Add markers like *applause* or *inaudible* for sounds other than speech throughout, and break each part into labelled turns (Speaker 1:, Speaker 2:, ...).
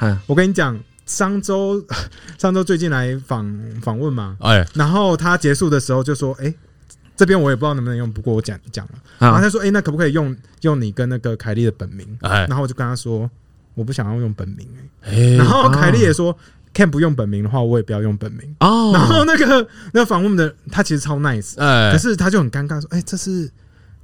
Speaker 1: 嗯，
Speaker 2: 我跟你讲，商周 *laughs* 商周最近来访访问嘛，
Speaker 1: 哎，
Speaker 2: 然后他结束的时候就说：“哎、这边我也不知道能不能用，不过我讲讲了。”然后
Speaker 1: 啊
Speaker 2: 他说：“哎、那可不可以用用你跟那个凯莉的本名？”
Speaker 1: 哎
Speaker 2: 然后我就跟他说：“我不想要用本名、欸。
Speaker 1: 哎，”
Speaker 2: 然后凯莉也
Speaker 1: 啊
Speaker 2: 说：“Can 不用本名的话，我也不要用本名。”
Speaker 1: 哦，
Speaker 2: 然后那个那个访问的他其实超 nice，可
Speaker 1: 哎，
Speaker 2: 是他就很尴尬说：“哎、这是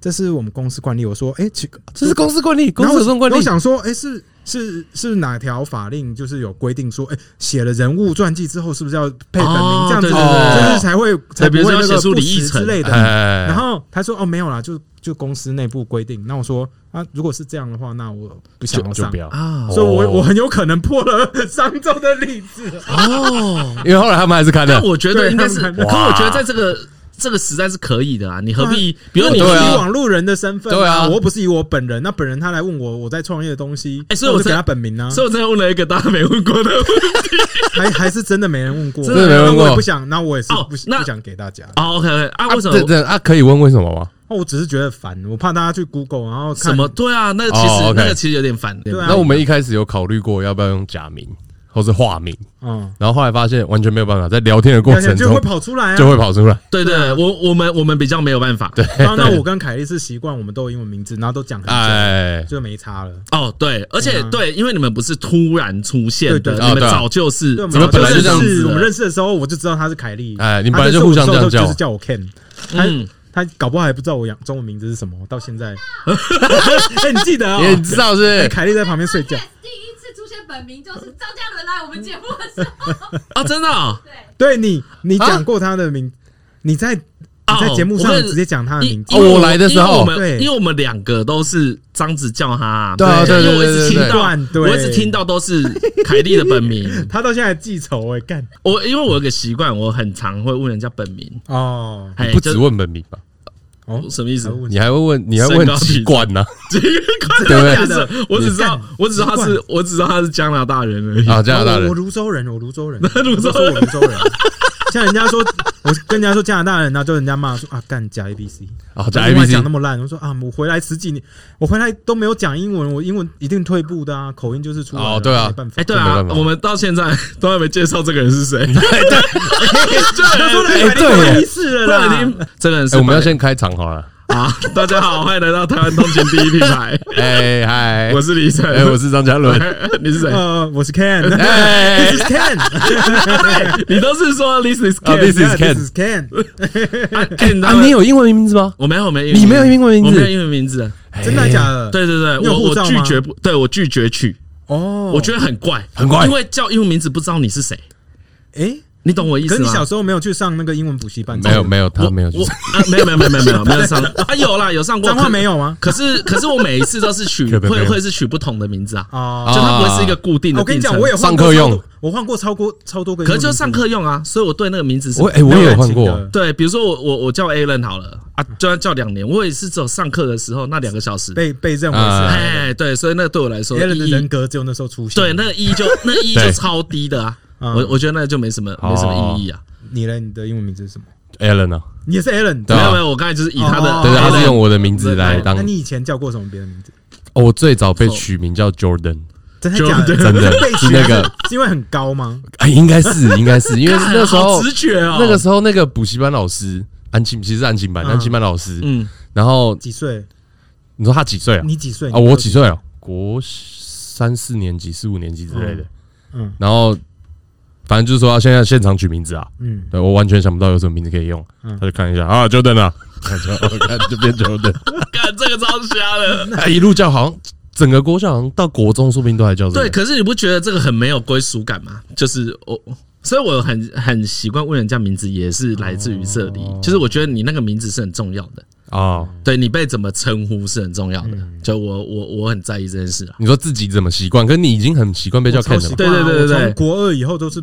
Speaker 2: 这是我们公司惯例。”我说：“哎、其
Speaker 1: 这是公司惯例，公
Speaker 2: 然后
Speaker 1: 司
Speaker 2: 我
Speaker 1: 有这种惯例
Speaker 2: 然后我。想说，哎、是是是哪条法令就是有规定说，哎、写了人物传记之后，是不是要配本名、
Speaker 1: 哦
Speaker 2: 这样子，
Speaker 1: 对
Speaker 2: 就
Speaker 1: 对对对
Speaker 2: 是才会才
Speaker 1: 哎
Speaker 2: 不
Speaker 1: 比
Speaker 2: 会
Speaker 1: 如说要
Speaker 2: 那
Speaker 1: 写
Speaker 2: 个
Speaker 1: 出
Speaker 2: 不
Speaker 1: 李义
Speaker 2: 实
Speaker 1: 成
Speaker 2: 之类的。
Speaker 1: 哎哎哎哎
Speaker 2: 然后他说，哦，没有啦，就就公司内部规定。那我说，啊，如果是这样的话，那我不想要上。
Speaker 3: 要
Speaker 1: 啊
Speaker 2: 所以我，我很有可能破了 *laughs* 商周的例
Speaker 1: *laughs*
Speaker 2: 子。
Speaker 1: 哦，
Speaker 3: 因为后来他们还是看
Speaker 4: 但
Speaker 3: 的，
Speaker 4: 我觉得应该是，
Speaker 2: 对他们
Speaker 4: 可我觉得在这个这个时代是可以的啊，你何必？比如
Speaker 2: 因
Speaker 4: 你
Speaker 2: 为我
Speaker 3: 对
Speaker 2: 是
Speaker 3: 啊
Speaker 2: 以网路人的身份、
Speaker 3: 对啊
Speaker 2: 我又不是以我本人。那本人他来问我我在创业的东西，
Speaker 4: 哎所以
Speaker 2: 那
Speaker 4: 我
Speaker 2: 我就给
Speaker 4: 才
Speaker 2: 他本名啊。
Speaker 4: 所以我真的问了一个大家没问过的问题。
Speaker 2: *laughs* 还还是真的没人问过，
Speaker 3: 真的没人问过
Speaker 2: 那我也不想，那我也是
Speaker 4: 哦
Speaker 2: 不、
Speaker 4: 那
Speaker 2: 不想给大家。
Speaker 4: 哦，OK，啊，为什
Speaker 3: 啊这
Speaker 4: 么？
Speaker 3: 这啊可以问为什么吗？
Speaker 2: 那我只是觉得烦，我怕大家去 Google，然后看
Speaker 4: 什么？对啊，那个其
Speaker 3: 哦
Speaker 4: 实
Speaker 3: ，OK
Speaker 4: 那个其实有点烦。
Speaker 2: 对啊
Speaker 3: 那我们一开始有考虑过要不要用假名或是化名，
Speaker 2: 嗯，
Speaker 3: 然后后来发现完全没有办法，在聊天的过
Speaker 2: 聊天
Speaker 3: 程
Speaker 2: 就
Speaker 3: 中
Speaker 2: 会跑出来啊。
Speaker 3: 就会跑出来。
Speaker 4: 对对，对我我们我们比较没有办法。对，
Speaker 2: 然
Speaker 3: *laughs*
Speaker 2: 后啊那我跟凯莉是习惯我们都有英文名字，然后都讲很久，
Speaker 3: 哎，
Speaker 2: 就没差了。
Speaker 4: 哦对，而且
Speaker 2: 对啊
Speaker 4: 对，因为你们不是突然出现的，
Speaker 2: 对对
Speaker 4: 你
Speaker 2: 对
Speaker 4: 们
Speaker 3: 哦对啊
Speaker 4: 早就是
Speaker 2: 对，我
Speaker 3: 怎么
Speaker 2: 们
Speaker 3: 本来
Speaker 2: 就
Speaker 3: 就这
Speaker 2: 认
Speaker 3: 样啊
Speaker 4: 子
Speaker 2: 识，
Speaker 4: 了
Speaker 2: 我们认识的时候我就知道他是凯莉。
Speaker 3: 哎你
Speaker 2: 他
Speaker 3: 本来
Speaker 2: 认识
Speaker 3: 就
Speaker 2: 我
Speaker 3: 互
Speaker 2: 的时候
Speaker 3: 相这样
Speaker 2: 就是
Speaker 3: 叫
Speaker 2: 叫我 Ken，他
Speaker 4: 嗯，
Speaker 2: 他搞不好还不知道我养中文名字是什么，到
Speaker 4: *laughs*
Speaker 2: 现在。哎，你记得哦？
Speaker 3: 你知道是不是？
Speaker 2: 凯莉在旁边睡觉。
Speaker 5: 第一次出现本名就是张嘉伦来我们节目的时候，
Speaker 4: 啊，真的哦
Speaker 5: 对，
Speaker 2: 对你，你
Speaker 3: 啊
Speaker 2: 讲过他的名，你在你在
Speaker 4: 哦
Speaker 2: 节目上
Speaker 4: 我跟
Speaker 2: 直接讲他的名字
Speaker 3: 哦。我来的时候
Speaker 4: 因为我们
Speaker 2: 对
Speaker 4: 因为我们两个都是张子叫他啊，
Speaker 3: 对啊
Speaker 4: 所以
Speaker 3: 对对
Speaker 4: 我一直
Speaker 3: 对对
Speaker 4: 听
Speaker 3: 对
Speaker 4: 到
Speaker 2: 对，对
Speaker 4: 我一直听到都是凯莉的本名。
Speaker 3: *laughs*
Speaker 2: 他到现在还记仇哎、干
Speaker 4: 我因为我有个习惯，我很常会问人家本名，
Speaker 2: 哦
Speaker 4: 哎，
Speaker 3: 不啊
Speaker 4: 就
Speaker 3: 只问本名吧，
Speaker 2: 哦，
Speaker 4: 什么意思？ *laughs*
Speaker 2: 还问
Speaker 3: 你还会问，你还会
Speaker 4: 身
Speaker 3: 问
Speaker 4: 高
Speaker 3: 籍
Speaker 4: 体
Speaker 3: 贯呢？
Speaker 4: 对
Speaker 3: 对不对
Speaker 4: 不是，我只知道
Speaker 2: 你干，
Speaker 4: 我只知道他
Speaker 2: 习
Speaker 4: 是，我只知道他是加拿大人而已。
Speaker 3: 啊，加拿大
Speaker 2: 我
Speaker 3: 人
Speaker 2: 我泸州人，我泸州人，
Speaker 4: 泸州人
Speaker 2: 我说我泸州人。像人家说， *laughs* 我跟人家说加拿大人，然后就人家骂说啊，干假 A B C，
Speaker 3: 啊，
Speaker 2: 我怎
Speaker 3: 加
Speaker 2: 么
Speaker 3: A
Speaker 2: 还
Speaker 3: B C
Speaker 2: 讲那么烂。我说啊，我回来十几年，我回来都没有讲英文，我英文一定退步的啊，口音就是出来了
Speaker 3: 哦对啊
Speaker 2: 没办法。
Speaker 4: 哎，对
Speaker 3: 这没
Speaker 4: 啊
Speaker 3: 办，法
Speaker 4: 我们到现在都还没介绍这个人是
Speaker 3: *laughs*
Speaker 4: 谁。 *laughs*
Speaker 2: 他说
Speaker 4: 对，
Speaker 2: 的
Speaker 3: 哎
Speaker 2: 肯定
Speaker 3: 对耶
Speaker 2: 有意思了
Speaker 4: 不
Speaker 2: 啦
Speaker 4: 然。
Speaker 3: *laughs*
Speaker 4: 已经这个人是
Speaker 3: 哎，我们要
Speaker 4: 白
Speaker 3: 先开场好了。
Speaker 4: 啊！大家好，欢迎来到台湾通勤第一品牌，
Speaker 3: *laughs* 哎嗨，
Speaker 4: 我是李晨，
Speaker 3: 哎，我是张嘉伦。
Speaker 4: *laughs* 你是谁？
Speaker 2: 呃，我是 Ken，This
Speaker 3: 哎
Speaker 2: is Ken，
Speaker 4: 你都是说 this is
Speaker 3: 啊
Speaker 4: Ken
Speaker 3: ，this is
Speaker 2: Yeah，this
Speaker 3: Ken
Speaker 2: is Ken，
Speaker 4: Ken
Speaker 3: 啊，你有英文名字吗？
Speaker 4: 我没有，我没有，
Speaker 3: 你没有英文名字
Speaker 4: 我没有英文名字。
Speaker 2: 真的假的？
Speaker 4: 对对对，
Speaker 2: 你有
Speaker 4: 我
Speaker 2: 护
Speaker 4: 我
Speaker 2: 照
Speaker 4: 拒
Speaker 2: 吗
Speaker 4: 绝不，对我拒绝去，
Speaker 2: 哦，
Speaker 4: 我觉得很怪，
Speaker 3: 很怪
Speaker 4: 因为叫英文名字不知道你是谁，
Speaker 2: 得哎，
Speaker 4: 你懂我意思
Speaker 2: 可
Speaker 4: 啊
Speaker 2: 是
Speaker 4: 吗？
Speaker 2: 你小时候没有去上那个英文补习班？
Speaker 3: 没有没有，他
Speaker 4: 我
Speaker 3: 没有去
Speaker 4: 我啊，没有没有没有没有没有没有上啊，有啦有上过，
Speaker 2: 脏话
Speaker 4: 可
Speaker 2: 没有吗？
Speaker 4: 可是可是我每一次都是取
Speaker 3: 可能没
Speaker 4: 会
Speaker 3: 有
Speaker 4: 会是取不同的名字啊，
Speaker 2: 啊
Speaker 4: 就它不会是一个固定的
Speaker 2: 我跟你
Speaker 4: 名
Speaker 2: 讲，
Speaker 4: 称。
Speaker 2: 我也换
Speaker 3: 上
Speaker 2: 过
Speaker 3: 课
Speaker 2: 超
Speaker 3: 用
Speaker 2: 多，我换过超过超多个英
Speaker 4: 可
Speaker 2: 文
Speaker 4: 是
Speaker 2: 名
Speaker 4: 就
Speaker 2: 字，
Speaker 4: 上课用啊，所以我对那个名字是
Speaker 3: 我哎，我
Speaker 2: 没有
Speaker 3: 也有
Speaker 2: 感
Speaker 3: 换
Speaker 2: 情
Speaker 3: 过
Speaker 2: 的，
Speaker 4: 对，比如说我我我叫 Alan 好了啊，就算叫两年，我也是只有上课的时候那两个小时，
Speaker 2: 被被认为
Speaker 3: 啊
Speaker 2: 是
Speaker 4: 哎，对，所以那个对我来说
Speaker 2: a l 的
Speaker 4: 意义
Speaker 2: 人格只有那时候出现。
Speaker 4: 对，那个意义就那个意义就
Speaker 3: 对哦
Speaker 4: 超低的啊，
Speaker 2: 嗯
Speaker 4: 我我觉得那就没什么没什么意义啊。
Speaker 2: 你嘞，你的英文名字是什么？
Speaker 3: Alan 啊，
Speaker 2: 你也是 Alan，
Speaker 3: 对
Speaker 4: 没
Speaker 3: 啊
Speaker 4: 有没有，我刚才就是以他的，
Speaker 2: 哦
Speaker 3: 对对，
Speaker 2: Alan
Speaker 3: 他是用我的名字来
Speaker 4: 对
Speaker 3: 当
Speaker 2: 那。你以前叫过什么别的名字？
Speaker 3: 哦我最早被取名叫 Jordan，
Speaker 2: *laughs* 真的假的？
Speaker 3: 真的
Speaker 2: 是 *laughs* 被
Speaker 3: 是
Speaker 2: 取
Speaker 3: 那
Speaker 2: 还
Speaker 3: 个
Speaker 2: 是是因为很高吗？
Speaker 3: 哎，应
Speaker 2: *laughs*
Speaker 3: 该是应该是，因为
Speaker 4: 干
Speaker 3: 那时
Speaker 4: 好
Speaker 3: 候
Speaker 4: 直觉哦，
Speaker 3: 那个时候那个补习班老师安亲，其实是安亲班，
Speaker 2: 嗯
Speaker 3: 安亲班老师，
Speaker 4: 嗯，
Speaker 3: 然后
Speaker 2: 几岁？
Speaker 3: 你说他几岁啊？
Speaker 2: 你几岁？
Speaker 3: 啊，我几？岁啊？国三四年级、四五年级之类的。
Speaker 2: 嗯嗯
Speaker 3: 然后反正就是说要现在现场取名字啊，
Speaker 2: 嗯，
Speaker 3: 对我完全想不到有什么名字可以用，
Speaker 2: 嗯
Speaker 3: 他就看一下啊，Jordan 啊， *laughs* 他就哦看这边 Jordan，
Speaker 4: 干这个超瞎
Speaker 3: *laughs*
Speaker 4: 的。
Speaker 3: 哎一路叫好像整个国校好像到国中，说不定都还叫这
Speaker 4: 对，
Speaker 3: 个。
Speaker 4: 可是你不觉得这个很没有归属感吗？就是我，所以我很很习惯问人家名字，也是来自于这里。
Speaker 3: 哦
Speaker 4: 就是我觉得你那个名字是很重要的，
Speaker 3: 啊，
Speaker 4: 对你被怎么称呼是很重要的。
Speaker 3: 嗯
Speaker 4: 就我我我很在意这件事啊。
Speaker 3: 你说自己怎么习惯？跟你已经很习惯被叫
Speaker 2: 我超
Speaker 3: Ken 了
Speaker 2: 习
Speaker 3: 吧，
Speaker 2: 惯啊。
Speaker 4: 对对对对
Speaker 2: 我
Speaker 4: 对
Speaker 2: 从国二以后都是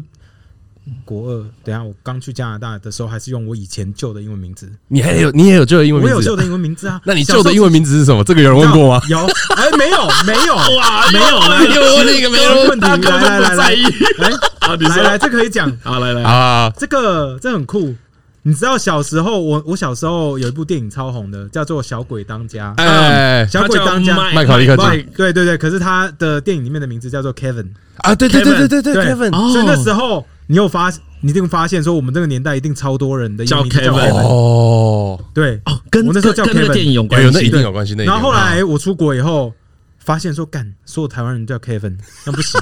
Speaker 2: 嗯国二。等一下我刚去加拿大的时候，还是用我以前旧的英文名字。
Speaker 3: 你还有你也有旧的英文
Speaker 2: 我
Speaker 3: 名
Speaker 2: 有
Speaker 3: 字
Speaker 2: 旧
Speaker 3: 啊，
Speaker 2: 的英文名字啊。
Speaker 3: *laughs* 那你
Speaker 2: 小
Speaker 3: 旧
Speaker 2: 时
Speaker 3: 的
Speaker 2: 候
Speaker 3: 英文名字是什么？这个有人问过吗？
Speaker 2: 有，哎，没有，没
Speaker 3: *laughs*
Speaker 2: 有，
Speaker 4: 哇，没有
Speaker 3: 了又问了一个没人问
Speaker 2: 问题，
Speaker 4: 大
Speaker 2: 来
Speaker 4: 哥
Speaker 2: 来
Speaker 4: 都
Speaker 2: 来
Speaker 4: 不在
Speaker 2: 来
Speaker 4: 意。
Speaker 2: 来
Speaker 4: 啊，你
Speaker 2: 哎来
Speaker 4: 说
Speaker 2: 来，这可以讲，
Speaker 4: 好来来，
Speaker 3: 啊，
Speaker 2: 这个这很酷。你知道小时候我我小时候有一部电影超红的，叫做《小鬼当家》。
Speaker 4: 啊
Speaker 3: 哎
Speaker 2: 啊小鬼当家
Speaker 3: 麦考利克
Speaker 2: 对对对对，可是他的电影里面的名字叫做 Kevin，
Speaker 3: 啊，对对对对对
Speaker 2: 对
Speaker 3: ，Kevin，
Speaker 4: 哦
Speaker 2: 所以那时候你有发，你一定发现说我们这个年代一定超多人的英文名字
Speaker 4: 叫
Speaker 2: 叫
Speaker 4: Kevin
Speaker 2: Kevin，
Speaker 3: 哦，
Speaker 2: 对，
Speaker 4: 哦，跟
Speaker 2: 我那时候
Speaker 4: 跟
Speaker 2: 叫
Speaker 4: 跟那个
Speaker 2: Kevin
Speaker 4: 电影有关
Speaker 3: 有
Speaker 4: 系，
Speaker 3: 有那一定有关系，那一定
Speaker 2: 然后后
Speaker 3: 有
Speaker 2: 来我出国以后，发现说干，所有台湾人都叫 Kevin，那不行。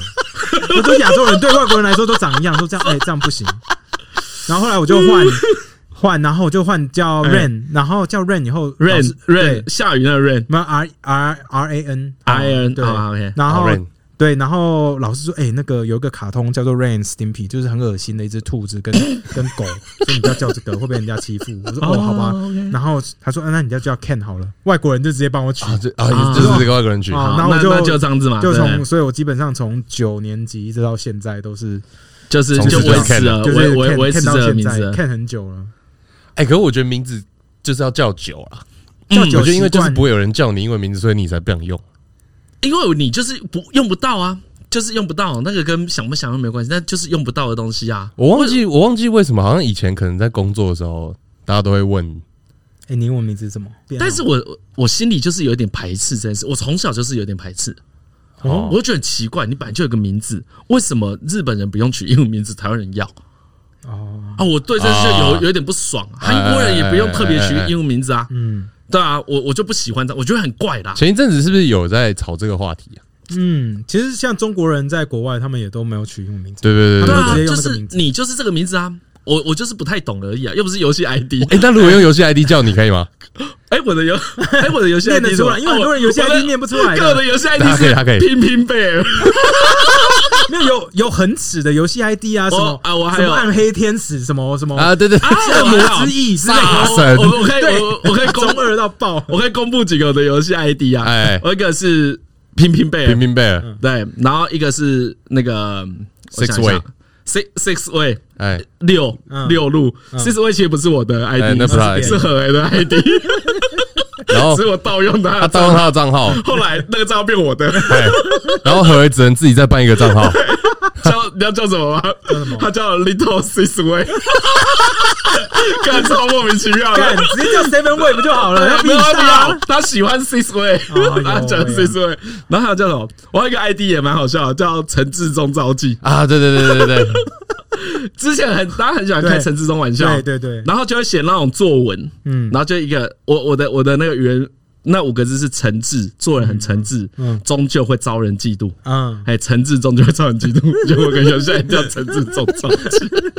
Speaker 2: *laughs* 我说亚洲人对外国人来说都长一样，都这样，哎、这样不行。然后后来我就
Speaker 4: *laughs*
Speaker 2: 换换，然后我就换叫
Speaker 4: 哎
Speaker 2: Rain，、然后叫 Rain 以后老
Speaker 4: rain
Speaker 2: 师
Speaker 4: rain
Speaker 2: 哦对
Speaker 4: 下雨那个 rain
Speaker 2: 什么 R R R A N
Speaker 4: r n
Speaker 2: 对，
Speaker 4: 啊 OK，
Speaker 2: 然后
Speaker 3: 好，Rain
Speaker 2: 对，然后老师说，哎、那个有一个卡通叫做 Rain Stimpy，就是很恶心的一只
Speaker 4: *laughs*
Speaker 2: 兔子跟跟狗，所以你不要叫这个，会被人家欺负。我说哦，好吧。
Speaker 4: OK
Speaker 2: 然后他说，啊那你就叫 Ken 好了，外国人就直接帮我取。
Speaker 3: 啊，这啊，也就是这个外国人曲，
Speaker 2: 啊
Speaker 4: 好
Speaker 2: 然后
Speaker 4: 那
Speaker 2: 我就
Speaker 4: 那就这样子嘛，
Speaker 2: 就
Speaker 4: 对不啊对
Speaker 2: 从，所以我基本本上从九年级一直到现在都是，
Speaker 4: 就是
Speaker 3: 从
Speaker 4: 就
Speaker 3: 此就
Speaker 4: 维
Speaker 3: 是
Speaker 4: 持
Speaker 3: Ken
Speaker 4: 了
Speaker 2: 就
Speaker 4: 呃维
Speaker 2: 是
Speaker 4: 维
Speaker 2: Ken
Speaker 4: 维持
Speaker 2: Ken
Speaker 4: 这
Speaker 2: 到
Speaker 4: 个
Speaker 2: 现
Speaker 4: 名字
Speaker 2: 在
Speaker 4: 了，
Speaker 2: 看很久了，
Speaker 3: 哎，可是我觉得名字就是要叫久啊，
Speaker 4: 嗯
Speaker 2: 叫
Speaker 3: 我
Speaker 2: 久
Speaker 3: 觉得因为就是不
Speaker 2: 会
Speaker 3: 会有人叫你英文名字，所以你才不想用。
Speaker 4: 因为你就是不用不到啊，就是用不到，那个跟想不想用没关系，但就是用不到的东西啊。
Speaker 3: 我忘记我忘记为什么，好像以前可能在工作的时候，大家都会问，
Speaker 2: 哎，你英文名字是什么？变
Speaker 4: 但是
Speaker 2: 好
Speaker 4: 我我我心里就是有点排斥这件事，我从小就是有点排斥，
Speaker 3: 哦
Speaker 4: 我就觉得很奇怪，你本来就有个名字，为什么日本人不用取英文名字，台湾人要
Speaker 2: 哦，
Speaker 4: 啊？我对这事有
Speaker 3: 啊
Speaker 4: 有一点不爽，韩国人也不用特别取英文名字啊，
Speaker 2: 嗯
Speaker 4: 对啊，我我就不喜欢这样，我觉得很怪啦。
Speaker 3: 前一阵子是不是有在炒这个话题啊？
Speaker 2: 嗯，其实像中国人在国外，他们也都没有取英
Speaker 4: *laughs*
Speaker 2: 文名字，
Speaker 3: 对对
Speaker 4: 对
Speaker 3: 对对。
Speaker 4: 啊，
Speaker 2: 直接
Speaker 4: 就
Speaker 2: 用那个
Speaker 4: 是
Speaker 2: 名字
Speaker 4: 你就是这个名字啊，我我就是不太懂而已啊，又不是游戏 ID。
Speaker 3: 哎，那如果用游戏 ID 叫你可以吗？
Speaker 4: 哎，我的游，哎，我的游戏
Speaker 2: *laughs* 念
Speaker 4: ID
Speaker 2: 得出来，因为很多人游戏 ID 念不出来
Speaker 4: 各
Speaker 2: 的，
Speaker 4: 啊的游戏
Speaker 3: 大
Speaker 4: ID
Speaker 3: 家可以大家可
Speaker 4: 是
Speaker 3: 以
Speaker 4: 拼拼贝尔，
Speaker 2: 没有有有很耻的游戏 ID 啊，什么
Speaker 4: 我啊我还
Speaker 2: 什
Speaker 4: 有
Speaker 2: 么暗黑天使，什么什么
Speaker 3: 啊，对对，
Speaker 4: *laughs* 啊
Speaker 2: 恶魔之翼之类
Speaker 3: 大
Speaker 2: 的，
Speaker 3: 神
Speaker 4: 我我我可以
Speaker 2: 对
Speaker 4: 我我可以公
Speaker 2: 中二
Speaker 4: *laughs*
Speaker 2: 到爆，
Speaker 4: 我可以公布几个我的游戏 ID 啊，嗯
Speaker 3: 哎
Speaker 4: 我一个是拼拼贝尔
Speaker 3: 平，平贝尔，
Speaker 4: 对，然后一个是那个嗯我
Speaker 3: Six
Speaker 4: 想一下 six six way
Speaker 3: 哎，
Speaker 4: 六
Speaker 2: 嗯哦
Speaker 4: 六路 six way 其实不是我的
Speaker 3: 哎
Speaker 4: ID，
Speaker 3: 那不是他的
Speaker 4: 是何来的 ID，
Speaker 3: *laughs* 然后
Speaker 4: 是我盗用他
Speaker 3: 他
Speaker 4: 的
Speaker 3: 盗
Speaker 4: 账
Speaker 3: 用
Speaker 4: 号，
Speaker 3: 他的账号，
Speaker 4: 后来那个账号变我
Speaker 3: *laughs*
Speaker 4: 的，
Speaker 3: 哎，然后何为只能自己再办一个
Speaker 4: *laughs*
Speaker 3: 账号，
Speaker 4: 叫你知道叫什么吗？他叫 Little Six Way，干超莫名其妙
Speaker 2: 干
Speaker 4: 的。
Speaker 2: 直接叫 Seven Wave 就好
Speaker 4: *laughs*
Speaker 2: 了，要比
Speaker 4: 没有他不
Speaker 2: 大
Speaker 4: 要，他喜欢 Six Way，
Speaker 2: 哦
Speaker 4: *laughs* 他喜欢 Six Way，然后还有叫什么？我还有一个 ID 也蛮好笑的，叫陈志忠招妓。
Speaker 3: 啊，对对对对对对，
Speaker 4: 之前很大家很喜欢开陈志忠玩笑，
Speaker 2: 对对对，
Speaker 4: 然后就会写那种作文，
Speaker 2: 嗯
Speaker 4: 然后就一个我我的我的那个原那五个字是诚挚，做人很诚挚，
Speaker 2: 嗯
Speaker 4: 终究会招人嫉妒。
Speaker 2: 嗯，
Speaker 4: 哎，诚挚终究会招人嫉妒，就我跟有些人叫诚挚中招妓。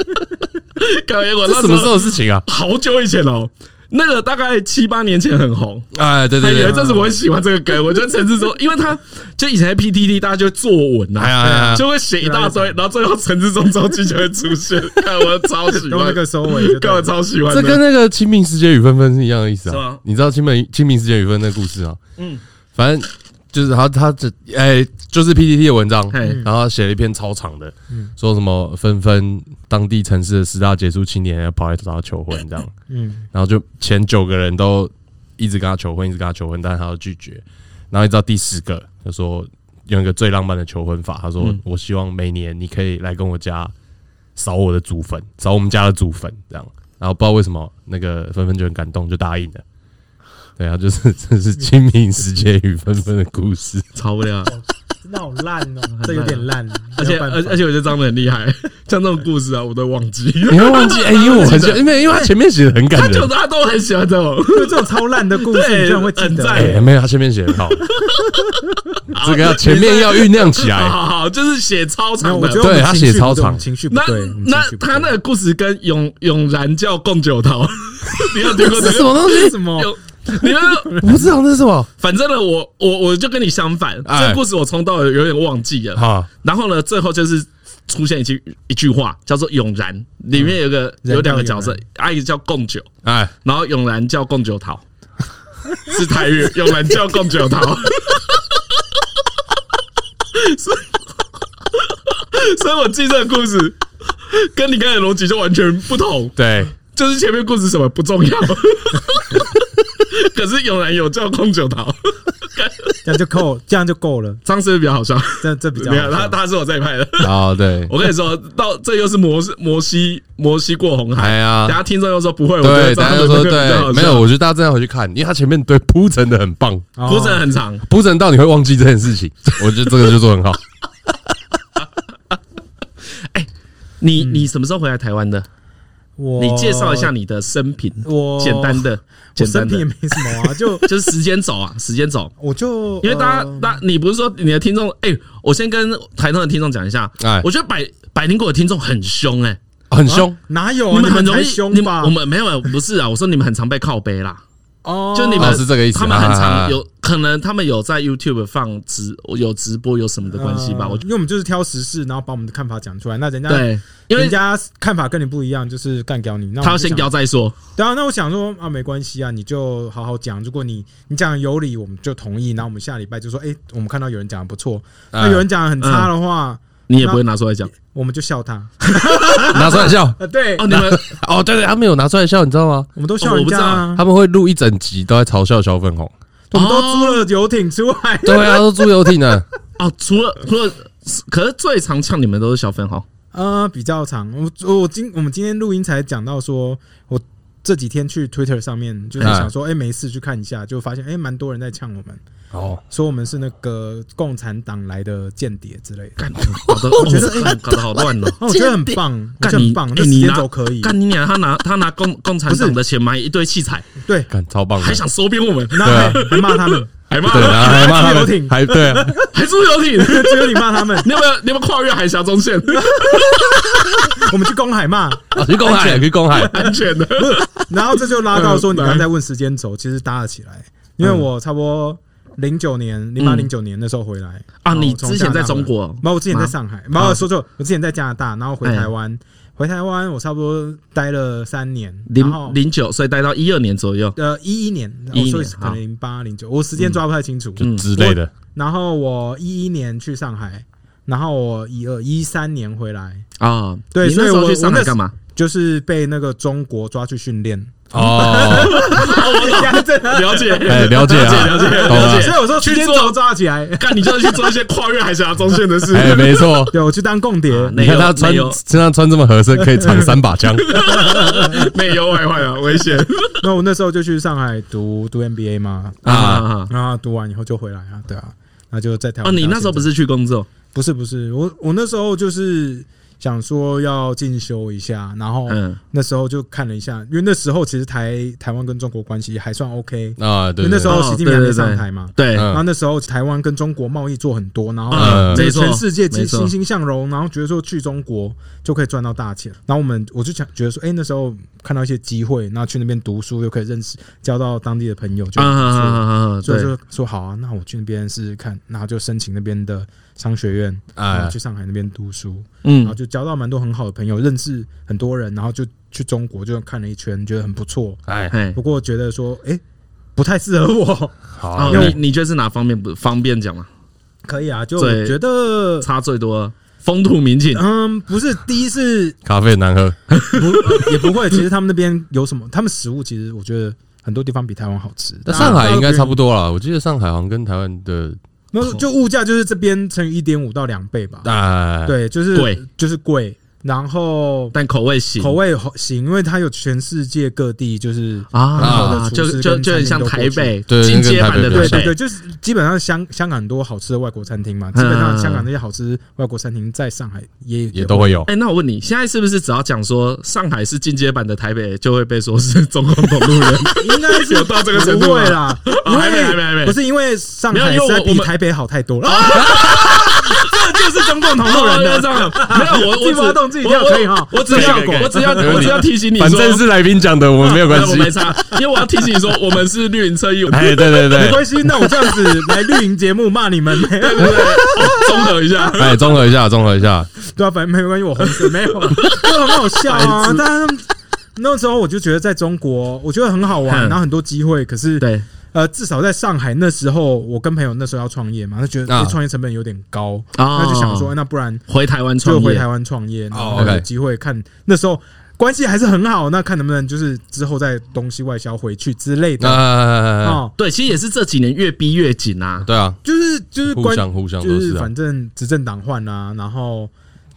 Speaker 4: 搞我
Speaker 3: 这
Speaker 4: *laughs* 那
Speaker 3: 什么时候的事情啊？
Speaker 4: 好久以前哦，那个大概七八年前很红。
Speaker 3: 哎，对
Speaker 4: 哎，
Speaker 3: 对
Speaker 4: 有一
Speaker 3: 对，
Speaker 4: 阵子我很喜欢这个梗，我觉得陈志忠，因为他就以前在 PTT 大家就会作文啊，
Speaker 3: 哎呀哎呀，
Speaker 4: 就会写一大堆，
Speaker 3: 啊
Speaker 4: 然后最后陈志忠招妓就会出现，看我超
Speaker 3: *laughs*
Speaker 4: 喜
Speaker 2: 用那
Speaker 4: 欢，
Speaker 2: 个收尾
Speaker 4: *laughs*
Speaker 2: 就对
Speaker 4: 看我
Speaker 2: 了，
Speaker 4: 超喜欢
Speaker 3: 这
Speaker 4: 的。
Speaker 3: 跟那个《清明时节雨纷纷》是一样的意思
Speaker 4: 是
Speaker 3: 啊
Speaker 4: 吗。
Speaker 3: 你知道《清明清明时节雨纷纷》的故事啊？嗯，反正就是他他这哎，就是 PPT 的文章
Speaker 4: 嘿，嗯
Speaker 3: 然后写了一篇超长的，说什么纷纷当地城市的十大杰出青年要跑来找他求婚这样，
Speaker 2: 嗯，
Speaker 3: 然后就前九个人都一直跟他求婚，一直跟他求婚，但是他都拒绝，然后一直到第十个，他说用一个最浪漫的求婚法，他说我希望每年你可以来跟我家扫我的祖坟，扫我们家的祖坟这样，然后不知道为什么那个纷纷就很感动，就答应了。对啊，就是这是清明时节雨纷纷的故事。
Speaker 4: 超啊不了，
Speaker 2: *laughs* 那好烂
Speaker 4: *laughs*
Speaker 2: 哦，这有点烂，
Speaker 4: 啊而且
Speaker 2: 没有办
Speaker 4: 而
Speaker 2: 法
Speaker 4: 而且我觉得张的很厉害，像这种故事啊，我都忘记。
Speaker 3: 你会忘记？哎、因为我很喜欢，因为因为他前面写的很
Speaker 4: *laughs* 他
Speaker 3: 感
Speaker 4: 就
Speaker 3: 人。
Speaker 4: 他都很喜欢这种，
Speaker 2: 就这种超烂的故事，
Speaker 4: 对
Speaker 2: 你居然会记
Speaker 4: 很
Speaker 2: 得
Speaker 4: 赞，
Speaker 3: 哎、没有，他前面写的好，这个要前面要酝酿起
Speaker 4: 好
Speaker 3: 来。
Speaker 4: 好好，就是写超
Speaker 2: 哎没有
Speaker 4: 长
Speaker 2: 我
Speaker 4: 的
Speaker 2: 觉。得我们
Speaker 3: 对他
Speaker 2: 情绪
Speaker 3: 写超
Speaker 2: 不对我们
Speaker 3: 长
Speaker 2: 情绪不
Speaker 4: 那
Speaker 2: 对，我们情
Speaker 4: 那
Speaker 2: 绪不
Speaker 4: 他
Speaker 2: 对
Speaker 4: 那个故事跟永永然叫共九桃， *laughs* 你有听过
Speaker 2: *laughs*
Speaker 4: 这
Speaker 3: 这是
Speaker 4: 个？
Speaker 3: 什么东西？
Speaker 2: 什么
Speaker 4: 有你们
Speaker 3: 我不知道那是什么。
Speaker 4: 反正呢，我我我就跟你相反，
Speaker 3: 哎
Speaker 4: 这个故事我从到尾有点忘记了。
Speaker 3: 哈，
Speaker 4: 然后呢，最后就是出现一句一句话，叫做“永然”，里面有一个
Speaker 2: 人
Speaker 4: 有两个角
Speaker 2: 叫嗯永
Speaker 4: 色，啊，一个叫共九，
Speaker 3: 哎，
Speaker 4: 然后永然叫贡九桃， *laughs* 是台语，永然叫贡九桃。 *laughs* 所以，所以我记这个故事跟你刚才的逻辑就完全不同，
Speaker 3: 对，
Speaker 4: 就是前面故事什么不重要， *laughs* 可是有男有叫空九桃，
Speaker 2: 这样就够，这样就够了。
Speaker 4: 张思比较好笑，
Speaker 2: 这这比较
Speaker 4: 没有他
Speaker 2: 好笑
Speaker 4: 他是我这一派的。
Speaker 3: *laughs* 哦，对，
Speaker 4: 我跟你说到这又是摩西摩西摩西过红海，
Speaker 3: 哎呀
Speaker 4: 等，下听众又说不会，我觉得
Speaker 3: 对，大家
Speaker 4: 张
Speaker 3: 就
Speaker 4: 思
Speaker 3: 说
Speaker 4: 比较好笑
Speaker 3: 对，没有，我觉得大家真的要回去看，因为他前面对铺陈的很棒，
Speaker 2: 哦
Speaker 4: 铺陈很长，
Speaker 3: 铺陈到你会忘记这件事情， *laughs* 我觉得这个就做得很好。
Speaker 4: 你你什么时候回来台湾的？
Speaker 2: 我
Speaker 4: 你介绍一下你的生平，
Speaker 2: 哦我
Speaker 4: 简单的，
Speaker 2: *laughs* 我
Speaker 4: 简单
Speaker 2: 生平也
Speaker 4: 的，
Speaker 2: 没什么啊，就 *laughs*
Speaker 4: 就是时间走啊，时间走。
Speaker 2: 我就
Speaker 4: 因为大家
Speaker 2: 呃，
Speaker 4: 大你不是说你的听众？哎，我先跟台东的听众讲一下
Speaker 3: 哎，
Speaker 4: 我觉得百百灵果的听众很凶哎，
Speaker 3: 很凶，
Speaker 2: 哪有啊
Speaker 4: 你们很容
Speaker 2: 才
Speaker 4: 易，
Speaker 2: 凶
Speaker 4: 你们
Speaker 2: 吧？
Speaker 4: 我们没有不是啊，我说你们很常被靠背啦，
Speaker 2: 哦，
Speaker 4: 就你
Speaker 3: 哦
Speaker 4: 们
Speaker 3: 是这个意思
Speaker 4: 他们很
Speaker 3: 啊
Speaker 4: 常有可能他们有在 YouTube 放直有直播有什么的关系吧？
Speaker 2: 呃
Speaker 4: 我觉
Speaker 2: 因为我们就是挑时事，然后把我们的看法讲出来。那人家
Speaker 4: 得对，因为
Speaker 2: 人家看法跟你不一样，就是干掉你。那我
Speaker 4: 他要
Speaker 2: 就
Speaker 4: 先
Speaker 2: 想
Speaker 4: 聊再说，
Speaker 2: 对啊，那我想说啊，没关系啊，你就好好讲。如果你你讲得有理，我们就同意。然后我们下礼拜就说，哎、我们看到有人讲的不错，那
Speaker 4: 嗯
Speaker 2: 有人讲的很差的话，
Speaker 4: 你也不会拿出
Speaker 2: *laughs*
Speaker 4: 来讲
Speaker 2: 我们就笑他。啊、
Speaker 3: 拿出来笑。
Speaker 2: 对，
Speaker 4: 哦。你哦们
Speaker 3: 哦，对对，他们有拿出来笑，你知道吗？
Speaker 2: 我们都笑人家、啊，
Speaker 3: 他们会录一整集都在嘲笑小粉红。
Speaker 2: 我们都租了游艇出来。 *laughs*
Speaker 3: 对啊，都猪游艇呢。
Speaker 4: 哦，除了除了，可是最常呛你们都是小粉红。
Speaker 2: 呃，比较长。我我今我们今天录音才讲到说，我这几天去 Twitter 上面就是
Speaker 3: 嗯
Speaker 2: 想说，哎、没事去看一下，就发现哎，蛮、多人在呛我们，
Speaker 3: *laughs* 哦，
Speaker 2: 说我们是那个共产党来的间谍之类的。
Speaker 4: 干，搞
Speaker 2: *laughs*
Speaker 4: 得我觉得搞得好乱哦。
Speaker 2: 哦，我觉得很棒，我
Speaker 4: 干
Speaker 2: 觉得
Speaker 4: 你
Speaker 2: 很，棒，
Speaker 4: 哎
Speaker 2: 那时
Speaker 4: 你
Speaker 2: 间
Speaker 4: 拿
Speaker 2: 轴可以。
Speaker 4: 干你娘！他拿他拿共共产党的钱买一堆器材，
Speaker 2: 对，
Speaker 3: 看超棒的，
Speaker 4: 还想收编我们，
Speaker 2: 然后还还骂他们，
Speaker 4: 还骂
Speaker 3: 对，
Speaker 2: 啊
Speaker 3: 然后还骂他
Speaker 2: 游艇
Speaker 3: 们，还对啊，
Speaker 4: 还租游艇。
Speaker 2: 只有你骂他们，
Speaker 4: *laughs* 你有没有你有没有跨越海峡中线？
Speaker 2: 我们去公海骂。
Speaker 3: 啊 *laughs* 去公海，去公海。
Speaker 4: 安全的，
Speaker 2: 然后这就拉到说，你
Speaker 4: 嗯
Speaker 2: 刚才问时间轴，其实搭了起来，因为我差不多零九年、零八零九年那时候回来
Speaker 4: *laughs* 嗯啊
Speaker 2: 然后
Speaker 4: 你
Speaker 2: 从
Speaker 4: 之前
Speaker 2: 加哦拿大
Speaker 4: 在中
Speaker 2: 回来
Speaker 4: 国
Speaker 2: 没有，我之前在
Speaker 4: 吗啊
Speaker 2: 上海，没有说错，我之前在加拿大，然后回
Speaker 4: 哎
Speaker 2: 台湾，回台湾我差不多待了三年，然后
Speaker 4: 零零九，所以待到一二年左右。
Speaker 2: 呃一一年，我
Speaker 4: 11
Speaker 2: 说
Speaker 4: 年
Speaker 2: 可能
Speaker 4: 好嗯
Speaker 2: 零八零九，我时间抓不太清楚，
Speaker 3: 就之类的，
Speaker 2: 然后我一一年去上海，然后我一二一三年回来，
Speaker 4: 啊，
Speaker 2: 对
Speaker 4: 你那时
Speaker 2: 所以
Speaker 4: 候
Speaker 2: 我
Speaker 4: 去上
Speaker 2: 我那
Speaker 4: 海
Speaker 2: 时
Speaker 4: 干
Speaker 2: *laughs*
Speaker 4: 嘛？
Speaker 2: 就是被那个中国抓去训练。
Speaker 3: 哦，
Speaker 4: *laughs* 了解，
Speaker 3: 哎，了解啊，
Speaker 4: 了解了解
Speaker 3: 懂
Speaker 4: 了
Speaker 3: 了
Speaker 4: 解。
Speaker 2: 所以我说哦时
Speaker 4: 去
Speaker 2: 间
Speaker 4: 做
Speaker 2: 轴抓起来。 *laughs*
Speaker 4: 干，你就是去做一些跨越海峡中线的事。
Speaker 3: 哎，没错，
Speaker 2: 对，我去当共谍。
Speaker 4: 啊
Speaker 3: 你看他穿
Speaker 4: 内忧
Speaker 3: 身上穿这么合身，可以藏三把枪。
Speaker 4: 内忧外患啊，危险
Speaker 2: *laughs* 那我那时候就去上海读读 MBA 嘛，
Speaker 3: 啊！
Speaker 2: 然后读完以后就回来啊，对啊，那就在台
Speaker 4: 哦，
Speaker 2: 湾。
Speaker 4: 你那时候不？是去工作？
Speaker 2: 不是不是，我我那时候就是想说要进修一下，然后
Speaker 4: 嗯
Speaker 2: 那时候就看了一下，因为那时候其实台台湾跟中国关系还算 OK，
Speaker 3: 啊，对，
Speaker 2: 因为那时候
Speaker 4: 哦
Speaker 2: 习近平还没
Speaker 4: 对对对
Speaker 2: 上台嘛。
Speaker 4: 对，
Speaker 3: 嗯
Speaker 2: 然后那时候台湾跟中国贸易做很多，然后
Speaker 3: 嗯
Speaker 2: 整
Speaker 4: 没
Speaker 2: 个
Speaker 4: 错
Speaker 2: 全世界欣
Speaker 4: 没错
Speaker 2: 欣欣向荣，然后觉得说去中国就可以赚到大钱。然后我们我就想觉得说，哎，那时候看到一些机会，然后去那边读书又可以认识交到当地的朋友，就
Speaker 4: 啊啊啊啊啊！
Speaker 2: 所以
Speaker 4: 对，
Speaker 2: 就说好啊，那我去那边试试看，然后就申请那边的商学院，
Speaker 3: 哎
Speaker 2: 然后去上海那边读书，然后
Speaker 4: 嗯，
Speaker 2: 就交到蛮多很好的朋友，认识很多人，然后就去中国就看了一圈，觉得很不错。
Speaker 3: 哎，
Speaker 4: 哎，
Speaker 2: 不过觉得说，哎，不太适合我，
Speaker 3: 好啊
Speaker 4: 哦，
Speaker 2: 因为
Speaker 4: 你你觉得是哪方面不方便讲嘛？
Speaker 2: 可以啊，就
Speaker 4: 对
Speaker 2: 我觉得
Speaker 4: 差最多，风土民情
Speaker 2: 嗯，不是，第一是
Speaker 3: 咖啡很难喝，
Speaker 2: 不 *laughs* 也不会。其实他们那边有什么？他们食物其实我觉得很多地方比台湾好吃。
Speaker 3: 那上海应该差不多啦。我记得上海好像跟台湾的
Speaker 2: 那就物价就是这边乘以一点五到两倍吧。
Speaker 3: 哎，
Speaker 2: 对，就是
Speaker 4: 贵，
Speaker 2: 就是贵。然后
Speaker 4: 但口味型
Speaker 2: 口味好行，因为它有全世界各地，就是
Speaker 4: 啊，
Speaker 2: 啊
Speaker 4: 就就就很像台北
Speaker 3: 对
Speaker 4: 进阶版的
Speaker 3: 对
Speaker 2: 对
Speaker 4: 台
Speaker 2: 对
Speaker 4: 北
Speaker 2: 对，就是基本上香香港很多好吃的外国餐厅嘛，基本上香港那些好吃外国餐厅在上海也
Speaker 3: 也都会有。
Speaker 4: 哎，那我问你，现在是不是只要讲说上海是进阶版的台北，就会被说是中共同路人？
Speaker 2: 应该是
Speaker 4: 有到这个程度吗
Speaker 2: 不会啦，
Speaker 4: 哦
Speaker 2: 因为
Speaker 4: 还没还没还没
Speaker 2: 不是因为上
Speaker 4: 没有
Speaker 2: 海
Speaker 4: 因为
Speaker 2: 实在
Speaker 4: 我
Speaker 2: 比
Speaker 4: 我们
Speaker 2: 台北好太多了， *laughs* 这就是中共同路
Speaker 4: *laughs*
Speaker 2: 人
Speaker 4: 哦 *laughs*
Speaker 2: 的。
Speaker 4: 这样没有
Speaker 2: *laughs*
Speaker 4: 我
Speaker 2: 自己挖
Speaker 4: 我
Speaker 2: 洞
Speaker 4: 只
Speaker 2: 自己跳
Speaker 4: 我
Speaker 2: 可以哈
Speaker 4: *laughs* 我只要
Speaker 3: 可以可以可以
Speaker 4: 我只要我只要提醒你说，
Speaker 3: 反正是来宾讲的，我们没
Speaker 4: *laughs*
Speaker 3: 有关
Speaker 4: 我
Speaker 3: 系。
Speaker 4: 没差，因为我要提醒你说，我们是绿营车衣，我们
Speaker 3: 哎，对对
Speaker 2: 没
Speaker 3: 对，
Speaker 2: 关系，那我这样子来绿营节目骂你们，
Speaker 4: 综合一下。
Speaker 3: 哎，综合一下，综合一下。
Speaker 2: 对啊，反正没关系，我红色没有，啊
Speaker 4: *laughs*
Speaker 2: 就很好笑啊。但那时候我就觉得在中国，我觉得很好玩，
Speaker 4: 嗯
Speaker 2: 然后很多机会，可是
Speaker 4: 对，
Speaker 2: 呃，至少在上海那时候，我跟朋友那时候要创业嘛，他觉得
Speaker 3: 啊
Speaker 2: 哎创业成本有点高，
Speaker 4: 哦
Speaker 2: 那就想说，哎那不然
Speaker 4: 回台湾创
Speaker 2: 就
Speaker 4: 业，
Speaker 2: 回台湾创业，然后
Speaker 3: 哦，OK
Speaker 2: 有机会看那时候。关系还是很好，那看能不能就是之后再东西外销回去之类的
Speaker 3: 啊，
Speaker 2: 哦。
Speaker 4: 对，其实也是这几年越逼越紧啊。
Speaker 3: 对啊，
Speaker 2: 就是就是
Speaker 3: 互
Speaker 2: 关
Speaker 3: 相互相
Speaker 2: 就
Speaker 3: 都
Speaker 2: 是
Speaker 3: 是啊
Speaker 2: 反，正执政党换啦，然后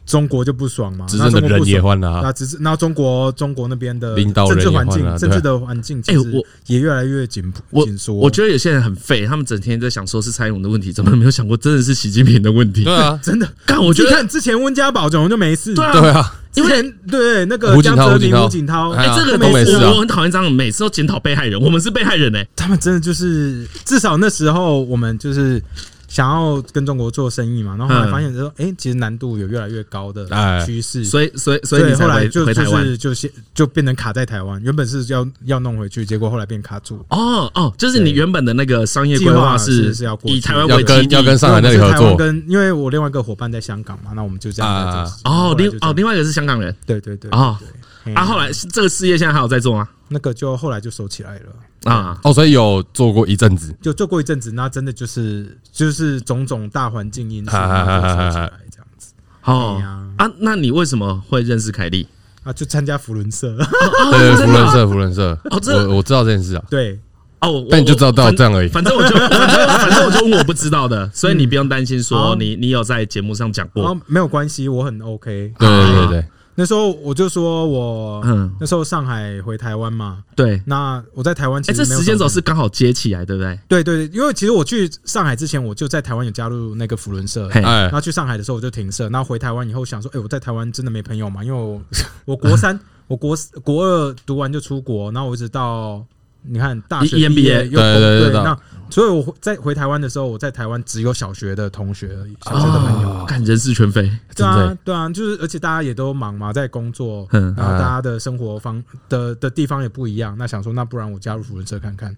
Speaker 2: 中国就不爽嘛，
Speaker 3: 执政
Speaker 2: 那
Speaker 3: 的
Speaker 2: 中国
Speaker 3: 人
Speaker 2: 不
Speaker 3: 也
Speaker 2: 爽
Speaker 3: 换了啊
Speaker 2: 那，只是那中国中国那边的
Speaker 3: 领导人
Speaker 2: 政治环境
Speaker 3: 也换，了
Speaker 2: 政
Speaker 3: 对
Speaker 2: 治
Speaker 3: 啊
Speaker 2: 的环境，
Speaker 4: 哎我
Speaker 2: 也越来越紧
Speaker 4: 我
Speaker 2: 紧缩。
Speaker 4: 我觉得有些人很废，他们整天在想说是蔡英文的问题，怎么没有想过真的是习近平的问题？
Speaker 3: 对
Speaker 2: *laughs*
Speaker 3: 啊，
Speaker 2: 真的，
Speaker 4: 干，我觉
Speaker 2: 你
Speaker 4: 得
Speaker 2: 看之前温家宝总就没事，
Speaker 4: 对啊
Speaker 3: 对啊，
Speaker 2: 之前对那个
Speaker 3: 胡锦
Speaker 2: 江泽
Speaker 3: 涛胡
Speaker 2: 民、
Speaker 3: 锦涛
Speaker 2: 胡锦涛，
Speaker 3: 哎
Speaker 4: 哎、
Speaker 3: 呀
Speaker 4: 这个
Speaker 3: 都没事啊
Speaker 4: 我我很讨厌这样，每次都检讨被害人，我们是被害人哎、
Speaker 2: 他们真的就是，至少那时候我们就是想要跟中国做生意嘛，然后后来发现说，哎，其实难度有越来越高的
Speaker 3: 哎
Speaker 2: 趋势，
Speaker 4: 嗯所以所以所
Speaker 2: 所
Speaker 4: 以你
Speaker 2: 以
Speaker 4: 才
Speaker 2: 后来
Speaker 4: 回
Speaker 2: 就
Speaker 4: 回
Speaker 2: 就
Speaker 4: 台湾。
Speaker 2: 是就先就变成卡在台湾，原本是要要弄回去，结果后来变卡住。
Speaker 4: 哦哦，就是你原本的那个商业规划
Speaker 2: 计划是是要过去嗯
Speaker 4: 以台湾
Speaker 3: 要
Speaker 4: 为基
Speaker 3: 跟
Speaker 4: 地
Speaker 3: 要跟上海那里
Speaker 2: 因为我们
Speaker 3: 合
Speaker 2: 是台湾
Speaker 3: 作，
Speaker 2: 跟因为我另外一个伙伴在香港嘛，那我们就这样在做事情。
Speaker 4: 哦
Speaker 2: 后来
Speaker 4: 另
Speaker 2: 就这样嗯
Speaker 4: 哦另外一个是香港人
Speaker 2: 对对对
Speaker 4: 哦
Speaker 2: 对
Speaker 4: 啊，
Speaker 2: 嘿
Speaker 4: 后来这个事业现在还有在做吗？
Speaker 2: 那个就后来就收起来了。
Speaker 4: 啊，
Speaker 3: 哦，所以有做过一阵子，
Speaker 2: 就做过一阵子，那真的就是就是种种大环境因素，
Speaker 3: 啊啊
Speaker 2: 然
Speaker 3: 啊啊
Speaker 2: 后
Speaker 3: 啊
Speaker 2: 就
Speaker 3: 啊
Speaker 2: 收起来这样子
Speaker 4: 哦
Speaker 2: 对呀
Speaker 4: 啊，那你为什么会认识凯莉？
Speaker 2: 啊，就参加福伦社， *laughs*
Speaker 3: 对，
Speaker 4: 真的
Speaker 3: 福伦
Speaker 4: 啊
Speaker 3: 社，福伦社，
Speaker 4: 哦真的
Speaker 3: 我我知道这件事啊，
Speaker 2: 对，
Speaker 4: 哦，我
Speaker 3: 但你就知道
Speaker 4: 我
Speaker 3: 到
Speaker 4: 反
Speaker 3: 这样而已嗯
Speaker 4: 反正我就反正反正我就问我不知道
Speaker 3: *laughs*
Speaker 4: 的，所以你不用担心说
Speaker 2: 好
Speaker 4: 你你有在节目上讲
Speaker 2: 然
Speaker 4: 过
Speaker 2: 后没有关系，我很 OK。
Speaker 3: 对对对对，
Speaker 2: 那时候我就说我
Speaker 4: 嗯
Speaker 2: 那时候上海回台湾嘛，
Speaker 4: 对。
Speaker 2: 那我在台湾其
Speaker 4: 哎，
Speaker 2: 实
Speaker 4: 这
Speaker 2: 没有
Speaker 4: 时间轴
Speaker 2: 什么
Speaker 4: 是刚好接起来，对不对？
Speaker 2: 对对，对因为其实我去上海之前，我就在台湾有加入那个福伦社。
Speaker 4: 嘿
Speaker 3: 对，哎
Speaker 2: 然，后去上海的时候我就停社，然后回台湾以后想说，哎、我在台湾真的没朋友嘛？因为我 *laughs* 我国三、我国四国二读完就出国，然后我一直到你看大学
Speaker 4: E-
Speaker 2: 毕
Speaker 4: EMBA
Speaker 2: 业又工
Speaker 3: 对对对对
Speaker 2: 那所以我回在回台湾的时候，我在台湾只有小学的同学而已，小学的朋友。
Speaker 4: 哦，看人事全非。
Speaker 2: 对
Speaker 3: 真
Speaker 2: 啊
Speaker 3: 的，
Speaker 2: 对啊，就是而且大家也都忙嘛，在工作，然
Speaker 4: 嗯
Speaker 2: 后大
Speaker 3: 啊
Speaker 2: 家的生活方的的地方也不一样。那想说，那不然我加入福伦社看看。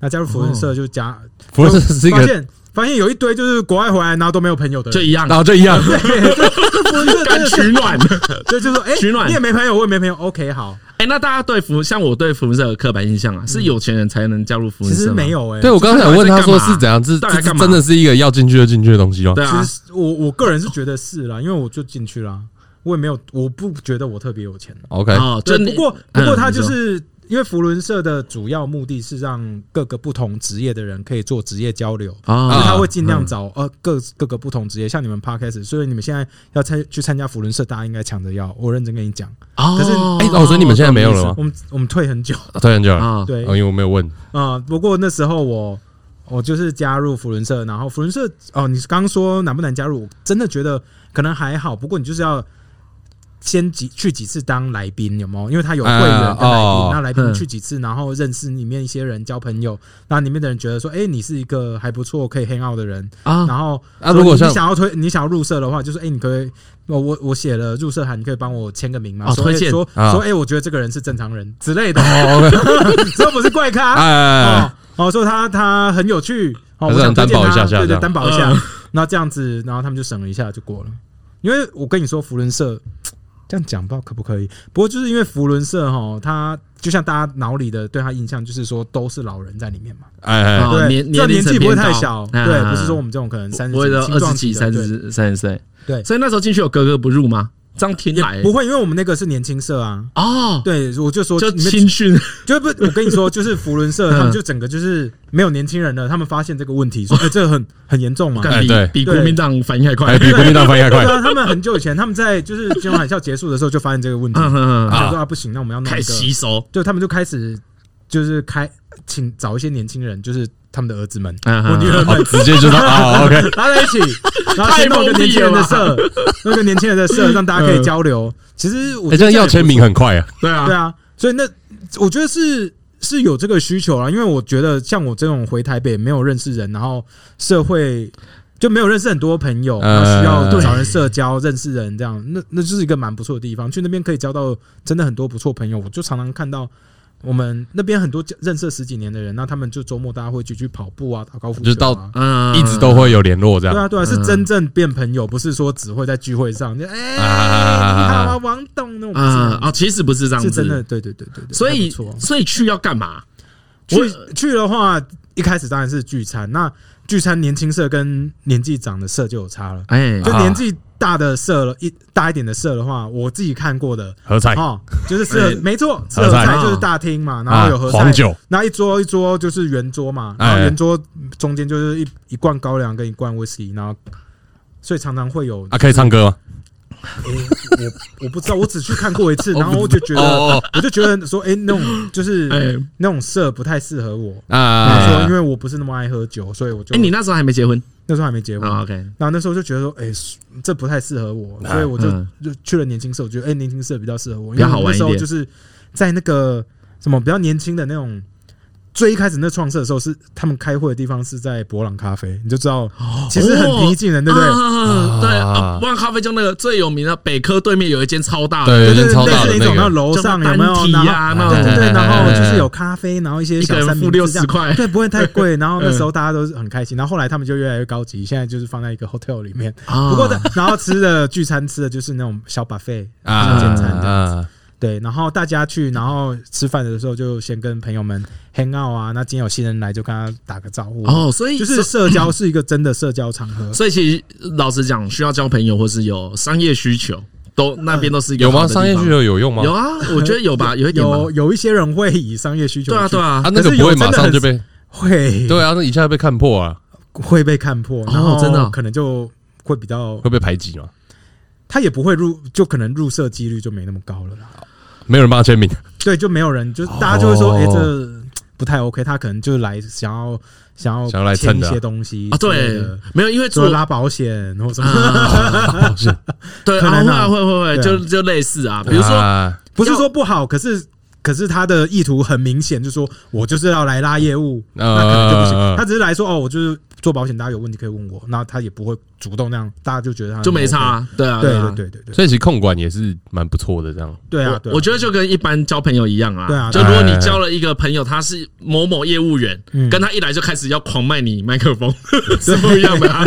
Speaker 2: 那加入福伦
Speaker 4: 哦
Speaker 2: 社就加
Speaker 3: 福伦社是一
Speaker 2: 发
Speaker 3: 个，
Speaker 2: 现发现有一堆就是国外回来然后都没有朋友的
Speaker 4: 就
Speaker 2: 人，
Speaker 4: 一样
Speaker 3: 然，后就一样，
Speaker 2: 福伦社真
Speaker 4: 干
Speaker 2: 的是
Speaker 4: 取暖。 *laughs*
Speaker 2: 对，就说哎，
Speaker 4: 取暖
Speaker 2: 你也没朋友，我也没朋友，OK，好，
Speaker 4: 哎，那大家对福像我对福伦社的刻板印象啊，
Speaker 3: 嗯
Speaker 4: 是有钱人才能加入福
Speaker 2: 其
Speaker 4: 伦社
Speaker 2: 实
Speaker 4: 吗
Speaker 2: 没，有哎，
Speaker 3: 对我刚刚想问他说是怎样，这
Speaker 4: 到底在
Speaker 3: 这
Speaker 4: 干嘛
Speaker 3: 真的是一个要进去就进去的东西吗？
Speaker 4: 对啊
Speaker 2: 其，
Speaker 3: *laughs*
Speaker 2: 实我我个人是觉得是啦，因为我就进去啦，我也没有，我不觉得我特别有钱。啊
Speaker 3: ，OK，
Speaker 4: 哦，就
Speaker 2: 对，
Speaker 4: 你
Speaker 2: 不过不
Speaker 4: 嗯
Speaker 2: 过他就
Speaker 4: 你说
Speaker 2: 是因为福伦社的主要目的是让各个不同职业的人可以做职业交流。
Speaker 3: 哦
Speaker 2: 所
Speaker 4: 啊
Speaker 2: 以他会尽量找呃各各个不同职业，像你们 podcast，所以 E 你们现在要参去参加福伦社，大家应该抢着要。我认真跟你讲，
Speaker 4: 哦，
Speaker 2: 可是
Speaker 3: 哎哦，所以你们现在没有了吗？
Speaker 2: 我们我们退很久，
Speaker 3: 推很久了，
Speaker 4: 啊，
Speaker 2: *laughs* 对
Speaker 3: 哦，因为我没有
Speaker 4: *laughs*
Speaker 3: 问，
Speaker 2: 啊、不过那时候我我就是加入福伦社，然后福伦社哦，你刚说难不难加入？我真的觉得可能还好，不过你就是要先几去几次当来宾，有没有？因为他有会员跟来
Speaker 3: 啊
Speaker 2: 宾，
Speaker 3: 哦
Speaker 2: 那来宾
Speaker 4: 嗯
Speaker 2: 去几次，然后认识里面一些人，交朋友，那里面的人觉得说，哎、你是一个还不错可以 hang out 的人，
Speaker 4: 啊，
Speaker 2: 然后
Speaker 3: 啊如果
Speaker 2: 你
Speaker 3: 像
Speaker 2: 你想要推你想要入社的话，就是哎、你可不可以我我我写了入社函，你可以帮我签个名吗？
Speaker 4: 哦
Speaker 2: 说
Speaker 4: 推
Speaker 2: 哎
Speaker 4: 荐
Speaker 2: 说
Speaker 3: 啊
Speaker 2: 说哎、我觉得这个人是正常
Speaker 3: *laughs*
Speaker 2: 人之类 *laughs* 的，
Speaker 3: 哦，OK，
Speaker 2: 这不是怪咖。
Speaker 3: 哎
Speaker 2: 哦，，哦，说他他很有趣，哦，
Speaker 3: 还是
Speaker 2: 我想
Speaker 3: 很
Speaker 2: 推
Speaker 3: 担
Speaker 2: 荐
Speaker 3: 保
Speaker 2: 他，
Speaker 3: 一下下
Speaker 2: 对
Speaker 3: 这
Speaker 2: 对，
Speaker 3: 样
Speaker 2: 担保一下
Speaker 4: 嗯，
Speaker 2: *laughs* 然后这样子，然后他们就审了一下就过了。因为我跟你说，福伦社这样讲不知道可不可以，不过就是因为福伦社哈，他就像大家脑里的对他印象就是说都是老人在里面嘛，
Speaker 3: 哎哎哎，
Speaker 4: 哦
Speaker 2: 对，
Speaker 4: 年
Speaker 2: 这
Speaker 4: 年龄
Speaker 2: 年纪
Speaker 4: 层
Speaker 2: 不会
Speaker 4: 偏
Speaker 2: 太
Speaker 4: 高
Speaker 2: 小，
Speaker 4: 啊
Speaker 2: 对，不是说我们这种可能三十
Speaker 4: 我也到
Speaker 2: 青
Speaker 4: 二
Speaker 2: 壮
Speaker 4: 十
Speaker 2: 期
Speaker 4: 几、
Speaker 2: 的
Speaker 4: 三
Speaker 2: 对
Speaker 4: 十、三十岁，
Speaker 2: 对
Speaker 4: 所以那时候进去有格格不入吗？这样听来
Speaker 2: 也不会，因为我们那个是年轻社啊。
Speaker 4: 哦，
Speaker 2: 对，我就说
Speaker 4: 就
Speaker 2: 你们
Speaker 4: 青
Speaker 2: *laughs*
Speaker 4: 嗯训
Speaker 2: 就不，我跟你说，就是福伦社，他们就整个就是没有年轻人了，他们发现这个问题，说，哎、这个很很严重嘛，
Speaker 4: 干
Speaker 3: 哎
Speaker 4: 比
Speaker 3: 对
Speaker 4: 比国民党反应还快
Speaker 3: 还，哎比国民党反应还
Speaker 2: 对
Speaker 3: 快，
Speaker 2: 啊，他们很久以前，他们在就是金融海啸结束的时候就发现这个问题，
Speaker 4: *laughs* 嗯嗯嗯
Speaker 2: 他
Speaker 3: 啊
Speaker 2: 说啊不行，那我们要弄
Speaker 4: 开
Speaker 2: 一
Speaker 4: 始吸
Speaker 2: 个，
Speaker 4: 收，
Speaker 2: 就他们就开始就是开请找一些年轻人，就是他们的儿子们，
Speaker 4: 嗯
Speaker 2: 啊我女儿
Speaker 4: *laughs*
Speaker 3: 哦
Speaker 2: 们，
Speaker 3: 直接就到啊，OK，
Speaker 2: *laughs* 拉在一
Speaker 3: *laughs*
Speaker 2: 起，然后先弄一个年轻人的社，那个年轻人的社，让大家可
Speaker 3: 嗯
Speaker 2: 以交流。其实我
Speaker 3: 哎，
Speaker 2: 觉
Speaker 3: 这
Speaker 2: 得
Speaker 3: 样要
Speaker 2: 也不错
Speaker 3: 签名很快啊，
Speaker 4: 对啊
Speaker 2: 对，啊，所以那我觉得是是有这个需求啦，因为我觉得像我这种回台北没有认识人，然后社会就没有认识很多朋友，
Speaker 3: 呃
Speaker 2: 然后需要找人社交、认识人这样，那那就是一个蛮不错的地方。去那边可以交到真的很多不错朋友，我就常常看到。我们那边很多认识了十几年的人，那他们就周末大家会一起去跑步啊，打高尔夫球、啊，
Speaker 3: 就到
Speaker 4: 嗯
Speaker 3: 一直都会有联络这
Speaker 2: 对
Speaker 3: 样，
Speaker 2: 啊，对啊，是真正变朋友，不是说只会在聚会上就哎、你好啊，王董那种不是那
Speaker 4: 啊
Speaker 2: 样
Speaker 4: 啊，其实不是这样
Speaker 2: 是
Speaker 4: 子，
Speaker 2: 真的，对对对对对，哎
Speaker 4: 所以
Speaker 2: 还不错
Speaker 4: 所以去要干嘛？
Speaker 2: 去去的话，一开始当然是聚餐。那聚餐年轻社跟年纪长的社就有差了。
Speaker 4: 哎，
Speaker 2: 就年纪大的社了，一大一点的社的话，我自己看过的
Speaker 3: 合菜
Speaker 2: 哦，就是吃合
Speaker 4: 哎啊
Speaker 2: 没错，吃
Speaker 3: 合
Speaker 2: 合
Speaker 3: 菜
Speaker 2: 菜就是大厅嘛，然后有合菜，
Speaker 3: 啊黄酒，
Speaker 2: 然后一桌一桌就是圆桌嘛，
Speaker 3: 哎
Speaker 2: 然后圆桌中间就是一一罐高粱跟一罐威士忌，然后所以常常会有，
Speaker 3: 啊，可以唱歌吗？
Speaker 2: 诶我我不知道，我只去看过一次，然后我就觉
Speaker 4: 啊
Speaker 2: 得，
Speaker 3: 哦
Speaker 2: 我就觉得说，哎，那种就是
Speaker 4: 哎
Speaker 2: 那种社不太适合我。
Speaker 3: 哦
Speaker 4: *laughs*
Speaker 2: 然后说，
Speaker 3: 啊
Speaker 2: 因，为我不是那么爱喝酒，所以我就
Speaker 4: 哎，你那时候还没结婚
Speaker 2: 那时候还没结婚，
Speaker 4: 啊？OK，
Speaker 2: 然后那时候就觉得说，哎、这不太适合我，所以我就、
Speaker 4: 嗯
Speaker 2: 就去了年轻社。我觉得，哎、年轻社比较适合我，
Speaker 4: 比
Speaker 2: 因
Speaker 4: 较
Speaker 2: 为
Speaker 4: 好玩
Speaker 2: 那时
Speaker 4: 一
Speaker 2: 候
Speaker 4: 点
Speaker 2: 就是在那个什么比较年轻的那种。最一开始那创社的时候是他们开会的地方是在博朗咖啡，你就知道其实很平易近人，对不对？
Speaker 4: 啊对，
Speaker 3: 啊
Speaker 4: 啊万咖啡就那个最有名的北科对面有一间超大的，
Speaker 3: 对，
Speaker 2: 就
Speaker 3: 有点
Speaker 2: 是
Speaker 3: 超
Speaker 2: 类
Speaker 3: 大
Speaker 2: 似
Speaker 3: 的
Speaker 2: 那种，然后
Speaker 3: 那个，
Speaker 2: 楼
Speaker 4: 叫
Speaker 2: 上
Speaker 4: 班
Speaker 2: 有没有？
Speaker 4: 体
Speaker 2: 然后
Speaker 4: 啊，
Speaker 2: 对
Speaker 4: 那
Speaker 2: 对
Speaker 4: 种
Speaker 2: 对，
Speaker 3: 哎
Speaker 2: 然后就是有咖啡，然后一些
Speaker 4: 一
Speaker 2: 小
Speaker 4: 个
Speaker 2: 三
Speaker 4: 人
Speaker 2: 明
Speaker 4: 付
Speaker 2: 治
Speaker 4: 六
Speaker 2: 这样
Speaker 4: 十，块，
Speaker 2: 对，不会太贵。然后那时候大家都是很开心，然后后来他们就越来越高级，现在就是放在一个 hotel 里面。
Speaker 4: 不
Speaker 2: 不过的， *laughs* 然后吃的聚餐吃的就是那种小 buffet 小
Speaker 3: 啊
Speaker 2: 简餐的，
Speaker 3: 啊，
Speaker 2: 对。然后大家去，然后吃饭的时候就先跟朋友们 hang out 啊。那今天有新人来，就跟他打个招呼。
Speaker 4: 哦，所以
Speaker 2: 就是社交是一个真的社交场合，
Speaker 4: 所以其实老实讲，需要交朋友或是有商业需求，都那边都是一个
Speaker 3: 有吗？
Speaker 4: 好的地
Speaker 3: 商业
Speaker 4: 方
Speaker 3: 需？求有用吗？
Speaker 4: 有啊，我觉得有吧，有一点吧。
Speaker 2: 有有一些人会以商业需求
Speaker 4: 对啊，
Speaker 2: 去
Speaker 4: 对啊
Speaker 3: 啊，，那个不会马上就被
Speaker 2: 会
Speaker 3: 对啊，那一下被看破啊，
Speaker 2: 会被看破，
Speaker 4: 哦
Speaker 2: 然后
Speaker 4: 真的哦
Speaker 2: 可能就会比较
Speaker 3: 会被排挤嘛，
Speaker 2: 他也不会入，就可能入社几率就没那么高了啦。
Speaker 3: 没有人帮他
Speaker 4: *laughs*
Speaker 3: 签名
Speaker 2: 对，就没有人，就大家就会说，
Speaker 3: 哦
Speaker 2: 哎、这不太 OK。他可能就来想要想要
Speaker 3: 想要来
Speaker 2: 签一
Speaker 3: 蹭的啊
Speaker 2: 些东西
Speaker 4: 啊，
Speaker 2: 之类
Speaker 4: 对
Speaker 2: 的，
Speaker 4: 没有，因为
Speaker 2: 除了
Speaker 4: 做嗯
Speaker 2: 拉保险或什么，
Speaker 3: 啊，是
Speaker 4: 对
Speaker 2: 可
Speaker 4: 啊，
Speaker 2: 能
Speaker 4: 会
Speaker 2: 啊
Speaker 4: 啊会会会，
Speaker 2: 对啊
Speaker 4: 就就类似啊，比如说
Speaker 3: 啊
Speaker 2: *laughs* 不是说不好，可是可是他的意图很明显，就说我就是要来拉业务，
Speaker 3: 呃
Speaker 2: 那可能就不
Speaker 4: 嗯
Speaker 2: 行。
Speaker 3: 呃呃
Speaker 2: 他只是来说哦，我就是做保险，大家有问题可以问我，那他也不会主动那样，大家就觉得他
Speaker 4: 就没差
Speaker 2: OK。
Speaker 4: 啊，对啊，
Speaker 2: 对
Speaker 4: 啊
Speaker 2: 对。对对对
Speaker 3: 所以其实控管也是蛮不错的，这样
Speaker 2: 对啊！对啊
Speaker 4: 我觉得就跟一般交朋友一样啊，
Speaker 2: 对啊
Speaker 4: 就
Speaker 2: 对啊
Speaker 4: 如果你交了一个朋友，他是某某业务员，
Speaker 2: 嗯
Speaker 4: 跟他一来就开始要狂卖你麦克风，是不一样的啊，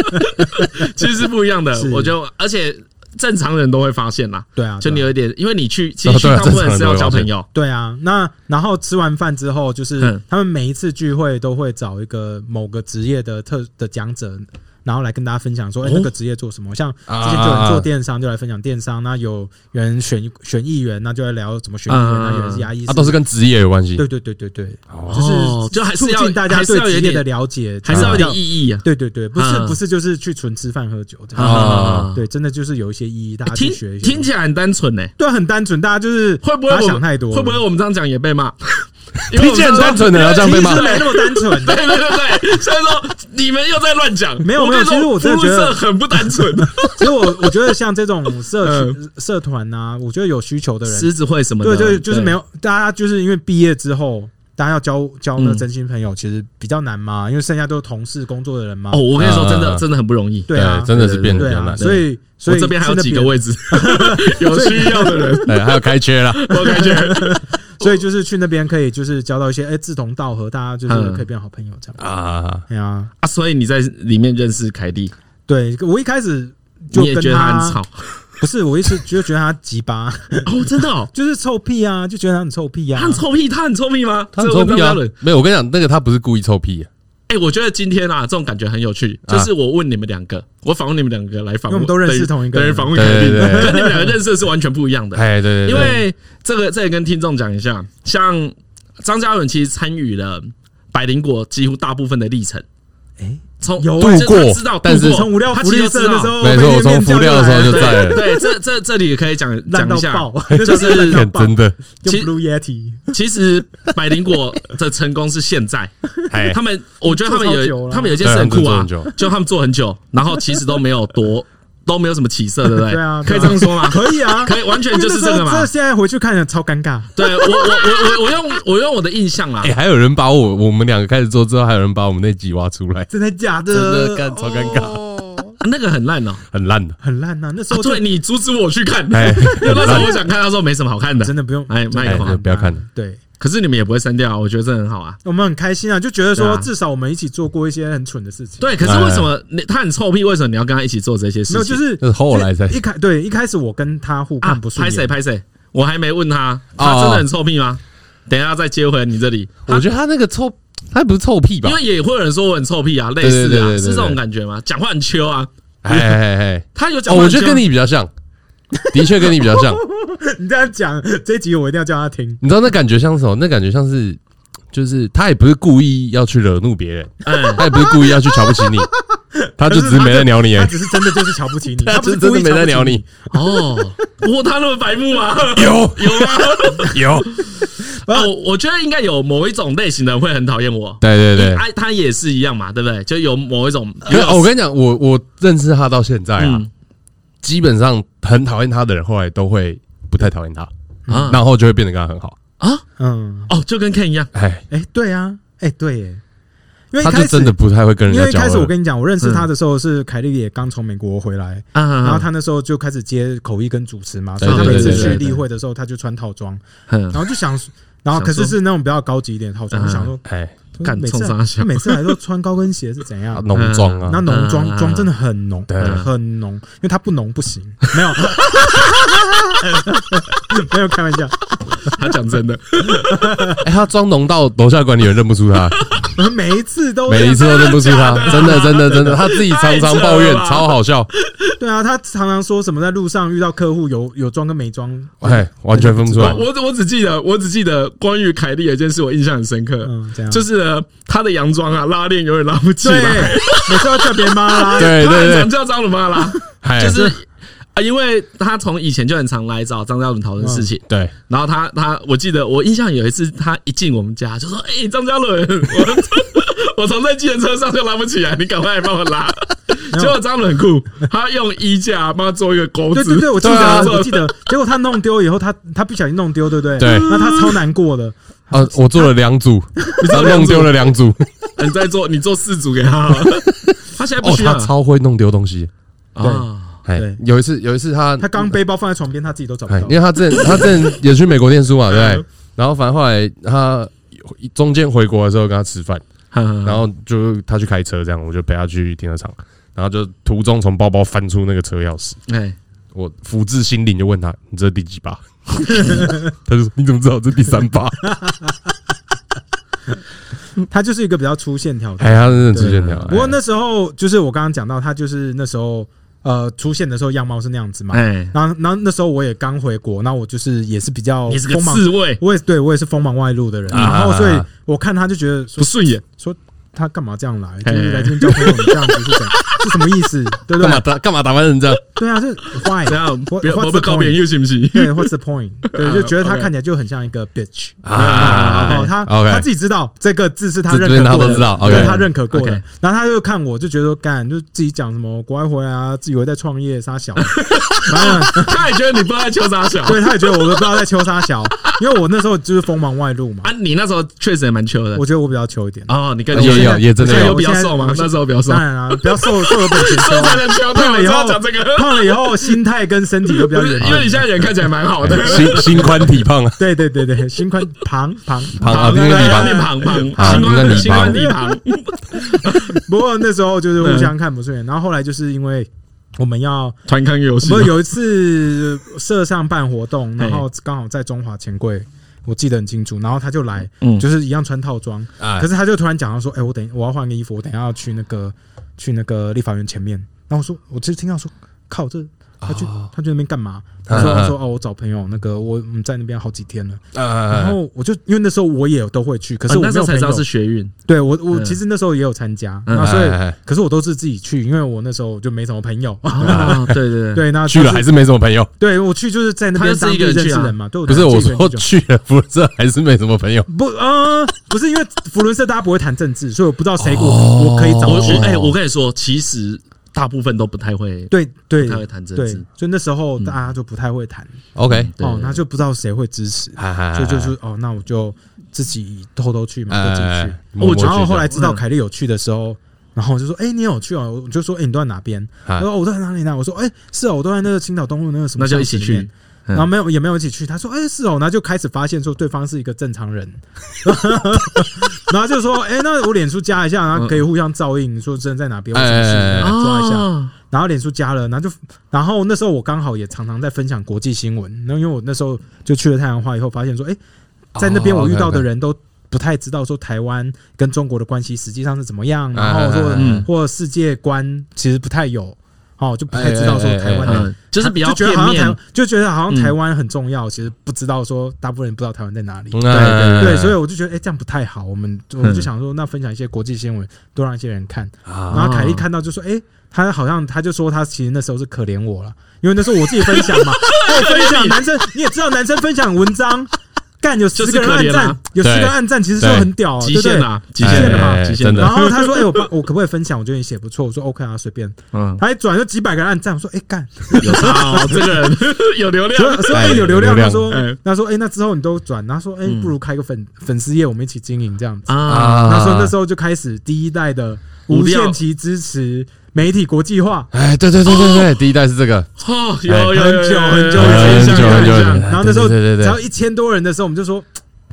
Speaker 4: 其实是不一样的
Speaker 2: 是。
Speaker 4: 我就而且正常人都会发现啦，
Speaker 2: 对啊，
Speaker 4: 就你
Speaker 2: 对啊
Speaker 4: 有一点，因为你去其实去
Speaker 3: 哦对啊
Speaker 4: 大部分是要交朋友，
Speaker 2: 对啊，那然后吃完饭之后，就是
Speaker 4: 嗯
Speaker 2: 他们每一次聚会都会找一个某个职业的特的讲者，然后来跟大家分享说，哎、
Speaker 4: 哦
Speaker 2: 那个职业做什么？像之
Speaker 3: 啊
Speaker 2: 前就有人做电商，就来分享电商；那有人选选议员，那就来聊怎么选议员；
Speaker 4: 嗯
Speaker 2: 那有人是牙医
Speaker 3: 啊，
Speaker 2: 师，
Speaker 3: 都是跟职业有关系
Speaker 2: 对对对对对，
Speaker 3: 哦
Speaker 4: 哦
Speaker 2: 就
Speaker 4: 就还是
Speaker 2: 是促
Speaker 4: 要
Speaker 2: 进大家
Speaker 4: 还是
Speaker 2: 对
Speaker 4: 要有
Speaker 2: 职业的
Speaker 4: 点，
Speaker 2: 了解，
Speaker 4: 还是要有点
Speaker 2: 比较
Speaker 4: 意义啊。
Speaker 2: 对对对，不是
Speaker 4: 嗯
Speaker 2: 不是就是去纯吃饭喝酒这样，
Speaker 4: 啊，
Speaker 2: 对，真的就是有一些意义，大家去
Speaker 4: 听
Speaker 2: 学一下。
Speaker 4: 听起来很单纯呢，
Speaker 2: 对，啊很单纯，大家就是
Speaker 4: 会不会
Speaker 2: 把它
Speaker 4: 我
Speaker 2: 想
Speaker 4: 们
Speaker 2: 太多了，
Speaker 4: 会不会我们这样讲也被骂？
Speaker 3: 听起来很单纯的，要这样被骂
Speaker 2: 其实没那么单纯，
Speaker 4: *laughs* 对对对对，所以说你们又在乱讲。
Speaker 2: 没有
Speaker 4: 我跟你说
Speaker 2: 没有其实我真的觉得
Speaker 4: 服务社很不单纯。
Speaker 2: 所以我我觉得像这种
Speaker 4: 嗯
Speaker 2: 社群社团呐，我觉得有需求的人，
Speaker 4: 狮子会什么的？
Speaker 2: 对，就是就是没有大家就是因为毕业之后，大家要交交
Speaker 4: 嗯
Speaker 2: 那个真心朋友，其实比较难嘛，因为剩下都是同事工作的人嘛
Speaker 4: 哦，。我跟你说，真的
Speaker 3: 嗯
Speaker 4: 真的很不容易。
Speaker 2: 对啊，
Speaker 3: 真的是变得
Speaker 2: 对
Speaker 3: 比较
Speaker 2: 啊，
Speaker 3: 难。
Speaker 2: 所以所
Speaker 4: 我
Speaker 2: 以
Speaker 4: 这边还有
Speaker 2: 真的
Speaker 4: 几个
Speaker 2: 比，
Speaker 4: 位
Speaker 2: *laughs*
Speaker 4: 置，有需要的人，
Speaker 3: 对，还有开缺啦， *laughs*
Speaker 4: 我感觉
Speaker 2: 所以就是去那边可以就是交到一些哎志同道合，大家就是
Speaker 4: 嗯
Speaker 2: 可以变好朋友这样。
Speaker 3: 啊，
Speaker 2: 哎呀，
Speaker 4: 啊，所以你在里面认识凯蒂，
Speaker 2: 对我一开始就
Speaker 4: 你也
Speaker 2: 跟
Speaker 4: 觉得他很吵
Speaker 2: 不是我一直就觉得他鸡巴， *laughs*
Speaker 4: 哦，真的哦，
Speaker 2: 就是臭屁啊，就觉得他很臭屁啊，
Speaker 4: 他很臭屁，他很臭屁吗？
Speaker 3: 他很臭
Speaker 4: 这
Speaker 3: 屁
Speaker 4: 个我跟大家
Speaker 3: 啊
Speaker 4: 论！
Speaker 3: 没有，我跟你讲，那个他不是故意臭屁，
Speaker 4: 哎，我觉得今天啊，这种感觉很有趣，
Speaker 3: 啊
Speaker 4: 就是我问你们两个，我访问你们两个来访问，
Speaker 2: 因为我们都认识同一个
Speaker 4: 等于
Speaker 2: 人
Speaker 4: 访问凯蒂，
Speaker 3: 对对对
Speaker 4: 跟你们两
Speaker 3: *laughs*
Speaker 4: 个认识的是完全不一样的。
Speaker 3: 哎，对对，对
Speaker 4: 因为这个，这也跟听众讲一下，像张嘉伦其实参与了百灵果几乎大部分的历程，
Speaker 2: 哎
Speaker 4: 从
Speaker 2: 有
Speaker 4: 就是
Speaker 3: 度过
Speaker 4: 他知道，
Speaker 3: 但是哎
Speaker 4: 度过
Speaker 2: 从无料
Speaker 4: 他
Speaker 2: 福
Speaker 4: 其
Speaker 2: 利
Speaker 4: 实
Speaker 2: 社的时候，
Speaker 3: 没错，我从
Speaker 2: 服
Speaker 3: 敷料的时候就在 *laughs* 了，
Speaker 4: 对，这这这里也可以讲
Speaker 2: 烂
Speaker 4: 讲
Speaker 2: 到
Speaker 4: 一下，
Speaker 2: 爆，
Speaker 4: 就是
Speaker 2: *laughs* 烂
Speaker 3: 看
Speaker 2: 到爆
Speaker 3: 真的，
Speaker 2: 用
Speaker 4: 其实
Speaker 2: Blue Yeti
Speaker 4: 其实百灵果的成功是现在，
Speaker 3: 哎
Speaker 4: 他，们我觉得他们
Speaker 2: 做超久
Speaker 4: 有
Speaker 2: 了
Speaker 4: 他们有一件事很酷
Speaker 3: 对他
Speaker 4: 啊
Speaker 3: 们做很久，
Speaker 4: 就他们做很久，然后其实都没有多 *laughs* 都没有什么起色，对不对？
Speaker 2: 对啊对啊
Speaker 4: 可以这样说吗？
Speaker 2: *laughs* 可以啊，
Speaker 4: 可以，完全
Speaker 2: 因为
Speaker 4: 就
Speaker 2: 那
Speaker 4: 是
Speaker 2: 时
Speaker 4: 这
Speaker 2: 候
Speaker 4: 个嘛
Speaker 2: 这。现在回去看了超尴尬，
Speaker 4: 对我我我我我用我用我的印象啦，
Speaker 3: 哎，还有人把我我们两个开始做之后，还有人把我们那集挖出来，
Speaker 2: 真的假的？
Speaker 3: 真的干超尴尬
Speaker 2: 尬，
Speaker 4: 那个很烂哦、
Speaker 3: 很烂的，
Speaker 2: 很烂呐。那时
Speaker 4: 啊
Speaker 2: 候就
Speaker 4: 对你阻止我去看，因 *laughs*
Speaker 3: 哎，
Speaker 4: 为那时候我想看，他说没什么好看的
Speaker 2: 真，的不用
Speaker 4: 哎，卖
Speaker 3: 哎
Speaker 4: 狂。
Speaker 3: 不要看了，
Speaker 2: 对。
Speaker 4: 可是你们也不会删掉啊，我觉得这很好啊。
Speaker 2: 我们很开心啊，就觉得
Speaker 4: 对
Speaker 2: 说
Speaker 4: 啊
Speaker 2: 至少我们一起做过一些很蠢的事情。，
Speaker 4: 对，可是为什
Speaker 3: 哎
Speaker 4: 么你他很臭屁？为什么你要跟他一起做这些事情？
Speaker 2: 没有就是
Speaker 3: 这是后来才
Speaker 2: 一开对一开始我跟他互
Speaker 4: 啊
Speaker 2: 看不，顺
Speaker 4: 拍谁
Speaker 2: 眼，
Speaker 4: 拍谁，
Speaker 3: 哦
Speaker 4: 我还没问他，他真的很臭屁吗？等一下再接回你这里，
Speaker 3: 我觉得他那个臭，他不是臭屁吧
Speaker 4: 因？为也会有人说我很臭屁啊，类似
Speaker 3: 对对对
Speaker 4: 啊，
Speaker 3: 对对
Speaker 4: 是这种感觉吗？讲话很秋啊，
Speaker 3: 哎哎哎，
Speaker 4: 他有讲
Speaker 3: 哦，
Speaker 4: 话
Speaker 3: 我
Speaker 4: 很
Speaker 3: 觉
Speaker 4: 秋，啊
Speaker 3: 得跟你比
Speaker 2: *laughs*
Speaker 3: 较像，的确跟你比较像。
Speaker 2: 你这样讲，这一集我一定要叫他听。
Speaker 3: 你知道那感觉像什么？那感觉像是，就是他也不是故意要去惹怒别人，
Speaker 4: 哎，
Speaker 3: 他也不是故意要去瞧不起你，他就只是没在鸟你而
Speaker 2: 他
Speaker 3: 已，
Speaker 2: 只是真的就是瞧不起你，
Speaker 3: 他
Speaker 2: 他不
Speaker 3: 就是真
Speaker 2: 故
Speaker 3: 的
Speaker 2: 意瞧
Speaker 3: 没
Speaker 2: 不
Speaker 3: 在
Speaker 2: 起
Speaker 3: 鸟你。
Speaker 4: 哦，我他那么白目吗？
Speaker 3: *laughs* 有
Speaker 4: 有吗？
Speaker 3: 有，
Speaker 4: 啊，我我觉得应该有某一种类型的人会很讨厌我。哎
Speaker 3: 对对
Speaker 2: 哎
Speaker 3: 对。
Speaker 4: 他他也是一样嘛，对不对？就有某一种，
Speaker 3: 可是哦我跟你讲，我我认识他到现在啊，
Speaker 4: 嗯
Speaker 3: 基本上很讨厌他的人，后来都会不太讨厌他，
Speaker 4: 啊
Speaker 3: 然后就会变得跟他很好。
Speaker 4: 啊
Speaker 2: 嗯，
Speaker 4: 哦，就跟 Ken 一样，
Speaker 3: 哎，
Speaker 2: 哎、对啊，哎、对耶，因为一
Speaker 3: 他
Speaker 2: 开
Speaker 3: 就
Speaker 2: 始
Speaker 3: 真的不太会跟人
Speaker 2: 因为
Speaker 3: 家
Speaker 2: 一
Speaker 3: 交
Speaker 2: 开始我
Speaker 3: 流。嗯
Speaker 2: 跟你讲，我认识他的时候是凯莉也刚从美国回来，
Speaker 4: 啊
Speaker 2: 然后
Speaker 4: 啊，
Speaker 2: 他那时候就开始接口译跟主持嘛，
Speaker 3: 对
Speaker 2: 所以他每次
Speaker 4: 对对
Speaker 2: 去
Speaker 4: 对对
Speaker 2: 例会的时候，他就穿套装，
Speaker 4: 嗯
Speaker 2: 然后就想，然后可是是那种比较高级一点的套装，
Speaker 4: 嗯
Speaker 2: 我想说，
Speaker 3: 哎，
Speaker 4: 干
Speaker 2: 每次
Speaker 4: 冲啥小
Speaker 2: 每次来都穿高跟鞋是怎样？
Speaker 3: 浓妆啊
Speaker 2: 那，浓妆
Speaker 4: 嗯
Speaker 2: 妆真的很浓，
Speaker 3: 对
Speaker 2: 很浓，因为他不浓不行，没
Speaker 3: *laughs*
Speaker 2: 有，没有开玩笑，
Speaker 4: 他讲真
Speaker 3: *laughs*
Speaker 4: 的，
Speaker 3: 哎，他妆浓到楼下管理员认不
Speaker 2: *laughs*
Speaker 3: 出他，
Speaker 2: 我每一次都
Speaker 3: 每一次都认不出他，真的真的真
Speaker 4: *laughs*
Speaker 3: 的，他自己常常抱
Speaker 4: 太扯，了
Speaker 3: 怨
Speaker 4: 吧
Speaker 3: 超好笑，
Speaker 2: 对啊，他常常说什么在路上遇到客户有有装跟没装，
Speaker 3: 哎，完全分不出
Speaker 4: 我
Speaker 3: 来。
Speaker 4: 我我只记得我只记得关于凯莉有一件事我印象很深刻，
Speaker 2: 嗯，这样
Speaker 4: 就是是呢她的洋装啊拉链永远拉不起
Speaker 2: 对
Speaker 4: 来，，
Speaker 2: 每次要叫别人帮他拉，
Speaker 3: 对
Speaker 4: 她很
Speaker 3: 对
Speaker 4: 常叫张鲁妈拉，
Speaker 3: 对，
Speaker 4: 就是啊，因为她从以前就很常来找张嘉伦讨论事情。
Speaker 2: 嗯
Speaker 3: 哎对，
Speaker 4: 然后他他，我记得我印象有一次，他一进我们家就说：“哎、张嘉伦，我我从在计程车上就拉不起来，你赶快来帮我拉。”
Speaker 2: *laughs*
Speaker 4: 结果张嘉伦很酷，他用衣架帮他做一个钩
Speaker 2: 对
Speaker 4: 子，
Speaker 2: 对对，我记
Speaker 3: 对啊
Speaker 2: 得我记得，结果他弄丢以后，他他不小心弄丢，对不对？
Speaker 3: 对
Speaker 2: 那他超难过的，
Speaker 3: 啊，我做了
Speaker 4: *laughs*
Speaker 3: 两组，然后弄丢了两组，
Speaker 4: *laughs*
Speaker 3: 哦
Speaker 4: 你再做你做四组给他
Speaker 2: *laughs*
Speaker 4: 好了，他现在不
Speaker 3: 哦，
Speaker 4: 需要
Speaker 3: 他超会弄丢东西。
Speaker 4: 啊，
Speaker 3: 哎
Speaker 2: 对，
Speaker 3: 有一次有一次他
Speaker 2: 他刚背包放在床边，他自己都找不
Speaker 3: 哎，
Speaker 2: 到
Speaker 3: 因。为他之前他之前也去美国念书嘛，对不
Speaker 4: 嗯
Speaker 3: 对。然后反正后来他中间回国的时候跟他吃饭，然
Speaker 4: 然
Speaker 3: 后就他去开车这样，我就陪他去停车场，然后就途中从包包翻出那个车钥匙，
Speaker 4: 哎，
Speaker 3: 我福至心灵就问他：“你这是第几把？” *laughs* 他就说：“你怎么知道这是第三把
Speaker 2: 他就是一个比较粗线条？”的。
Speaker 3: 哎，他真的直线条。
Speaker 2: 不过
Speaker 3: 哎
Speaker 2: 那时候就是我刚刚讲到，他就是那时候呃出现的时候样貌是那样子嘛。
Speaker 4: 哎
Speaker 2: 然后，然后那时候我也刚回国，那我就是也是比较
Speaker 4: 你是个
Speaker 2: 锋芒，
Speaker 4: 刺猬，
Speaker 2: 我也对我也是锋芒外露的人。
Speaker 3: 啊
Speaker 2: 然后，所以我看他就觉得
Speaker 4: 不
Speaker 2: 说
Speaker 4: 顺眼，
Speaker 2: 说他干嘛这样来，
Speaker 4: 哎
Speaker 2: 就是来这边交朋友这样子是怎是什么意思？对不
Speaker 3: 干嘛
Speaker 2: 对？
Speaker 3: 打干嘛打扮成这样？
Speaker 2: 对啊，这 why
Speaker 4: 这样不
Speaker 2: What-
Speaker 4: 要
Speaker 2: what's
Speaker 4: 我被
Speaker 2: the
Speaker 4: 告别
Speaker 2: point？
Speaker 4: 又行不行？
Speaker 2: 对，What's *laughs* the point？对，
Speaker 4: 啊
Speaker 2: 就觉得他
Speaker 4: OK
Speaker 2: 看起来就很像一个 bitch。然
Speaker 3: 啊
Speaker 2: 后他
Speaker 3: OK
Speaker 2: 他自己知道这个字是他
Speaker 3: 这
Speaker 2: 认
Speaker 3: 这
Speaker 2: 可
Speaker 3: 边
Speaker 2: 过
Speaker 3: 他都
Speaker 2: 的，
Speaker 3: 知道
Speaker 2: 对
Speaker 3: OK
Speaker 2: 他认可过的
Speaker 4: OK。
Speaker 2: 然后他就看我，就觉得干，就自己讲什么国外回来啊，自以为在创业杀小，然后
Speaker 4: 他也觉得你不爱秋沙小
Speaker 2: 对，他也觉得我不知道在秋杀小，因为我那时候就是锋芒外露嘛
Speaker 4: 啊，，你那时候确实也蛮秋的
Speaker 2: 我觉得我比较秋一点。
Speaker 4: 哦，你跟
Speaker 3: 有
Speaker 2: 现
Speaker 3: 有
Speaker 2: 在
Speaker 3: 也真
Speaker 2: 我
Speaker 3: 的
Speaker 2: 现在
Speaker 4: 有比较
Speaker 2: 我现在
Speaker 4: 瘦吗
Speaker 2: 我现
Speaker 4: 那时候比较瘦
Speaker 2: 当然啦，不要
Speaker 4: *laughs*
Speaker 2: 瘦瘦有本钱
Speaker 4: 瘦才
Speaker 2: 修，
Speaker 4: 能飘，对，我
Speaker 2: 胖了
Speaker 4: 知
Speaker 2: 以
Speaker 4: 道
Speaker 2: 后
Speaker 4: 讲这个。
Speaker 2: 胖了以后心态跟身体都比较
Speaker 4: 不是 *laughs*
Speaker 2: 远一
Speaker 4: 因为
Speaker 2: 点。
Speaker 4: 你现在人看起来蛮好的，
Speaker 3: *laughs* 哎心心宽体
Speaker 2: *laughs*
Speaker 3: 胖啊，
Speaker 2: 对对对对，心宽庞庞
Speaker 3: 胖啊，
Speaker 4: 旁
Speaker 3: 那个
Speaker 4: 边
Speaker 3: 地
Speaker 4: 面
Speaker 3: 方。
Speaker 4: 旁旁
Speaker 3: 啊
Speaker 4: 旁，
Speaker 3: 那你
Speaker 4: 新冠
Speaker 3: 旁
Speaker 4: 地旁，
Speaker 2: 不过那时候就是互相看不
Speaker 4: 嗯
Speaker 2: 顺眼，然后后来就是因为我们要，
Speaker 4: 团康游戏
Speaker 2: 不是有一次社上办活动，
Speaker 4: 嘿
Speaker 2: 然后刚好在中华钱柜，我记得很清楚，然后他就来
Speaker 4: 嗯，啊
Speaker 2: 就是一样穿套装，
Speaker 3: 哎
Speaker 2: 可是他就突然讲到说，哎，我等我要换个衣服，我等一下要去那个去那个立法院前面，然后我说，我其实听到说，靠这。
Speaker 4: 啊
Speaker 2: 他去
Speaker 3: 哦
Speaker 2: 他去那边干嘛？
Speaker 3: 嗯
Speaker 2: 他说他
Speaker 3: 嗯
Speaker 2: 说哦，我找朋友，那个我我们在那边好几天了。
Speaker 3: 哎哎
Speaker 2: 然
Speaker 3: 哎
Speaker 2: 后我就因为那时候我也都会去，可是我
Speaker 4: 啊那
Speaker 2: 没
Speaker 4: 时
Speaker 2: 有
Speaker 4: 候才
Speaker 2: 朋
Speaker 4: 知道
Speaker 2: 友
Speaker 4: 是。学运，
Speaker 2: 对我我
Speaker 4: 嗯
Speaker 2: 其实那时候也有参加，
Speaker 4: 嗯
Speaker 2: 那所以
Speaker 3: 哎哎哎
Speaker 2: 可是我都是自己去，因为我那时候就没什么朋友。
Speaker 4: 啊，对对，
Speaker 2: *laughs* 对，那
Speaker 3: 去了还是没什么朋友。
Speaker 2: 对我去就是在那边
Speaker 4: 他就
Speaker 2: 当
Speaker 4: 自己一个
Speaker 2: 地
Speaker 4: 人
Speaker 2: 认
Speaker 4: 去啊
Speaker 2: 识人嘛，对，我
Speaker 3: 不是
Speaker 2: 就
Speaker 3: 我
Speaker 2: 自己一个
Speaker 3: 说
Speaker 2: 人去
Speaker 3: 去了，不是这还是没什么朋友。
Speaker 2: 不呃不是因为福伦社大家不会谈政治，所以我不知道谁我我可以找
Speaker 4: 哦我
Speaker 2: 谁
Speaker 4: 我。哎，我跟你说，其实大部分都不太会，
Speaker 2: 对对
Speaker 4: 不太会谈政
Speaker 2: 对
Speaker 4: 治，嗯
Speaker 2: 所以那时候大家就不太会谈 *laughs*
Speaker 3: OK，
Speaker 4: 对哎
Speaker 2: 哦，那就不知道谁会支持，
Speaker 3: 哈哈哎
Speaker 2: 所以就是哦，那我就自己偷偷去嘛，就
Speaker 4: 哎
Speaker 2: 自己去。
Speaker 3: 我
Speaker 2: 哦然后后来
Speaker 4: 这
Speaker 2: 知道
Speaker 4: 嗯
Speaker 2: 凯莉有去的时候，然后我就说：“哎、你有去哦？”我就说：“哎、你都在哪边？”他
Speaker 3: 啊
Speaker 2: 说：“哦我都在哪里呢？”我说：“哎、是哦，我都在那个青岛东路那个什么。”
Speaker 4: 那就一起去。嗯
Speaker 2: 然后没有也没有一起去，他说：“哎、是哦。”然后就开始发现说对方是一个正常人， *laughs* 然后就说：“哎、那我脸书加一下，然后可以互相照应，说真的在哪边，我什么事
Speaker 3: 哎哎哎哎
Speaker 2: 抓一下。
Speaker 4: 啊，”
Speaker 2: 然后脸书加了，然后就然后那时候我刚好也常常在分享国际新闻，那因为我那时候就去了太阳花以后，发现说：“哎、在那边
Speaker 3: 哦
Speaker 2: 我遇
Speaker 3: ，OK，
Speaker 2: 到的
Speaker 3: OK
Speaker 2: 人都不太知道说台湾跟中国的关系实际上是怎么样，
Speaker 3: 哎
Speaker 2: 然后或
Speaker 4: 嗯
Speaker 2: 或世界观其实不太有，哦，就不太知道说
Speaker 3: 哎哎哎
Speaker 2: 台湾的
Speaker 4: 嗯，就是比较
Speaker 2: 就觉
Speaker 4: 片
Speaker 2: 得好像
Speaker 4: 面
Speaker 2: 台，就觉得好像
Speaker 4: 嗯
Speaker 2: 台湾很重要，其实不知道说大部分人不知道台湾在哪里。
Speaker 3: 嗯
Speaker 2: 对
Speaker 3: 哎
Speaker 2: 对，所以我就觉得哎、这样不太好。我们我们就
Speaker 4: 嗯
Speaker 2: 想说，那分享一些国际新闻，多让一些人看。
Speaker 3: 啊，
Speaker 2: 然后凯莉看到就说：“哎、他好像他就说他其实那时候是可怜我了，因为那时候我自己分享
Speaker 4: *laughs*
Speaker 2: 嘛，我分享男生你也知道，男生分享文章，干有十
Speaker 4: 就是
Speaker 2: 个人
Speaker 4: 可
Speaker 2: 暗
Speaker 4: 怜啊
Speaker 2: 赞，有十个
Speaker 3: 对
Speaker 2: 人暗赞，其实就很屌、啊，对
Speaker 4: 极
Speaker 2: 不
Speaker 4: 限
Speaker 2: 对？
Speaker 4: 啦，极限的
Speaker 3: 哎
Speaker 4: 嘛，极限
Speaker 3: 真
Speaker 4: 的
Speaker 3: 的
Speaker 2: 然后他说：‘哎、我帮我可不可以分享？我觉得你写不错。’我说：‘OK 啊，随便。’
Speaker 4: 嗯，
Speaker 2: 他一转就几百个人暗赞，我说：‘哎、干，
Speaker 4: 有差哦，这个人有流量，
Speaker 2: 所以所
Speaker 3: 哎
Speaker 2: 以有流量。’
Speaker 3: 流量
Speaker 2: 他说
Speaker 4: 哎：‘
Speaker 2: 他说哎、那之后你都转。’他说：‘哎、不如开个粉粉丝页，我们一起经营这样子。’
Speaker 4: 啊，
Speaker 3: 啊，
Speaker 2: 那时候那时候就开始第一代的无限期支持媒体国际化，
Speaker 3: 哎，对对对对对，第一代是这个，
Speaker 4: 哦，有有有
Speaker 2: 很久
Speaker 4: 有
Speaker 2: 很久
Speaker 4: 有有印
Speaker 2: 很
Speaker 4: 象
Speaker 2: 久
Speaker 4: 有
Speaker 2: 很
Speaker 4: 印
Speaker 2: 久
Speaker 4: 象
Speaker 2: 然后那时候
Speaker 3: 对对对
Speaker 2: 只
Speaker 3: 对
Speaker 2: 要一千多人的时候，我们就说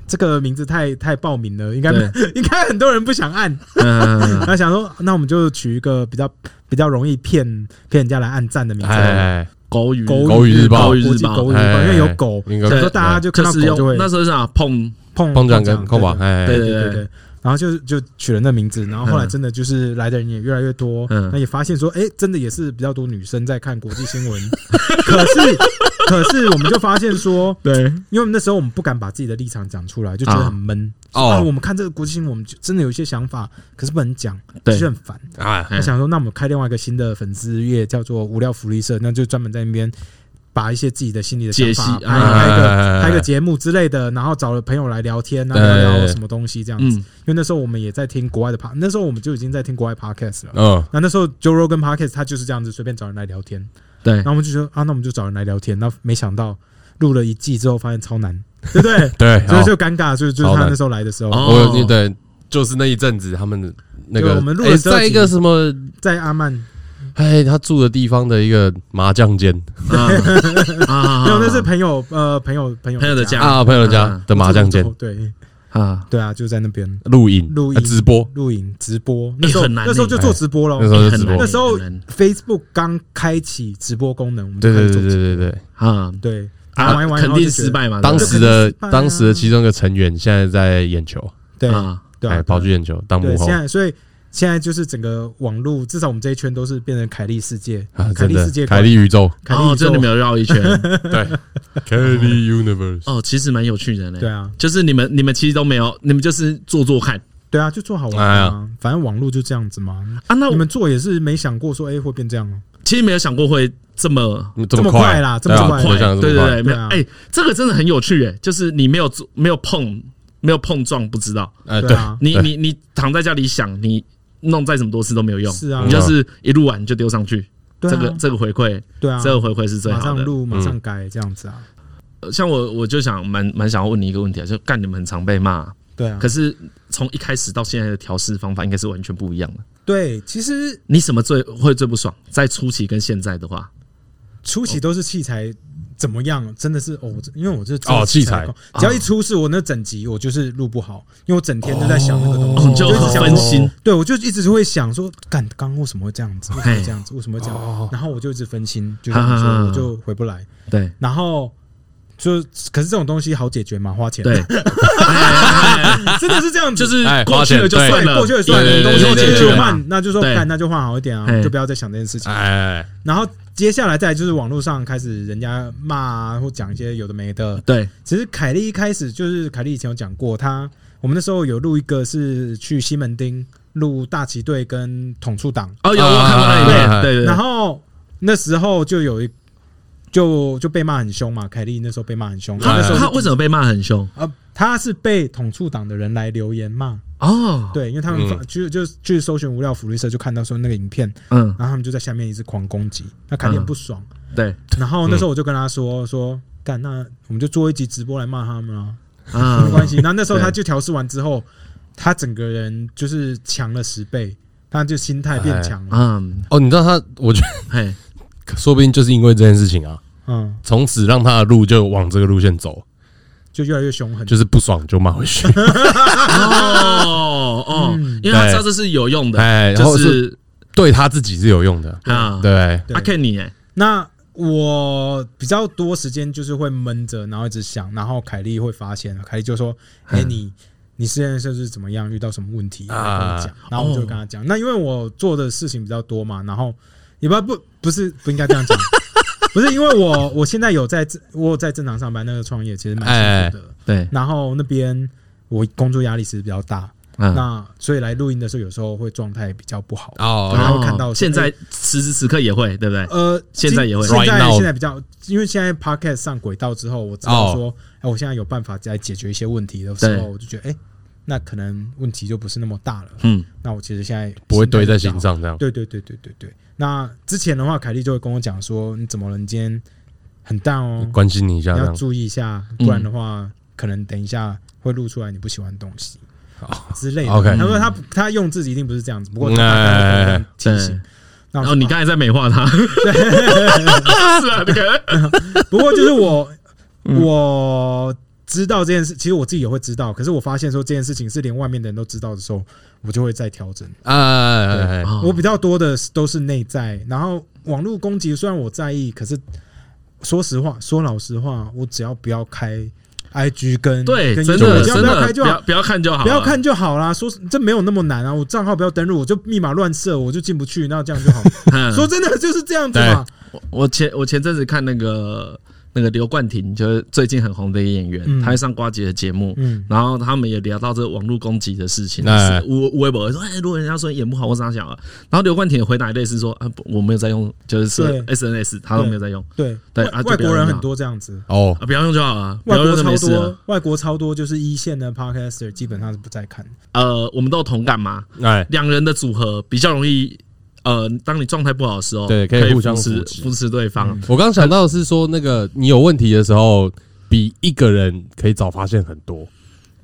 Speaker 2: 这个名字太太暴民了，应该应该很多人不想按，
Speaker 4: 嗯
Speaker 2: 然后想说那我们就取一个比较比较容易骗骗人家来按赞的名字，
Speaker 3: 哎，
Speaker 4: 狗语
Speaker 2: 狗
Speaker 3: 语日报
Speaker 2: 狗国际狗语日报，因为有狗，
Speaker 3: 应
Speaker 4: 对
Speaker 2: 所以
Speaker 3: 该
Speaker 2: 大家就看
Speaker 4: 就
Speaker 2: 到
Speaker 4: 是
Speaker 2: 狗就
Speaker 4: 用
Speaker 2: 会
Speaker 4: 那时候是啊碰
Speaker 2: 碰
Speaker 3: 碰撞跟空吧，哎，
Speaker 2: 对
Speaker 4: 对
Speaker 2: 对对对。然后就就取了那名字，然后后来
Speaker 4: 嗯
Speaker 2: 真的就是来的人也越来越多，
Speaker 4: 嗯
Speaker 2: 那也发现说，哎，真的也是比较多女生在看国际新闻， *laughs* 可是可是我们就发现说，
Speaker 4: 对
Speaker 2: 因为那时候我们不敢把自己的立场讲出来，就觉得很闷。
Speaker 3: 哦
Speaker 2: 啊，我们看这个国际新闻，我们就真的有一些想法，可是不能讲，就
Speaker 4: 对
Speaker 2: 是很烦。
Speaker 3: 哎，
Speaker 4: 嗯
Speaker 2: 我想说，那我们开另外一个新的粉丝页，叫做“无聊福利社”，那就专门在那边把一些自己的心里的想法
Speaker 4: 解析
Speaker 2: 拍拍个
Speaker 3: 啊
Speaker 2: 拍个节目之类的，然后找了朋友来聊天，啊然后
Speaker 3: 对
Speaker 2: 聊聊什么东西这样子。
Speaker 4: 嗯
Speaker 2: 因为那时候我们也在听国外的 p 那时候我们就已经在听国外 podcast 了。
Speaker 3: 嗯，？
Speaker 2: 那那时候 Joe Rogan podcast 他就是这样子随便找人来聊天，
Speaker 4: 对
Speaker 2: 然后我们就说啊，那我们就找人来聊天。那没想到录了一季之后，发现超难，对不对
Speaker 3: 对，哦
Speaker 2: 所以
Speaker 3: 好
Speaker 2: 就尴尬，就就是
Speaker 3: 超
Speaker 2: 他
Speaker 3: 难
Speaker 2: 那时候来的时候，
Speaker 4: 哦
Speaker 3: 我对，就是那一阵子他们那
Speaker 2: 对
Speaker 3: 个
Speaker 2: 我们录了
Speaker 3: 哎
Speaker 2: 十二集
Speaker 3: 在一个什么
Speaker 2: 在阿曼，
Speaker 3: 哎他住的地方的一个麻将间
Speaker 4: 啊啊，
Speaker 2: 没有，那是朋友呃朋友朋友
Speaker 4: 朋友的
Speaker 2: 家
Speaker 4: 家
Speaker 3: 啊朋友家
Speaker 4: 啊
Speaker 3: 的麻将间
Speaker 2: 我住的时候对
Speaker 4: 啊，
Speaker 2: 对啊，就在那边
Speaker 3: 录影
Speaker 2: 录
Speaker 3: 啊
Speaker 2: 影
Speaker 3: 直播，
Speaker 2: 录影直播，那时候
Speaker 4: 很难
Speaker 2: 那时候
Speaker 4: 欸
Speaker 2: 就做直播
Speaker 3: 那时
Speaker 2: 喽。
Speaker 3: 候
Speaker 4: 欸
Speaker 3: 就直
Speaker 4: 很难
Speaker 3: 播
Speaker 2: 那，时候
Speaker 4: 很难
Speaker 2: Facebook 刚开启直播功能，我们就
Speaker 3: 对
Speaker 2: 开
Speaker 3: 对
Speaker 2: 始
Speaker 3: 对
Speaker 2: 做直
Speaker 3: 对对对，
Speaker 4: 啊
Speaker 2: 对
Speaker 4: 啊
Speaker 2: 玩一，玩
Speaker 4: 肯定失败嘛，
Speaker 3: 当
Speaker 4: 对
Speaker 3: 时的
Speaker 2: 就肯定是
Speaker 3: 当时的其中一个成员现在在眼球，
Speaker 2: 对
Speaker 4: 啊，
Speaker 2: 对
Speaker 3: 哎
Speaker 2: 啊，
Speaker 3: 跑去眼球当
Speaker 2: 对，
Speaker 3: 幕后
Speaker 2: 现，在所以现在就是整个网络，至少我们这一圈都是变成凯利世界
Speaker 3: 啊，
Speaker 2: 凯
Speaker 3: 真
Speaker 2: 利世界
Speaker 3: 的，
Speaker 2: 观，
Speaker 3: 凯利宇宙，
Speaker 2: 凯
Speaker 4: 然
Speaker 2: 利
Speaker 4: 后
Speaker 2: 宇
Speaker 4: 这
Speaker 2: 宙
Speaker 4: 里面有绕一圈，
Speaker 3: 对， *laughs* 凯利 Universe，
Speaker 4: 哦，其实蛮有趣的嘞，
Speaker 2: 对啊，
Speaker 4: 就是你们你们其实都没有，你们就是做做看
Speaker 2: 对啊，就做好玩
Speaker 3: 哎
Speaker 2: 的啊
Speaker 3: 呀，
Speaker 2: 反正网络就这样子嘛。
Speaker 4: 啊，那
Speaker 2: 你
Speaker 4: 我
Speaker 2: 们
Speaker 4: 们
Speaker 2: 做也是没想过说，哎，会变这样哦。
Speaker 4: 其实没有想过会这么。
Speaker 3: 嗯
Speaker 2: 这
Speaker 3: 这
Speaker 2: 么
Speaker 3: 么
Speaker 2: 快啦这么
Speaker 3: 对啊
Speaker 2: 快
Speaker 3: 我
Speaker 4: 快，
Speaker 3: 想
Speaker 4: 对
Speaker 3: 这么快
Speaker 4: 对对，没有
Speaker 2: 对啊
Speaker 4: 哎、这个真的很有趣哎、就是你没有做没有碰没有碰撞不知道，
Speaker 3: 哎
Speaker 2: 对啊
Speaker 3: 对，
Speaker 4: 你
Speaker 3: 对
Speaker 4: 你你躺在家里想，你弄再怎么多次都没有用，
Speaker 2: 是啊
Speaker 4: 你就是一录完就丢上去，
Speaker 2: 对啊
Speaker 4: 这个这个回馈，
Speaker 2: 对啊，
Speaker 4: 这个回馈是最
Speaker 2: 马
Speaker 4: 好
Speaker 2: 上
Speaker 4: 的。
Speaker 2: 录，马上改这样子啊。
Speaker 4: 呃像我我就想蛮蛮想要问你一个问题啊，就干你们很常被骂，
Speaker 2: 对啊
Speaker 4: 可，是从一开始到现在的调试方法应该是完全不一样的。
Speaker 2: 对，其实
Speaker 4: 你什么最会最不爽？在初期跟现在的话，
Speaker 2: 初
Speaker 4: 哦
Speaker 2: 期都是器材怎么样，真的是哦，我因为我是
Speaker 3: 哦器材
Speaker 2: 控，只
Speaker 4: 啊
Speaker 2: 要一出事，我那整集我就是录不好，因为我整天都在想那个东
Speaker 4: 哦
Speaker 2: 西，
Speaker 4: 你就
Speaker 2: 我一直想
Speaker 4: 很分
Speaker 2: 说
Speaker 4: 心。
Speaker 2: 对，我就一直会想说，干，刚刚为什么会这样子？为什么会
Speaker 4: 嘿
Speaker 2: 这样子？为什么会这样
Speaker 3: 哦？
Speaker 2: 然后我就一直分心，就
Speaker 4: 哈哈
Speaker 2: 想
Speaker 4: 哈
Speaker 2: 说我就回不来，
Speaker 4: 对
Speaker 2: 然后。就可是这种东西好解决嘛，花钱。
Speaker 4: 对，，哎
Speaker 2: *laughs* 真的是这样子，
Speaker 4: 就是
Speaker 3: 哎
Speaker 4: 过去了就
Speaker 3: 花钱
Speaker 4: 算
Speaker 2: 对
Speaker 4: 了，
Speaker 2: 过去了算了，
Speaker 3: 对对
Speaker 2: 东
Speaker 3: 对
Speaker 2: 西
Speaker 3: 对
Speaker 2: 解
Speaker 3: 对
Speaker 2: 决
Speaker 3: 对
Speaker 2: 换，那就说
Speaker 4: 对
Speaker 2: 干，那就换好一点啊，
Speaker 4: 嘿
Speaker 2: 就不要再想这件事情。
Speaker 3: 哎，
Speaker 2: 然后接下来再来就是网络上开始人家骂啊或讲一些有的没的。
Speaker 4: 对
Speaker 2: 其实凯莉一开始就是凯莉以前有讲过，她我们那时候有录一个是去西门町录大旗队跟统促党，
Speaker 4: 哦有我看过那一
Speaker 3: 啊
Speaker 4: 面，对对对，
Speaker 2: 然后那时候就有一就就被骂很凶嘛，凯莉那时候被骂很凶，她
Speaker 4: 他
Speaker 2: 那时候
Speaker 4: 他为什么被骂很凶？
Speaker 2: 呃她是被统促党的人来留言骂，
Speaker 4: 哦，，
Speaker 2: 对，因为他们
Speaker 3: 嗯
Speaker 2: 发就就去搜寻无聊福利社就看到说那个影片，
Speaker 4: 嗯，
Speaker 2: 然后他们就在下面一直狂攻击，那凯莉很
Speaker 4: 嗯
Speaker 2: 不爽。
Speaker 4: 对
Speaker 2: 然后那时候我就跟他说说，干那我们就做一集直播来骂他们啊，
Speaker 4: 啊
Speaker 2: 没关系。然后那时候
Speaker 4: 对
Speaker 2: 他就调试完之后，他整个人就是强了十倍，他就心态变强了。
Speaker 4: 嗯，
Speaker 3: 哦，你知道他，我觉
Speaker 4: 嘿，
Speaker 3: 得 *laughs* 说不定就是因为这件事情啊，
Speaker 2: 嗯，
Speaker 3: 从此让他的路就往这个路线走，
Speaker 2: 就越来越
Speaker 4: 嗯
Speaker 2: 凶狠。
Speaker 3: 就是不爽就骂
Speaker 4: *laughs*
Speaker 3: 回去，
Speaker 4: 哦哦，因为他知道这是有用的，
Speaker 3: 哎，然
Speaker 4: 就
Speaker 3: 后是
Speaker 4: 是
Speaker 3: 对他自己是有用的，
Speaker 4: 啊，
Speaker 3: 对，
Speaker 2: 对
Speaker 4: 阿 Ken 你哎，
Speaker 2: 那我比较多时间就是会闷着，然后一直想，然后凯莉会发现，凯莉就说：“哎，你你实验室是怎么样，遇到什么问题，跟
Speaker 3: 啊
Speaker 2: 我讲，然后我就跟他讲。那因为我做的事情比较多嘛，然后也不不不是不应该这样讲，不是因为我我现在有在正我有在正常上班，那个创业其实蛮辛苦的。
Speaker 4: 对，
Speaker 2: 然后那边我工作压力其实比较大，
Speaker 4: 嗯，
Speaker 2: 那所以来录音的时候有时候会状态比较不好。
Speaker 3: 哦，
Speaker 2: 然后看到
Speaker 4: 现在此时此刻也会，对不对？
Speaker 2: 呃，
Speaker 4: 现在也会
Speaker 2: 现
Speaker 3: Right
Speaker 2: 在
Speaker 3: now
Speaker 2: 现在比较，因为现在 podcast 上轨道之后，我知道说，哎，我现在有办法在解决一些问题的时
Speaker 4: 对
Speaker 2: 候，我就觉得，哎，那可能问题就不是那么大了。
Speaker 4: 嗯，
Speaker 2: 那我其实现在
Speaker 3: 不会堆在
Speaker 2: 心
Speaker 3: 心
Speaker 2: 态比较好。
Speaker 3: 上这样。
Speaker 2: 对对对对对对。那之前的话，凯莉就会跟我讲说，你怎么了？你今天很淡哦，
Speaker 3: 关心你一下，
Speaker 2: 你
Speaker 3: 这
Speaker 2: 要
Speaker 3: 样嗯
Speaker 2: 注意一下，不然的话，可能等一下会录出来你不喜欢的东西
Speaker 3: 好
Speaker 2: 之类的。
Speaker 3: 哦 OK
Speaker 2: 他说他他用字一定不是这样子，不过
Speaker 3: 嗯
Speaker 2: 他大概会
Speaker 3: 哎
Speaker 2: 提
Speaker 4: 对
Speaker 2: 醒。那
Speaker 4: 然后
Speaker 2: 我说
Speaker 4: 哦你
Speaker 2: 啊
Speaker 4: 刚才在美
Speaker 2: *laughs*
Speaker 4: 化他，是啊，你看，
Speaker 2: 不过就是我，
Speaker 4: 嗯
Speaker 2: 我知道这件事，其实我自己也会知道。可是我发现说这件事情是连外面的人都知道的时候，我就会再调整。
Speaker 3: 哎，
Speaker 4: 哦
Speaker 2: 我比较多的都是内在，然后网络攻击虽然我在意，可是说实话，说老实话，我只要不要开 IG 跟
Speaker 4: 对，
Speaker 2: 跟
Speaker 4: 真
Speaker 2: YouTube，
Speaker 4: 的
Speaker 2: 只要
Speaker 4: 真
Speaker 2: 不要
Speaker 4: 的
Speaker 2: 开就好。
Speaker 4: 不要看就好，啊
Speaker 2: 不要，看就好啦，说这没有那么难啊，我账号不要登录，我就密码乱设，我就进不去，那这样
Speaker 4: *laughs*
Speaker 2: 就好。
Speaker 4: 嗯
Speaker 2: 说真的就是这样子嘛，
Speaker 4: 我前我前阵子看那个那个刘冠廷，就是最近很红的一个演员，
Speaker 2: 嗯
Speaker 4: 他会上瓜姐的节目。
Speaker 2: 嗯，
Speaker 4: 然后他们也聊到这个网络攻击的事情，
Speaker 3: 哎
Speaker 4: 是微微博说，哎，如果人家说演不好，我怎想啊？然后刘冠廷也回答类似说，啊，不我没有在用，就是说
Speaker 2: 对
Speaker 4: SNS，他都没有在用，
Speaker 2: 对，
Speaker 4: 对
Speaker 2: 外
Speaker 4: 啊就
Speaker 2: 外
Speaker 4: 不要
Speaker 2: 国人
Speaker 4: 用
Speaker 2: 很多这样子，
Speaker 3: 哦，
Speaker 4: 啊，不要用就好了，不
Speaker 2: 外
Speaker 4: 要
Speaker 2: 国
Speaker 4: 用就没
Speaker 2: 超
Speaker 4: 事啊了
Speaker 2: 多。，外国超多就是一线的 podcaster 基本上是不再看。
Speaker 4: 呃，我们都有同感嘛，
Speaker 3: 哎，
Speaker 4: 两人的组合比较容易，呃，当你状态不好的时候，
Speaker 3: 对可
Speaker 4: 可
Speaker 3: 以互相
Speaker 4: 扶持
Speaker 3: 扶持嗯
Speaker 4: 扶持对方。
Speaker 3: 我刚想到的是说，那个你有问题的时候，比一个人可以早发现很多，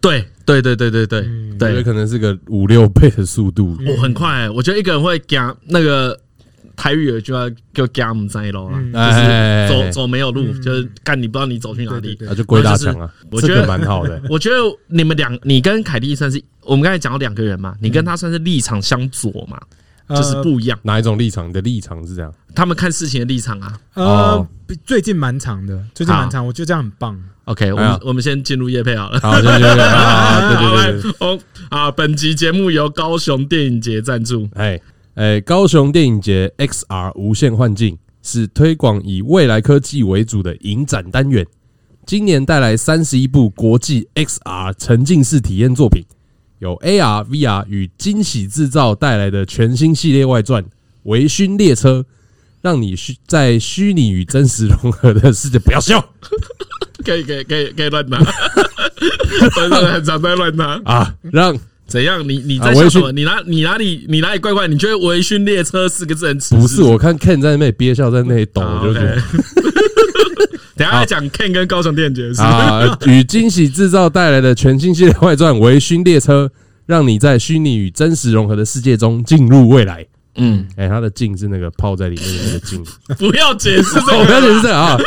Speaker 4: 对对对对对对
Speaker 2: 嗯
Speaker 3: 我觉得
Speaker 4: 对，
Speaker 3: 可能是个五六倍的速度。
Speaker 4: 我很快、欸我觉得一个人会讲那个台语有一句话叫“讲唔知咯”啦，
Speaker 2: 嗯
Speaker 3: 哎，
Speaker 4: 走走没有路，
Speaker 2: 嗯
Speaker 4: 就是干你不知道你走去哪里。
Speaker 2: 对
Speaker 3: 那就鬼打墙啊，
Speaker 4: 我
Speaker 3: 这
Speaker 4: 觉
Speaker 3: 个
Speaker 4: 得
Speaker 3: 蛮好的。
Speaker 4: 我觉得你们两，你跟凯莉算是我们刚才讲到两个人嘛，你跟
Speaker 3: 嗯
Speaker 4: 他算是立场相左嘛，
Speaker 2: 呃
Speaker 4: 就是不一样。
Speaker 3: 哪一种立场？你的立
Speaker 4: *laughs*
Speaker 3: 场是这样？
Speaker 4: 他们看事情的立场啊。
Speaker 2: 呃
Speaker 3: 哦，
Speaker 2: 比最近蛮长的，最近蛮长，我觉得这样很棒。
Speaker 4: OK，我
Speaker 3: 哎
Speaker 4: 们
Speaker 3: 呀
Speaker 4: 我们先进入叶配好了。
Speaker 3: 好，对对对，啊，
Speaker 4: *laughs*
Speaker 3: 对
Speaker 4: 好
Speaker 3: 对
Speaker 4: 来
Speaker 3: 对对，
Speaker 4: 哦啊！本集节目由高雄电影节赞助。
Speaker 3: 哎哎，高雄电影节 XR 无限幻境是推广以未来科技为主的影展单元，今年带来三十一部国际 XR 沉浸式体验作品，有 AR、VR 与惊喜制造带来的全新系列外传《微醺列车》，让你虚在虚拟与真实融合的世界，不要笑
Speaker 4: 可以可以可以可以乱拿， *laughs* 真的很常在乱
Speaker 3: *laughs*
Speaker 4: 拿。
Speaker 3: 啊，让
Speaker 4: 怎样？你你
Speaker 3: 啊
Speaker 4: 在
Speaker 3: 微
Speaker 4: 想什么？
Speaker 3: 醺
Speaker 4: 你哪你哪里你哪里怪怪？你觉得“微醺列车”四个字很耻？
Speaker 3: 不是我看 Ken 在那边憋笑，在那里抖，
Speaker 4: 啊
Speaker 3: 我就觉得
Speaker 4: OK *laughs* 等一下再讲 Ken 跟高雄电影节的事。
Speaker 3: *laughs* 啊，与惊喜制造带来的全新系列外传《微醺列车》，让你在虚拟与真实融合的世界中进入未来。
Speaker 4: 嗯，
Speaker 3: 哎、它的“镜”是那个泡在里面的那个 *laughs* “镜
Speaker 4: 不要解释”，这个
Speaker 3: 我不要解释这个啊。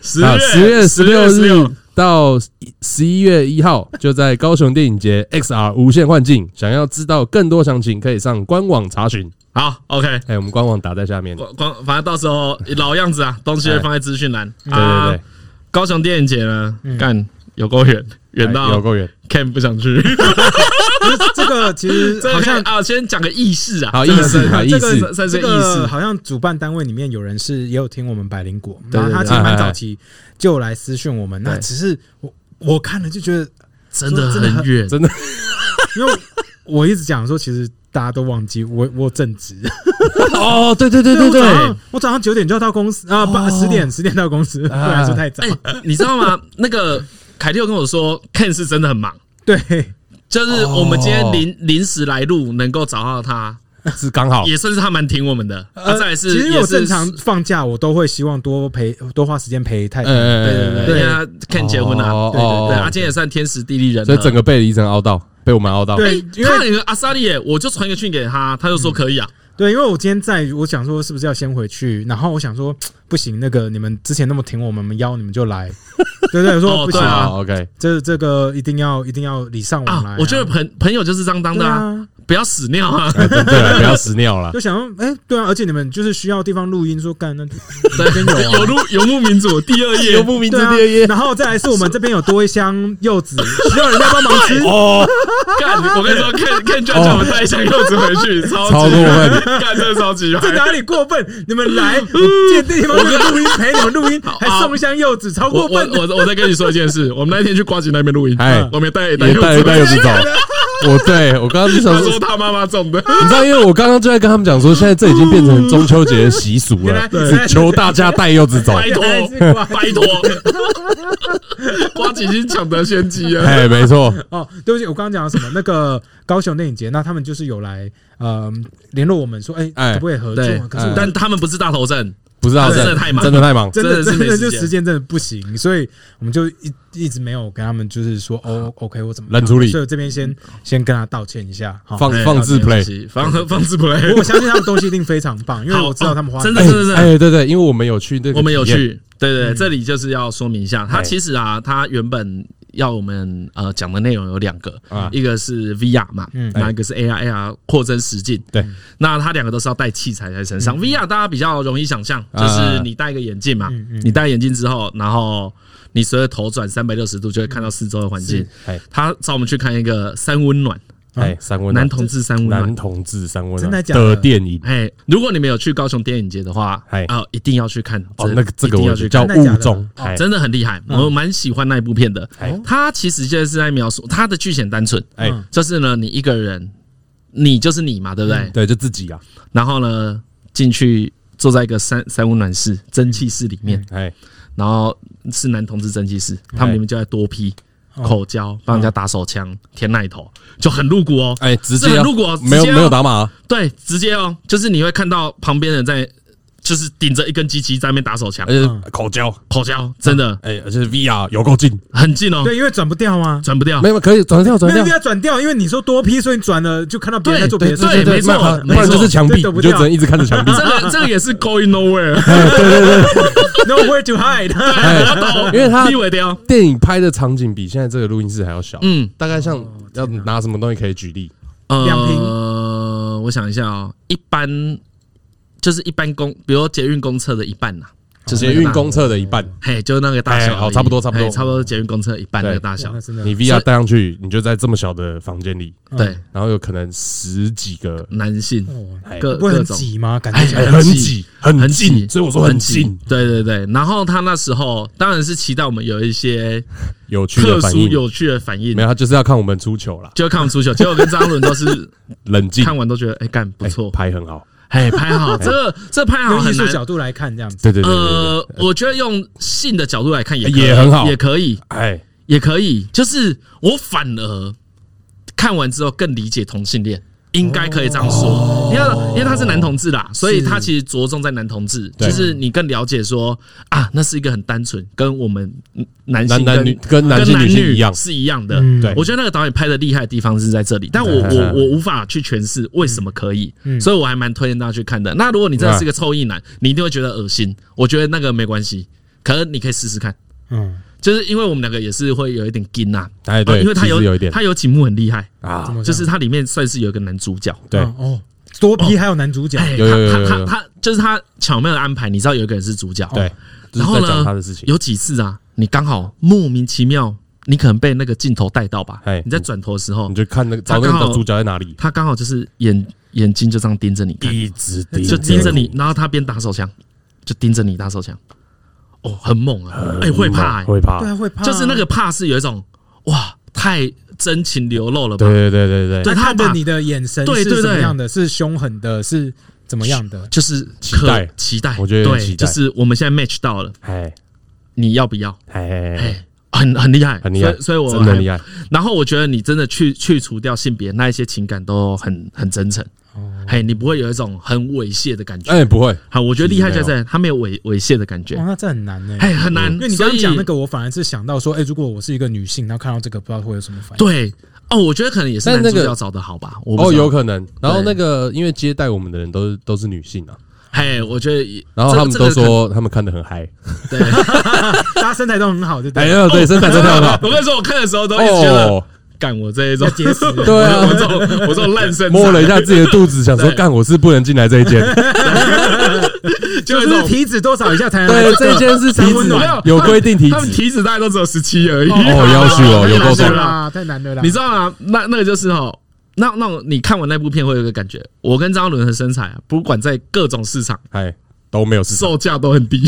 Speaker 4: 十
Speaker 3: *laughs* 啊，十
Speaker 4: 月
Speaker 3: 月十六
Speaker 4: 16
Speaker 3: 日到十一月一号，就在高雄电影节 XR 无限幻境。想要知道更多详情，可以上官网查询。
Speaker 4: 好 OK。
Speaker 3: 哎、我们官网打在下面。对
Speaker 4: 光光，反正到时候老样子啊，东西会放在资讯栏。对
Speaker 3: 哎对对，
Speaker 4: 高雄电影节呢，干有够远，远
Speaker 3: 哎有
Speaker 4: 到
Speaker 3: 够远。
Speaker 4: Ken 不想去。
Speaker 2: 这个其
Speaker 4: *laughs*
Speaker 2: 实
Speaker 4: 这
Speaker 2: 好
Speaker 4: 个可以
Speaker 2: 像
Speaker 4: 啊，先讲个意识啊，
Speaker 3: 好
Speaker 4: 这个
Speaker 3: 意识
Speaker 4: 是
Speaker 3: 好
Speaker 4: 这个
Speaker 3: 意识
Speaker 4: 算是
Speaker 2: 这
Speaker 4: 个意
Speaker 2: 个
Speaker 4: 识。
Speaker 2: 好像主办单位里面有人是也有听我们百灵果，
Speaker 4: 对
Speaker 2: 然后他其实
Speaker 3: 哎哎
Speaker 2: 蛮
Speaker 3: 哎
Speaker 2: 早期就有来私讯我们，那
Speaker 4: 对
Speaker 2: 只是我我看了就觉得，
Speaker 4: 真的很远，
Speaker 3: 真的
Speaker 4: *laughs*
Speaker 2: 因为我一直讲说，其实大家都忘记我我正职，
Speaker 3: 哦，对对对对
Speaker 2: 我早
Speaker 3: 对
Speaker 2: 上，我早上九点就要到公司啊，八十点十点到公司，对我来说太早，
Speaker 4: 哦啊哎，你知道吗？ *laughs* 那个凯蒂有跟我说，Ken 是真的很忙，
Speaker 2: 对。
Speaker 4: 就是我们今天临临时来录，能够找到他，
Speaker 3: *laughs* 是刚 *laughs* 好。
Speaker 4: 也算是他蛮挺我们的。啊再来
Speaker 2: 呃其
Speaker 4: 是
Speaker 2: 实我
Speaker 4: 也是嗯
Speaker 2: 正常放假，我都会希望多陪多花时间陪太太。
Speaker 3: 哎
Speaker 4: 对对对，因为他 Ken 结婚啊，
Speaker 3: 哦
Speaker 4: 对对对，
Speaker 3: 哦
Speaker 4: 他今天也算天时地利人和，
Speaker 3: 所以整个被李医生凹到，被我们凹到。
Speaker 2: 对
Speaker 4: 哎。
Speaker 2: 因为
Speaker 3: 嗯
Speaker 4: 他那个阿萨利耶，我就传一个讯给他，他就说可以啊，
Speaker 2: 对，因为我今天在，我想说是不是要先回去，然后我想说不行，那个你们之前那么挺我们，我们邀你们就
Speaker 4: *laughs*
Speaker 2: 来，对对，我说
Speaker 4: 哦
Speaker 2: 不
Speaker 4: 对
Speaker 2: 行，
Speaker 4: 啊
Speaker 3: 好，OK，
Speaker 2: 这这个一定要一定要礼尚往嗯来、
Speaker 4: 啊！我觉得朋朋友就是这样当
Speaker 2: 对
Speaker 4: 的啊，
Speaker 2: 啊，
Speaker 4: 不要屎尿啊！
Speaker 3: 哎真的不要屎尿了。
Speaker 2: 就想说，哎、对啊，而且你们就是需要地方录音，说干那就
Speaker 4: 对，
Speaker 3: 啊
Speaker 4: 游牧游牧民族第二页，
Speaker 3: 游牧民族
Speaker 2: 对啊
Speaker 3: 第二页，。
Speaker 2: 然后再来是我们这边有多一箱
Speaker 4: *laughs*
Speaker 2: 柚子，需要人家帮忙吃
Speaker 3: 哦，
Speaker 4: 干！我跟你说，看看叫叫我带一箱柚子回去，超级
Speaker 3: 超过分，
Speaker 4: 干这超级
Speaker 2: 这
Speaker 4: 嗨！
Speaker 2: 哪里过分？你
Speaker 4: *laughs*
Speaker 2: 们来，我借地方录音陪你们录音，还送一箱柚子，超
Speaker 4: 啊我
Speaker 2: 过
Speaker 4: 我
Speaker 2: 分的。
Speaker 4: 我我再跟你说一件事，我们那一天去瓜吉那边录音，
Speaker 3: 哎
Speaker 4: 我们带带
Speaker 3: 也
Speaker 4: 柚
Speaker 3: 带
Speaker 4: 子
Speaker 3: 一袋
Speaker 4: 回
Speaker 3: 柚
Speaker 4: 去，
Speaker 3: 子走。我对我刚刚就想
Speaker 4: 他 *laughs*
Speaker 3: 说
Speaker 4: 说，他妈妈种的，
Speaker 3: 你知道，因为我刚刚就在跟他们讲说，现在这已经变成中秋节的习俗
Speaker 2: 原
Speaker 4: *laughs*
Speaker 3: 了
Speaker 2: 来，对
Speaker 3: 是求大家带柚子走。
Speaker 4: 拜托
Speaker 2: 还是瓜
Speaker 4: 拜托，哎瓜 *laughs* 吉已经抢得先机了。
Speaker 3: 哎，没错，
Speaker 2: 哦，对不起，我刚刚讲了什么？
Speaker 4: *laughs*
Speaker 2: 那个高雄电影节，那他们就是有来呃联络我们说，哎、
Speaker 3: 哎
Speaker 2: 可不可以合作
Speaker 4: 对？
Speaker 2: 可是我
Speaker 3: 哎
Speaker 4: 但他们不是大头症，
Speaker 3: 不知道
Speaker 4: 真的太忙哎
Speaker 3: 真的太忙。
Speaker 2: 真的
Speaker 4: 真
Speaker 2: 真
Speaker 4: 的是没
Speaker 2: 的
Speaker 4: 时间
Speaker 2: 就时间真的不行，所以我们就一一直没有跟他们就是说哦，OK，我怎么样
Speaker 3: 冷处理
Speaker 2: 所以我这边
Speaker 4: 嗯
Speaker 2: 先先跟他道歉一下。好，
Speaker 3: 放
Speaker 4: 哎
Speaker 3: 放置
Speaker 4: 没关
Speaker 3: play
Speaker 4: 系放放置
Speaker 2: 不过
Speaker 4: play，
Speaker 2: 我相信他们东西一定非常棒，因为
Speaker 4: 好
Speaker 2: 我知道他们花
Speaker 4: 哦真的
Speaker 3: 哎
Speaker 4: 真的真的
Speaker 3: 哎，对对，因为我们有去那
Speaker 4: *laughs*
Speaker 3: 个，
Speaker 4: 我们有，去，对
Speaker 3: 嗯
Speaker 4: 对，对这里就是要说明一
Speaker 3: 哎
Speaker 4: 下，它其实啊，它原本要我们呃讲的内容有两个
Speaker 3: 啊，哎
Speaker 4: 一个是 VR 嘛，
Speaker 2: 嗯
Speaker 4: 那一个是 AR，AR 扩增实境，
Speaker 3: 对，
Speaker 4: 那它两个都是要带器材在身上。VR 大家比较容易想象，
Speaker 3: 啊
Speaker 4: 就是你戴一个眼镜嘛
Speaker 2: 嗯嗯，
Speaker 4: 你戴眼镜之后，然后你随着头转三百六十度，就会看到四周的环境
Speaker 3: 是哎。
Speaker 4: 他找我们去看一个三温暖，
Speaker 3: 哎，三温暖
Speaker 4: 啊男同志三温暖
Speaker 3: 男。同志三温
Speaker 2: 真的
Speaker 3: 暖
Speaker 2: 假的
Speaker 3: 电影
Speaker 4: 哎，如果你们有去高雄电影节的话，
Speaker 3: 哎
Speaker 4: 啊，一定要去看
Speaker 3: 哦，那个这
Speaker 4: 一
Speaker 3: 个
Speaker 4: 定要
Speaker 3: 我
Speaker 4: 去看
Speaker 3: 叫
Speaker 2: 真的假
Speaker 3: 物
Speaker 2: 的
Speaker 3: 种，
Speaker 2: 哦
Speaker 3: 哎
Speaker 4: 真的很厉害，我蛮喜欢那一部片的
Speaker 3: 哎。
Speaker 4: 它其实就是在描述它的剧情很单纯，
Speaker 3: 哎，
Speaker 2: 嗯
Speaker 4: 就是呢，你一个人，你就是你嘛，对不对？
Speaker 3: 对，就自己啊，
Speaker 4: 然后呢，进去坐在一个三三温暖室、蒸汽室里面，
Speaker 3: 哎，
Speaker 4: 然后是男同志蒸汽室，他们里面就在多批
Speaker 3: 哦
Speaker 4: 口交，帮人家打手枪、舔奶头，就很露骨哦。
Speaker 3: 哎，直
Speaker 4: 这
Speaker 3: 接
Speaker 4: 很
Speaker 3: 啊
Speaker 4: 露骨哦直接
Speaker 3: 没有
Speaker 4: 啊
Speaker 3: 没有打码啊，
Speaker 4: 对，直接哦，就是你会看到旁边人在，就是顶着一根机器在那边打手枪
Speaker 3: 而、且口交，
Speaker 4: 嗯口交，真的
Speaker 3: 哎，而且 VR 有够近，
Speaker 4: 很近哦，
Speaker 2: 对，因为转不掉啊。
Speaker 4: 转不掉
Speaker 3: 没。有可以转掉转
Speaker 2: 没有一
Speaker 3: 掉
Speaker 2: 定，要转掉，因为你说多批，所以你转了就看到别人在做别的事
Speaker 4: 对
Speaker 2: 情。
Speaker 4: 没错
Speaker 3: 那不
Speaker 4: 没
Speaker 3: 然
Speaker 4: 错
Speaker 3: 就是墙壁，
Speaker 2: 这抖
Speaker 3: 你
Speaker 2: 不
Speaker 3: 就
Speaker 2: 掉
Speaker 3: 只能一直看着墙壁。
Speaker 4: 这
Speaker 3: *laughs*
Speaker 4: 个这个也是 going nowhere，
Speaker 2: Nowhere to *laughs* hide。
Speaker 3: 哎，因为它
Speaker 4: 立伟雕，
Speaker 3: 电影拍的场景比现在这个录音室还要小，
Speaker 4: 嗯，
Speaker 3: 大概像要拿什么东西可以举例？
Speaker 4: 呃
Speaker 2: 两瓶
Speaker 4: 我想一下哦，一般就是一般公，比如说捷运公厕的一半呐、就是
Speaker 3: 捷
Speaker 4: 那个大
Speaker 3: 运公，厕的一半，
Speaker 4: 嘿，就是那个大小而已，
Speaker 3: 哎好差不多差不多
Speaker 4: 嘿差不多捷运公厕一半
Speaker 3: 对
Speaker 4: 那个大小
Speaker 2: 哇那，真的
Speaker 3: 你 VR 带上去，你就在这么小的房间里，
Speaker 4: 对，
Speaker 3: 然后有可能十几个，
Speaker 4: 男性
Speaker 2: 哦
Speaker 3: 哎
Speaker 4: 各
Speaker 2: 不会
Speaker 4: 各
Speaker 2: 很
Speaker 4: 种。
Speaker 2: 挤吗？感觉
Speaker 4: 哎
Speaker 2: 起
Speaker 3: 哎
Speaker 2: 来
Speaker 3: 很
Speaker 4: 挤
Speaker 3: 挤，很
Speaker 4: 很挤
Speaker 3: 近，，所以我说很近，
Speaker 4: 对对对。然后他那时候当然是期待我们有一些
Speaker 3: 有趣
Speaker 4: 特
Speaker 3: 的反
Speaker 4: 殊
Speaker 3: 应。
Speaker 4: 有趣的反应
Speaker 3: 没，有，他就是要看我们出球啦，
Speaker 4: 就看我们足球，结果跟张伦都
Speaker 3: *laughs*
Speaker 4: 是
Speaker 3: 冷静，
Speaker 4: 看完都觉得，哎，干不
Speaker 3: 哎
Speaker 4: 错，
Speaker 3: 拍很好。
Speaker 4: 哎，拍好，这个这拍好
Speaker 2: 用艺
Speaker 4: 哎很
Speaker 2: 术
Speaker 4: 难。
Speaker 2: 角度来看，这样子。
Speaker 3: 对对对对
Speaker 4: 呃
Speaker 3: 对，，
Speaker 4: 我觉得用性的角度来看也可以
Speaker 3: 也很好
Speaker 4: 也可以，
Speaker 3: 哎，
Speaker 4: 也可以。就是我反而看完之后更理解同性恋，应该可以这样
Speaker 3: 哦
Speaker 4: 说。因为因为他是男同志啦，所以他其实着重在男同志，
Speaker 3: 对
Speaker 4: 就是你更了解说啊，那是一个很单纯，跟我们男性
Speaker 3: 男男女
Speaker 4: 跟
Speaker 3: 跟男
Speaker 4: 跟
Speaker 3: 性
Speaker 4: 男
Speaker 3: 女性
Speaker 4: 女
Speaker 3: 一样，
Speaker 4: 是一样的。
Speaker 2: 嗯
Speaker 3: 对嗯
Speaker 4: 我觉得那个导演拍的厉害的地方是在这里，但我我我无法去诠释为什么可以，所以我还蛮推荐大家去看的。那如果你真的
Speaker 3: 嗯
Speaker 4: 是个臭意男，你一定会觉得恶心。我觉得那个没关系，可是你可以试试看，
Speaker 2: 嗯，
Speaker 4: 就是因为我们两个也是会有一点劲呐，
Speaker 3: 哎
Speaker 4: 啊
Speaker 3: 对，
Speaker 4: 因为他
Speaker 3: 其实
Speaker 4: 有
Speaker 3: 有一点
Speaker 4: 他有几幕很厉害，
Speaker 3: 啊，
Speaker 2: 我想
Speaker 4: 就是它里面算是有一个男主角。
Speaker 3: 对
Speaker 2: 嗯哦，多批还有男主角，
Speaker 4: 哎
Speaker 3: 有有有
Speaker 4: 他
Speaker 3: 有
Speaker 4: 他
Speaker 3: 有
Speaker 4: 他他就是他巧妙的安排，你知道有一个人是主角，
Speaker 3: 对，
Speaker 4: 哦然
Speaker 3: 就是
Speaker 4: 后
Speaker 3: 在讲他
Speaker 4: 呢
Speaker 3: 的事，情。
Speaker 4: 有几次啊，你刚好莫名其妙，你可能被那个镜头带到吧
Speaker 3: 哎，
Speaker 4: 你在转头的时候
Speaker 3: 你，就看那个找
Speaker 4: 他
Speaker 3: 那
Speaker 4: 刚
Speaker 3: 个
Speaker 4: 好
Speaker 3: 主角在哪里，
Speaker 4: 他刚好就是眼眼睛就这样盯着你看，
Speaker 3: 一直盯
Speaker 4: 就盯着你，然后他边打手枪，就盯着你打手枪，哦，很猛啊，哎，会怕、欸，
Speaker 3: 嗯会怕
Speaker 2: 对，啊，会怕啊，
Speaker 4: 就是那个怕是有一种哇，太真情流露了吧？
Speaker 3: 对对对对对，
Speaker 4: 对
Speaker 2: 他
Speaker 4: 他
Speaker 2: 看着
Speaker 4: 把
Speaker 2: 你的眼神
Speaker 4: 对
Speaker 2: 是
Speaker 4: 对
Speaker 2: 怎么
Speaker 4: 对
Speaker 2: 样的？是凶狠的？是怎么样的？
Speaker 4: 就是
Speaker 3: 期待
Speaker 4: 可期待，
Speaker 3: 我觉得有点
Speaker 4: 对，
Speaker 3: 期待
Speaker 4: 就是我们现在 match 到了，
Speaker 3: 哎
Speaker 4: 你要不要？
Speaker 3: 哎哎，
Speaker 4: 哎，很很厉害，
Speaker 3: 很厉害
Speaker 4: 所以所以我
Speaker 3: 真的很厉害。
Speaker 4: 然后我觉得你真的去去除掉性别那一些情感都很很真诚，嘿，你不会有一种很猥亵的感觉。
Speaker 3: 哦哎，不哦会，
Speaker 4: 好，我觉得厉害在
Speaker 3: 其实
Speaker 4: 这，他没有猥猥亵的感觉
Speaker 2: 哇，，那这很难呢。
Speaker 4: 哎，
Speaker 3: 哦
Speaker 4: 很难。
Speaker 2: 因为你
Speaker 4: 所
Speaker 2: 刚刚
Speaker 4: 以
Speaker 2: 讲那个，我反而是想到说，哎，如果我是一个女性，然后看到这个，不知道会有什么反应。
Speaker 4: 对，哦，我觉得可能也是
Speaker 3: 但
Speaker 4: 男主
Speaker 3: 那个
Speaker 4: 角找的好吧，我不
Speaker 3: 哦，
Speaker 4: 知道
Speaker 3: 有可能。然后那个因为接待我们的人都是都是女性啊，
Speaker 4: 嘿，我觉得也，
Speaker 3: 然后他们
Speaker 4: 这个
Speaker 3: 都，说他们看得很嗨，
Speaker 4: 这个可能对，
Speaker 2: 大家身材都很好，对不
Speaker 3: 哎
Speaker 2: 对？
Speaker 3: 呀， *laughs* 对，身材真的很好
Speaker 4: *laughs* 我跟你哦说，我看的时候都一直觉得，
Speaker 3: 哦，
Speaker 4: 干我这一种
Speaker 2: 要，节
Speaker 4: *laughs*
Speaker 2: 食，
Speaker 3: 对啊
Speaker 4: 我，这种我这种烂身材，
Speaker 3: 摸了一下自己的肚子，想说
Speaker 4: 对
Speaker 3: 干我是不能进来这一
Speaker 4: *laughs*
Speaker 3: 间，
Speaker 4: 就有
Speaker 2: 就
Speaker 4: 一
Speaker 2: 是
Speaker 4: 种
Speaker 2: 体脂多少以下才能来
Speaker 3: 对，
Speaker 2: 这
Speaker 3: 这一
Speaker 2: 个
Speaker 3: 间是体
Speaker 2: 温
Speaker 3: 脂
Speaker 2: 暖
Speaker 3: 有规定体
Speaker 4: 他们
Speaker 3: 脂，
Speaker 4: 体脂大概都只有十七而已。啊
Speaker 3: 哦，要求
Speaker 4: *laughs*
Speaker 3: 哦，有够
Speaker 2: 太
Speaker 3: 重
Speaker 2: 难了。啦，啊太难了啦。
Speaker 4: 你知道吗？那那个就是哈，那那种你看完那部片会有一个感觉，我跟张嘉伦的身材啊，不管在各种市场
Speaker 3: 哎，都没有市场，
Speaker 4: 售价都很低，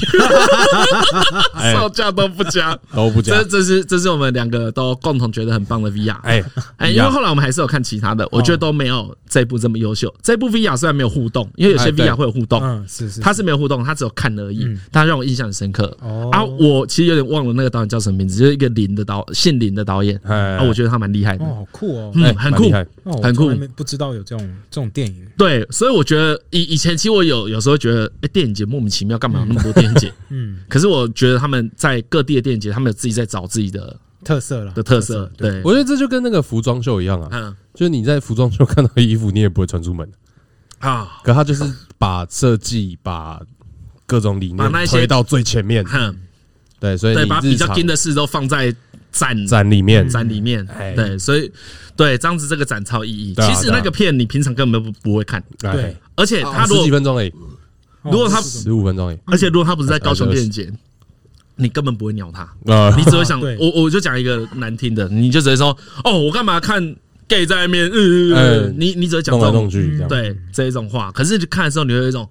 Speaker 4: *laughs*
Speaker 3: 哎，
Speaker 4: 售价都不佳。
Speaker 3: 都不讲
Speaker 4: 这，这是这是我们两个都共同觉得很棒的 VR。哎
Speaker 3: 哎
Speaker 4: 哎，因为后来我们还是有看其他的，我觉得都没有这部这么优秀。这部 VR 虽然没有互动，因为有些
Speaker 3: 哎对
Speaker 4: VR 会有互动，
Speaker 2: 嗯，是是，
Speaker 4: 它是没有互动，它只有看而已。它让我印象很深刻。
Speaker 2: 嗯哦
Speaker 4: 啊，我其实有点忘了那个导演叫什么名字，就是一个林的导，姓林的导演。
Speaker 3: 哎哎
Speaker 4: 啊，我觉得他蛮厉害的
Speaker 2: 嗯哦，。好酷哦，
Speaker 4: 嗯
Speaker 3: 哎
Speaker 4: 很
Speaker 3: 蛮
Speaker 4: 酷
Speaker 3: 厉害
Speaker 2: 哦我
Speaker 4: 很酷
Speaker 2: 从来没不知道有这种这种电影，
Speaker 4: 对，所以我觉得以以前其实我有有时候觉得，哎、电影节莫名其妙干嘛有那么多电影节？
Speaker 2: 嗯，
Speaker 4: 可是我觉得他们在各地的电影节，他们有自己在找自己的
Speaker 2: 特色啦
Speaker 4: 的特色。，对，
Speaker 3: 我觉得这就跟那个服装秀一样啊，
Speaker 4: 嗯
Speaker 3: 就是你在服装秀看到衣服，你也不会穿出门，
Speaker 4: 啊，
Speaker 3: 可他就是把设计、把各种理
Speaker 4: 把
Speaker 3: 念
Speaker 4: 那些
Speaker 3: 推到最前面，
Speaker 4: 哼，
Speaker 3: 对，所以
Speaker 4: 对，把
Speaker 3: 你
Speaker 4: 比
Speaker 3: 日
Speaker 4: 较
Speaker 3: 常
Speaker 4: 硬的事都放在展
Speaker 3: 展里面，
Speaker 4: 展里面
Speaker 3: 哎，
Speaker 4: 对，所以对这样子这个展超有意义。
Speaker 3: 对啊
Speaker 4: 其实
Speaker 3: 对啊
Speaker 4: 那个片你平常根本不不会看，
Speaker 3: 哎
Speaker 2: 对，
Speaker 4: 而且他如
Speaker 3: 十几
Speaker 4: 果
Speaker 3: 分钟而已，
Speaker 2: 哦
Speaker 4: 如果他
Speaker 2: 是
Speaker 3: 十五分钟而已，
Speaker 4: 而且如果他不是在高雄电影节，你根本不会鸟他。
Speaker 3: 呃
Speaker 4: 嗯你只会想，
Speaker 2: 对
Speaker 4: 我我就讲一个难听的，你就直接说，哦，我干嘛看 gay 在那边，呃呃，
Speaker 3: 哎
Speaker 4: 你你只会讲
Speaker 3: *laughs* 弄
Speaker 4: 这
Speaker 3: 来
Speaker 4: 种
Speaker 3: 弄去这啊
Speaker 4: 嗯
Speaker 3: 样，
Speaker 4: 对这一种话，可是看的时候你会有一种，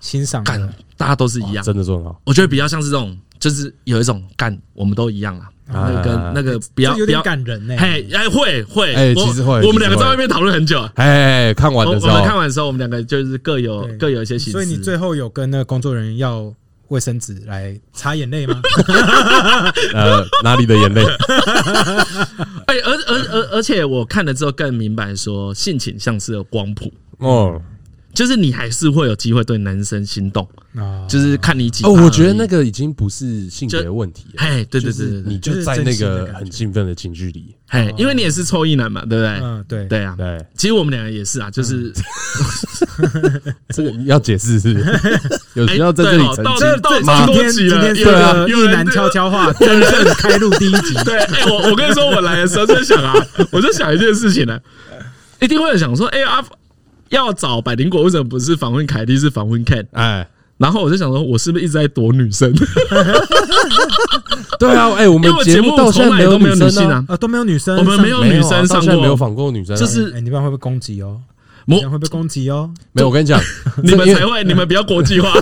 Speaker 2: 欣赏
Speaker 4: 干，大家都是一样，
Speaker 3: 啊真的做很好，
Speaker 4: 我觉得比较像是这种，就是有一种干，我们都一样啊，
Speaker 3: 啊
Speaker 4: 那个跟那个比较
Speaker 2: 这有
Speaker 4: 比
Speaker 2: 点
Speaker 4: 较，
Speaker 2: 感人欸呢。
Speaker 4: 嘿，哎会会，
Speaker 3: 欸哎
Speaker 4: 我
Speaker 3: 其实会
Speaker 4: 我们两
Speaker 3: 其实
Speaker 4: 个
Speaker 3: 会
Speaker 4: 在外面讨论很久，
Speaker 3: 哎，看完
Speaker 4: 我我
Speaker 3: 的时
Speaker 4: 们看
Speaker 3: 候，
Speaker 4: 完的时候，我们两个就是各有
Speaker 2: 对
Speaker 4: 各有一些心思，
Speaker 2: 所以你最后有跟那个工作人员要卫生纸来擦眼泪吗？
Speaker 3: 呃，哪里的眼
Speaker 4: *laughs*
Speaker 3: 泪，
Speaker 4: 哎，而而而而且我看了之后更明白说，性倾向是有光谱。
Speaker 3: 哦
Speaker 4: 就是你还是会有机会对男生心动，
Speaker 2: *laughs* 啊，
Speaker 4: 就是看你几
Speaker 3: 哦，我觉得那
Speaker 4: 个，
Speaker 3: 个已经不是性别问题，
Speaker 4: 哎，对
Speaker 3: 就
Speaker 4: 对
Speaker 3: 是
Speaker 4: 对对
Speaker 3: 你
Speaker 4: 对，
Speaker 3: 就在那个很兴奋的情绪里，
Speaker 4: 哎，因为你也是臭意男嘛，对不对？
Speaker 2: 嗯，对，
Speaker 4: 对啊，
Speaker 3: 对，嗯
Speaker 4: 其实我们两个也是啊，就是
Speaker 3: 这个要解释是不是，有需
Speaker 4: 哎，
Speaker 3: 要在这
Speaker 4: 对
Speaker 3: 里
Speaker 4: 哦
Speaker 3: 澄
Speaker 4: 到
Speaker 3: 清。
Speaker 4: 到
Speaker 2: 这
Speaker 4: 到
Speaker 2: 今
Speaker 4: 多
Speaker 2: 天
Speaker 4: 集
Speaker 2: 今
Speaker 4: 了，
Speaker 2: 天是
Speaker 4: 有人
Speaker 2: 个
Speaker 4: 有
Speaker 2: 一
Speaker 4: 人
Speaker 2: 男 *laughs* 悄悄话真正开录第一 *laughs* 集，
Speaker 4: 对，哎，我我跟你说，我来的时候就想啊，我就想一件事情呢，一定会有想说，哎啊，要找百灵果为什么不是访问凯莉，是访问 Ken？
Speaker 3: 哎，
Speaker 4: 然后我就想说，我是不是一直在躲女生？
Speaker 3: 对啊，哎，我
Speaker 4: 因为
Speaker 3: 们
Speaker 4: 我
Speaker 3: 节
Speaker 4: 节
Speaker 3: 目
Speaker 4: 目
Speaker 3: 到现
Speaker 4: 从
Speaker 3: 在
Speaker 4: 来都没
Speaker 3: 没
Speaker 4: 有女性
Speaker 3: 女生
Speaker 4: 啊，
Speaker 2: 啊，都没有女生，
Speaker 4: 我们没有
Speaker 3: 没有
Speaker 4: 女生
Speaker 3: 啊
Speaker 4: 上
Speaker 3: 到现在
Speaker 4: 过
Speaker 3: 没有访过女生啊，
Speaker 4: 就是
Speaker 2: 哎，你不然会被攻击哦，
Speaker 4: 我
Speaker 2: 你这样会被攻击哦。
Speaker 3: 没有。我跟你讲，
Speaker 4: 你们
Speaker 3: 这因为
Speaker 4: 才会，你们比较国际化，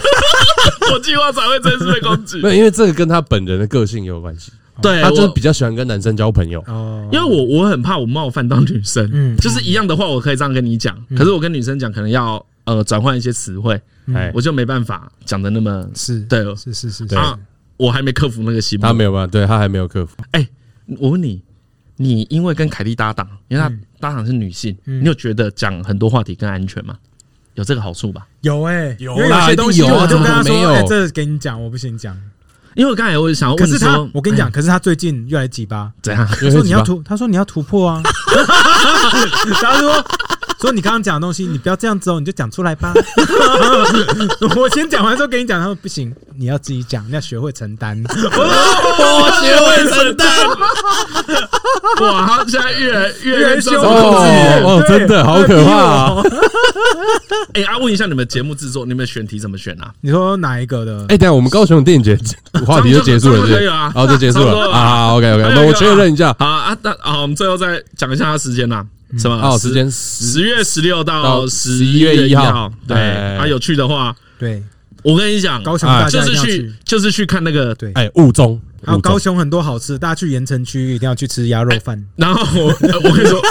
Speaker 4: *laughs* 国际化才会真是被攻击啊
Speaker 3: 没。有，因为这个跟他本人的个性也有关系，
Speaker 4: 对，
Speaker 3: 他就是
Speaker 4: 我
Speaker 3: 比较喜欢跟男生交朋友。
Speaker 2: 哦，
Speaker 4: 因为我我很怕我冒犯到女生，
Speaker 2: 嗯
Speaker 4: 就是一样的话，我可以这样跟你讲，可是我跟女生讲，可能要呃转换一些词汇，
Speaker 3: 哎
Speaker 4: 我，就没办法讲的那么
Speaker 2: 是
Speaker 4: 对
Speaker 2: 是是是，
Speaker 4: 啊，我还没克服那个心魔
Speaker 3: 他。没有办法，对他还没有克服。
Speaker 4: 哎，我问你，你因为跟凯莉搭档，因为她
Speaker 2: 嗯
Speaker 4: 搭档是女性，你有觉得讲很多话题更安全吗？有这个好处吧？
Speaker 2: 有哎，
Speaker 3: 有
Speaker 2: 因为
Speaker 3: 啦
Speaker 2: 有些东西
Speaker 3: 一定有啊
Speaker 2: 我就跟他
Speaker 3: 怎么没
Speaker 2: 说，
Speaker 3: 有
Speaker 2: 哎，这给你讲，我不行讲。
Speaker 4: 因为我刚才我想要
Speaker 2: 可
Speaker 4: 问你
Speaker 2: 是
Speaker 4: 说
Speaker 2: 他，，我跟你嗯讲，可是他最近越来越鸡巴，
Speaker 4: 哎怎样？
Speaker 2: 他说你要
Speaker 3: 突，
Speaker 2: 突，他说你要突破啊， *laughs* 他说说你刚刚讲的东西，你不要这样子哦，你就讲出来吧。 *laughs* 我先讲完之后跟你讲，他说不行，你要自己讲，你要学会承担。
Speaker 4: 我学会承
Speaker 2: *laughs*
Speaker 4: 担。哇，他现在越来越来越受控制
Speaker 3: 哦
Speaker 4: 了。
Speaker 3: 哦，真的好可怕啊！
Speaker 4: 哎、啊，问一下你们节目制作，你们选题怎么选啊？
Speaker 2: 你说哪一个的？
Speaker 3: 哎，等一下我们高雄电影节话题就结束了，
Speaker 4: 差不多
Speaker 3: 是不
Speaker 4: 可
Speaker 3: 是
Speaker 4: 以啊
Speaker 3: 然后就结束
Speaker 4: 差不多
Speaker 3: 了
Speaker 4: 了
Speaker 3: 啊。OK
Speaker 4: 还有
Speaker 3: OK，
Speaker 4: 一个
Speaker 3: 那我确认一下
Speaker 4: 好啊，那好，我们最后再讲一下他时间啦。什么？
Speaker 3: 哦，时间
Speaker 4: 十
Speaker 3: 十
Speaker 4: 月十六到
Speaker 3: 到
Speaker 4: 十
Speaker 3: 11
Speaker 4: 月
Speaker 3: 月
Speaker 4: 一
Speaker 3: 1
Speaker 4: 号
Speaker 3: 号。
Speaker 4: 对，
Speaker 3: 哎
Speaker 4: 啊，有趣的话，
Speaker 2: 对，
Speaker 4: 我跟你讲，
Speaker 2: 高雄大
Speaker 4: 就
Speaker 2: 家一
Speaker 4: 是
Speaker 2: 定要
Speaker 4: 去
Speaker 2: 去。
Speaker 4: 就是去看那个。
Speaker 2: 对
Speaker 3: 哎雾中，
Speaker 2: 还有
Speaker 3: 雾中
Speaker 2: 高雄很多好吃，大家去盐城区一定要去吃鸭肉饭。
Speaker 4: 然后我呃我跟你
Speaker 2: *laughs*
Speaker 4: 说，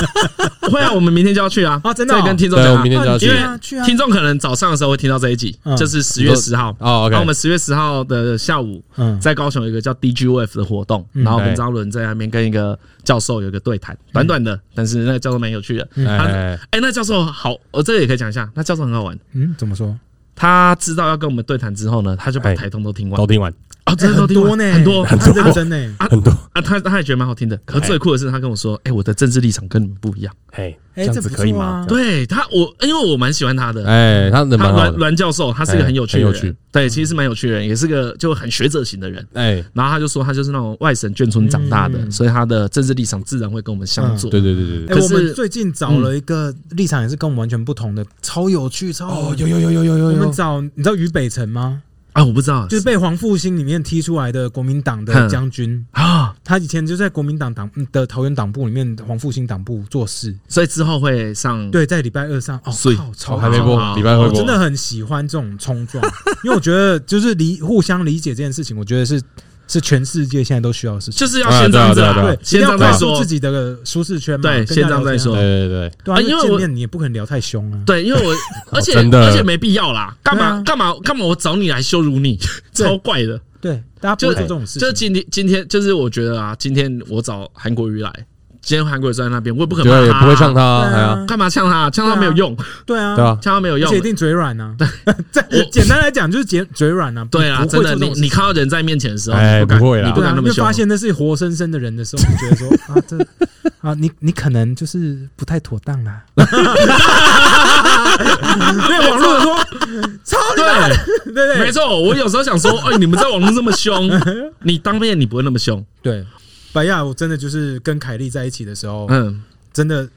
Speaker 4: 会啊，我们明天就要去啊。
Speaker 2: 啊真的哦
Speaker 4: 再跟听众
Speaker 3: 对，
Speaker 4: 讲
Speaker 3: 我
Speaker 4: 啊
Speaker 3: 们明。天就要
Speaker 2: 啊
Speaker 3: 去
Speaker 4: 因
Speaker 2: 你
Speaker 4: 为
Speaker 2: 去啊去啊
Speaker 4: 听众可能早上的时候会听到这一集，
Speaker 2: 嗯
Speaker 4: 就是十月十号。
Speaker 3: 哦
Speaker 4: 然后我们
Speaker 3: ，OK，
Speaker 4: 十月十号的下午，
Speaker 2: 嗯，
Speaker 4: 在高雄有一个叫 DGF 的活动，然后我跟
Speaker 3: 对
Speaker 4: 张伦在那边跟一个教授有一个对谈，
Speaker 3: 嗯
Speaker 4: 短短的，但是那个教授蛮有趣的。
Speaker 2: 嗯
Speaker 4: 他
Speaker 3: 哎，
Speaker 4: 哎，那教授好，我这个也可以讲一下，那教授很好玩。
Speaker 2: 嗯，怎么说？
Speaker 4: 他知道要跟我们对谈之后呢，他就把
Speaker 3: 哎
Speaker 4: 台通都听完
Speaker 3: 都。听完，
Speaker 4: 啊，真的
Speaker 2: 很
Speaker 4: 都听完
Speaker 2: 多呢，
Speaker 4: 很多
Speaker 2: 很认真呢。
Speaker 4: 啊
Speaker 3: 很多
Speaker 4: *laughs* 啊，
Speaker 3: 哎
Speaker 4: 他他也觉得蛮好听的。可是最酷的是，他跟我说：“哎，我的政治立场跟你们不一样。
Speaker 3: 嘿，这
Speaker 2: 哎
Speaker 3: 样子可以吗？
Speaker 2: 这不错
Speaker 4: 对”他，我因为我蛮喜欢他的，
Speaker 3: 哎，他人
Speaker 4: 他
Speaker 3: 蛮好
Speaker 4: 栾
Speaker 3: 的，
Speaker 4: 栾教授，他是一个很有趣的
Speaker 3: 哎
Speaker 4: 人，
Speaker 3: 很有趣
Speaker 4: 对，其实是蛮有趣的人，也是个就很学者型的人。
Speaker 3: 哎，
Speaker 4: 然后他就说，他就是那种外省眷村长大的，
Speaker 2: 嗯
Speaker 4: 所以他的政治立场自然会跟我们相左。
Speaker 3: 对对对对对，
Speaker 2: 哎，
Speaker 4: 可
Speaker 2: 我们
Speaker 4: 是
Speaker 2: 最近找了一个立场也是跟我们完全不同的，超有趣，超好玩
Speaker 3: 有有有有
Speaker 4: 哎
Speaker 3: 有
Speaker 2: 我们找你知道于北辰吗？
Speaker 4: 啊，我不知道，
Speaker 2: 就是被黄复兴里面踢出来的国民党的
Speaker 4: 哼
Speaker 2: 将军，
Speaker 4: 啊，
Speaker 2: 他以前就在国民党党嗯的桃园党部里面，黄复兴党部做事。
Speaker 4: 所以之后会上
Speaker 2: 对，在礼拜二上，哦，
Speaker 3: 所以
Speaker 2: 靠超
Speaker 3: 还没
Speaker 2: 好
Speaker 3: 过
Speaker 4: 好
Speaker 3: 礼拜会
Speaker 2: 我
Speaker 3: 过，
Speaker 2: 真的很喜欢这种冲撞，因为我觉得就是理互相理解这件事情，我觉得是是全世界现在都需要的事情。
Speaker 4: 就是要先这样子
Speaker 3: 对啊
Speaker 4: 啊
Speaker 2: 对，，
Speaker 4: 先这样再
Speaker 2: 一定要跨
Speaker 4: 说
Speaker 2: 出自。己的舒适圈嘛，
Speaker 4: 对
Speaker 2: 跟大家
Speaker 4: 先这样再
Speaker 2: 聊天啊
Speaker 4: 说
Speaker 3: 对对对，
Speaker 2: 对
Speaker 4: 啊
Speaker 2: 啊，
Speaker 4: 因
Speaker 2: 因
Speaker 4: 为
Speaker 2: 为
Speaker 4: 我
Speaker 2: 见面你也不可能聊太凶啊。
Speaker 4: 对，因为我而且
Speaker 3: 哦真的
Speaker 4: 而且没必要啦，干嘛
Speaker 2: 对啊
Speaker 4: 干嘛干嘛我找你来羞辱你，
Speaker 2: 对
Speaker 4: 超怪的。
Speaker 2: 对，大家不
Speaker 4: 就
Speaker 2: 会
Speaker 4: 是
Speaker 2: 做这种事
Speaker 4: 就是
Speaker 2: 情。
Speaker 4: 今天今天就是我觉得啊，今天我找韩国瑜来，今天韩国瑜站在那边，我也不可能
Speaker 3: 对，也
Speaker 4: 骂
Speaker 3: 不会呛他啊，
Speaker 2: 对啊
Speaker 3: 哎呀，
Speaker 4: 干嘛呛他？呛他没有用，
Speaker 2: 对啊，
Speaker 3: 对啊，
Speaker 4: 呛他没有
Speaker 2: 而
Speaker 4: 用
Speaker 2: 且一。定嘴软啊。 *laughs*
Speaker 4: 我
Speaker 2: 这简单来讲就是嘴嘴软啊。
Speaker 4: 对啊，
Speaker 2: 不
Speaker 4: 真
Speaker 2: 会
Speaker 4: 的，你
Speaker 2: 做这种事
Speaker 4: 你
Speaker 2: 情
Speaker 4: 看到人在面前的时候，
Speaker 3: 哎
Speaker 4: 你敢，
Speaker 3: 不会啦
Speaker 4: 你不
Speaker 2: 对
Speaker 4: 敢
Speaker 2: 啊，
Speaker 4: 那
Speaker 2: 因
Speaker 4: 么
Speaker 2: 为
Speaker 4: 凶
Speaker 2: 发。现那是活生生的人的时候，你觉
Speaker 4: *laughs*
Speaker 2: 得说啊，这啊，你你可能就是不太妥当
Speaker 4: *laughs*
Speaker 2: 啦。对，网络说超你妈的，对对
Speaker 4: 没错，我有时候想
Speaker 2: *laughs*
Speaker 4: 说，哎，你们在网络这么凶，你当面你不会那么凶。
Speaker 2: 对。白亚，我真的就是跟凯莉在一起的时候，
Speaker 4: 嗯，
Speaker 2: 真的，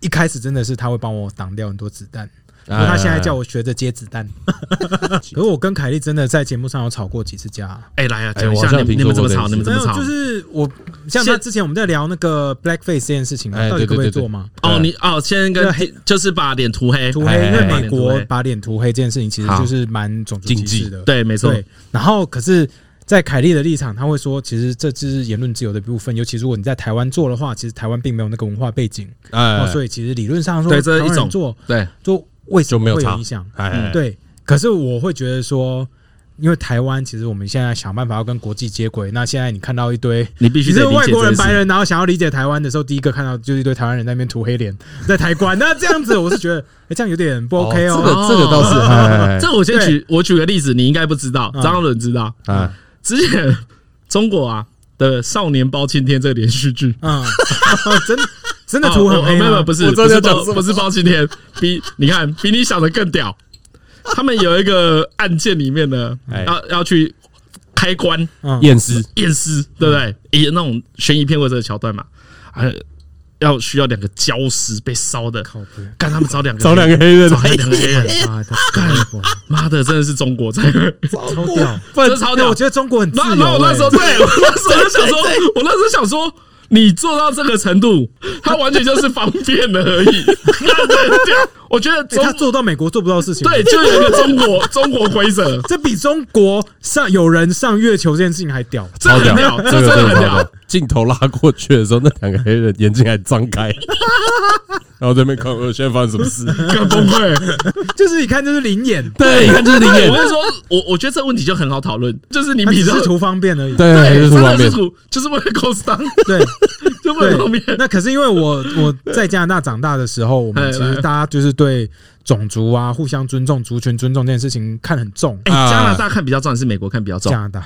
Speaker 2: 一开始真的是他会帮我挡掉很多子弹，因
Speaker 4: 啊
Speaker 2: 为
Speaker 3: 哎
Speaker 2: 他现在叫我学着接子
Speaker 4: *laughs*
Speaker 2: 弹。可是我跟凯莉真的在节目上有吵过几次架、
Speaker 4: 哎，来啊，
Speaker 3: 哎
Speaker 4: 讲一
Speaker 3: 我好
Speaker 4: 下
Speaker 3: 像
Speaker 4: 你们
Speaker 3: 听
Speaker 4: 你们
Speaker 3: 说
Speaker 4: 怎么吵，
Speaker 3: 过这
Speaker 4: 你们怎
Speaker 2: 没
Speaker 4: 么
Speaker 2: 有，
Speaker 4: 吵
Speaker 2: 就？是我像他之前我们在聊那个 blackface 这件事情嘛，
Speaker 3: 哎
Speaker 2: 到底可不可以
Speaker 3: 对对对
Speaker 2: 做嘛？
Speaker 4: 哦，你哦，先跟
Speaker 2: 对
Speaker 4: 就是把脸涂黑，
Speaker 2: 涂
Speaker 3: 哎
Speaker 2: 黑，因为
Speaker 3: 哎
Speaker 2: 美国把脸涂黑这件事情其实
Speaker 4: 好
Speaker 2: 就是蛮种族歧视的，
Speaker 4: 对，没错，
Speaker 2: 对。然后可是，在凯莉的立场，他会说，其实这只是言论自由的部分，尤其如果你在台湾做的话，其实台湾并没有那个文化背景，
Speaker 3: 哎
Speaker 2: 哦，，所以其实理论上说，
Speaker 4: 对这是一
Speaker 2: 台湾人
Speaker 4: 种
Speaker 2: 做
Speaker 4: 对，
Speaker 2: 做为什
Speaker 3: 就没
Speaker 2: 么
Speaker 3: 有
Speaker 2: 会
Speaker 3: 差
Speaker 2: 影响？
Speaker 3: 哎，
Speaker 2: 对。可是我会觉得说。因为台湾其实我们现在想办法要跟国际接轨，那现在你看到一堆
Speaker 4: 你必须
Speaker 2: 你
Speaker 4: 得
Speaker 2: 是
Speaker 4: 理解
Speaker 2: 外国人
Speaker 4: 这件
Speaker 2: 白
Speaker 4: 事
Speaker 2: 人，然后想要理解台湾的时候，第一个看到就是一堆台湾人在那边涂黑脸， *laughs* 在台湾。那这样子，我是觉得，哎，这样有点不 OK
Speaker 3: 这
Speaker 2: 哦。
Speaker 3: 个这个倒是，哎
Speaker 4: 这我先
Speaker 2: 对
Speaker 4: 举我举个例子，你应该不知道，
Speaker 2: 嗯
Speaker 4: 张伦知道。
Speaker 3: 哎哎，
Speaker 4: 之前中国啊的《少年包青天》这个连续剧，
Speaker 2: 嗯， *laughs* 真真的涂
Speaker 4: 哦
Speaker 2: 很
Speaker 4: 哦
Speaker 2: 黑
Speaker 4: 没有没有
Speaker 2: 吗？
Speaker 4: 不是
Speaker 3: 我知
Speaker 4: 不
Speaker 3: 道你
Speaker 4: 是
Speaker 3: 要讲
Speaker 4: 包
Speaker 3: 什么
Speaker 4: 不是包青天，比你看比你想的更屌。他们有一个案件里面呢
Speaker 3: 哎，
Speaker 4: 要要去开棺
Speaker 2: 嗯，
Speaker 3: 验尸
Speaker 4: 验尸，对不对？以那种悬疑片或者桥段嘛，啊，要需要两个焦尸被烧的，
Speaker 2: 靠背
Speaker 4: 干他们找两个
Speaker 3: 找两个黑人
Speaker 4: 找，两个黑人， *laughs*
Speaker 2: 啊，干
Speaker 4: 妈的，真的是中国在，
Speaker 2: 超屌！
Speaker 4: 真的超
Speaker 2: 对，
Speaker 4: 屌
Speaker 2: 我。觉得中国很自
Speaker 4: 然后，
Speaker 2: 由。
Speaker 4: 然后我那时候，
Speaker 2: 哎
Speaker 4: 对我那时候就想说，我那时候想说，你做到这个程度，他完全就是方便了而已。那真的我觉得中
Speaker 2: 他做到美国做不到的事情，
Speaker 4: 对，，就有一个中国中国规则，
Speaker 2: 这比中国上有人上月球这件事情还屌。
Speaker 4: 这很
Speaker 3: 屌
Speaker 4: 屌，，
Speaker 3: 这
Speaker 4: 这
Speaker 3: 个
Speaker 4: 真的
Speaker 3: 真的
Speaker 4: 很
Speaker 3: 超
Speaker 4: 屌
Speaker 3: 屌。。镜头拉过去的时候，那两个黑人眼睛还张开，然后在那边看我现在发生什么事。
Speaker 4: 更崩溃，
Speaker 2: 就是你看，就是灵眼，
Speaker 3: 对，你看这是灵
Speaker 4: 对，我
Speaker 3: 眼，
Speaker 4: 跟你说，我我觉得这问题就很好讨论，就是你
Speaker 2: 他
Speaker 4: 比
Speaker 2: 只
Speaker 4: 较
Speaker 2: 是图方便而已。
Speaker 3: 对，
Speaker 4: 对，
Speaker 3: 这是
Speaker 4: 真
Speaker 3: 图方
Speaker 4: 的
Speaker 3: 面
Speaker 4: 是，图，就是为了勾当，
Speaker 2: 对。
Speaker 4: *laughs* 就为
Speaker 2: 对
Speaker 4: 了方便，
Speaker 2: 那可是因为我 *laughs* 我在加拿大长大的时候，我
Speaker 4: *laughs* 哎
Speaker 2: 们其实大家就是对种族啊、互相尊重、族群尊重这件事情看很重。
Speaker 4: 哎，
Speaker 3: 啊
Speaker 4: 加拿大看比较重，还是美国看比较重
Speaker 2: 加？拿大，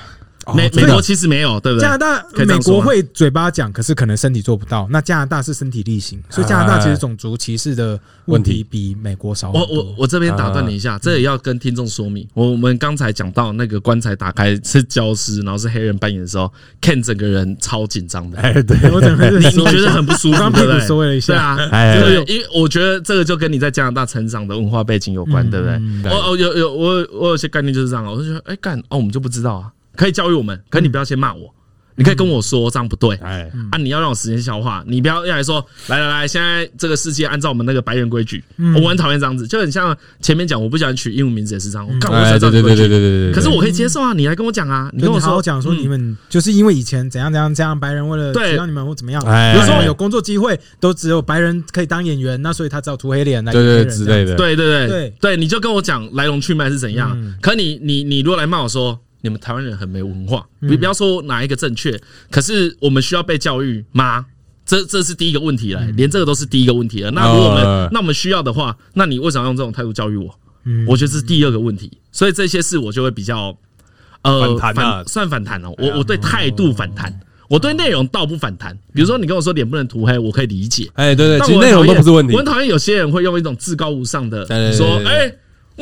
Speaker 4: 美
Speaker 3: 哦
Speaker 4: 美国其实没有，对不对
Speaker 2: 加？拿大
Speaker 4: 可以这
Speaker 2: 美
Speaker 4: 样说
Speaker 2: 国
Speaker 4: 吗
Speaker 2: 会嘴巴讲，可是可能身体做不到。那加拿大是身体力
Speaker 4: 哎
Speaker 2: 行，所以加拿大其实种族歧视的问题比美国少
Speaker 4: 我
Speaker 2: 很 *laughs*
Speaker 4: 我
Speaker 2: 多。
Speaker 4: 我这边打断你一
Speaker 3: 啊
Speaker 4: 下，这也要跟听众说明。我我们刚才讲到那个棺材打开是焦尸，然后是黑人扮演的时候，Ken 整个人超紧张的，
Speaker 3: 哎，对，
Speaker 2: 我整个
Speaker 4: 你
Speaker 2: 是
Speaker 4: 觉得很不舒
Speaker 3: *laughs*
Speaker 2: 我
Speaker 4: 服，
Speaker 2: 刚
Speaker 4: 对
Speaker 2: 屁
Speaker 4: 不
Speaker 2: 股
Speaker 4: 对？
Speaker 2: 缩了一
Speaker 4: 对
Speaker 2: 下，
Speaker 4: 啊，
Speaker 3: 哎
Speaker 4: 对，因为我觉得这个就跟你在加拿大成长的文化背景有关，
Speaker 2: 嗯
Speaker 4: 对不对？
Speaker 2: 嗯
Speaker 3: 对
Speaker 4: 我我有有我有我有些概念就是这样，我就觉得哎干哦，我们就不知道啊，可以教育我们，可你不要先骂我，你可以跟我说这样不对，
Speaker 3: 哎，
Speaker 4: 啊，你要让我时间消化，你不要要来说，来来来，现在这个世界按照我们那个白人规矩，我很讨厌这样子，就很像前面讲，我不喜欢取英文名字也是这样，我干，我不喜
Speaker 3: 哎，
Speaker 4: 欢这
Speaker 3: 对
Speaker 4: 样的规
Speaker 3: 对对对对
Speaker 4: 矩，
Speaker 3: 对对。
Speaker 4: 可是我可以接受啊，你来跟我讲啊，你
Speaker 2: 跟
Speaker 4: 跟
Speaker 2: 我
Speaker 4: 我
Speaker 2: 好好
Speaker 4: 说
Speaker 2: 讲说
Speaker 4: 嗯
Speaker 2: 你们就是因为以前怎样怎样怎样，白人为了
Speaker 4: 对
Speaker 2: 让你们或怎么样，
Speaker 3: 哎
Speaker 2: 有时候
Speaker 3: 哎
Speaker 2: 有工作机会都只有白人可以当演员，那所以他只好涂黑脸来演黑
Speaker 3: 对对
Speaker 2: 人
Speaker 3: 之
Speaker 2: 这样
Speaker 3: 类
Speaker 2: 子
Speaker 3: 的，
Speaker 4: 对对对
Speaker 2: 对
Speaker 4: 对，你就跟我讲来龙去脉是怎样
Speaker 2: 嗯。
Speaker 4: 可你你你如果来骂我说你们台湾人很没文化，你不要说哪一个正确，可是我们需要被教育吗？这这是第一个问题了，连这个都是第一个问题了。那如果我们
Speaker 3: 呃
Speaker 4: 那我们需要的话，那你为什么要用这种态度教育我？
Speaker 2: 嗯
Speaker 4: 我觉得这是第二个问题。所以这些事我就会比较。呃
Speaker 3: 反弹啊哦
Speaker 4: 算反弹哦。我我对态度反弹，我对内容倒不反弹。比如说你跟我说脸不能涂黑，我可以理解。
Speaker 3: 哎，对对，
Speaker 4: 但
Speaker 3: 其实
Speaker 4: 我很
Speaker 3: 内容
Speaker 4: 讨
Speaker 3: 都
Speaker 4: 厌
Speaker 3: 不是问题
Speaker 4: 我。很讨厌有些人会用一种至高无上的
Speaker 3: 对对对
Speaker 4: 说
Speaker 3: 对：“对
Speaker 4: 哎、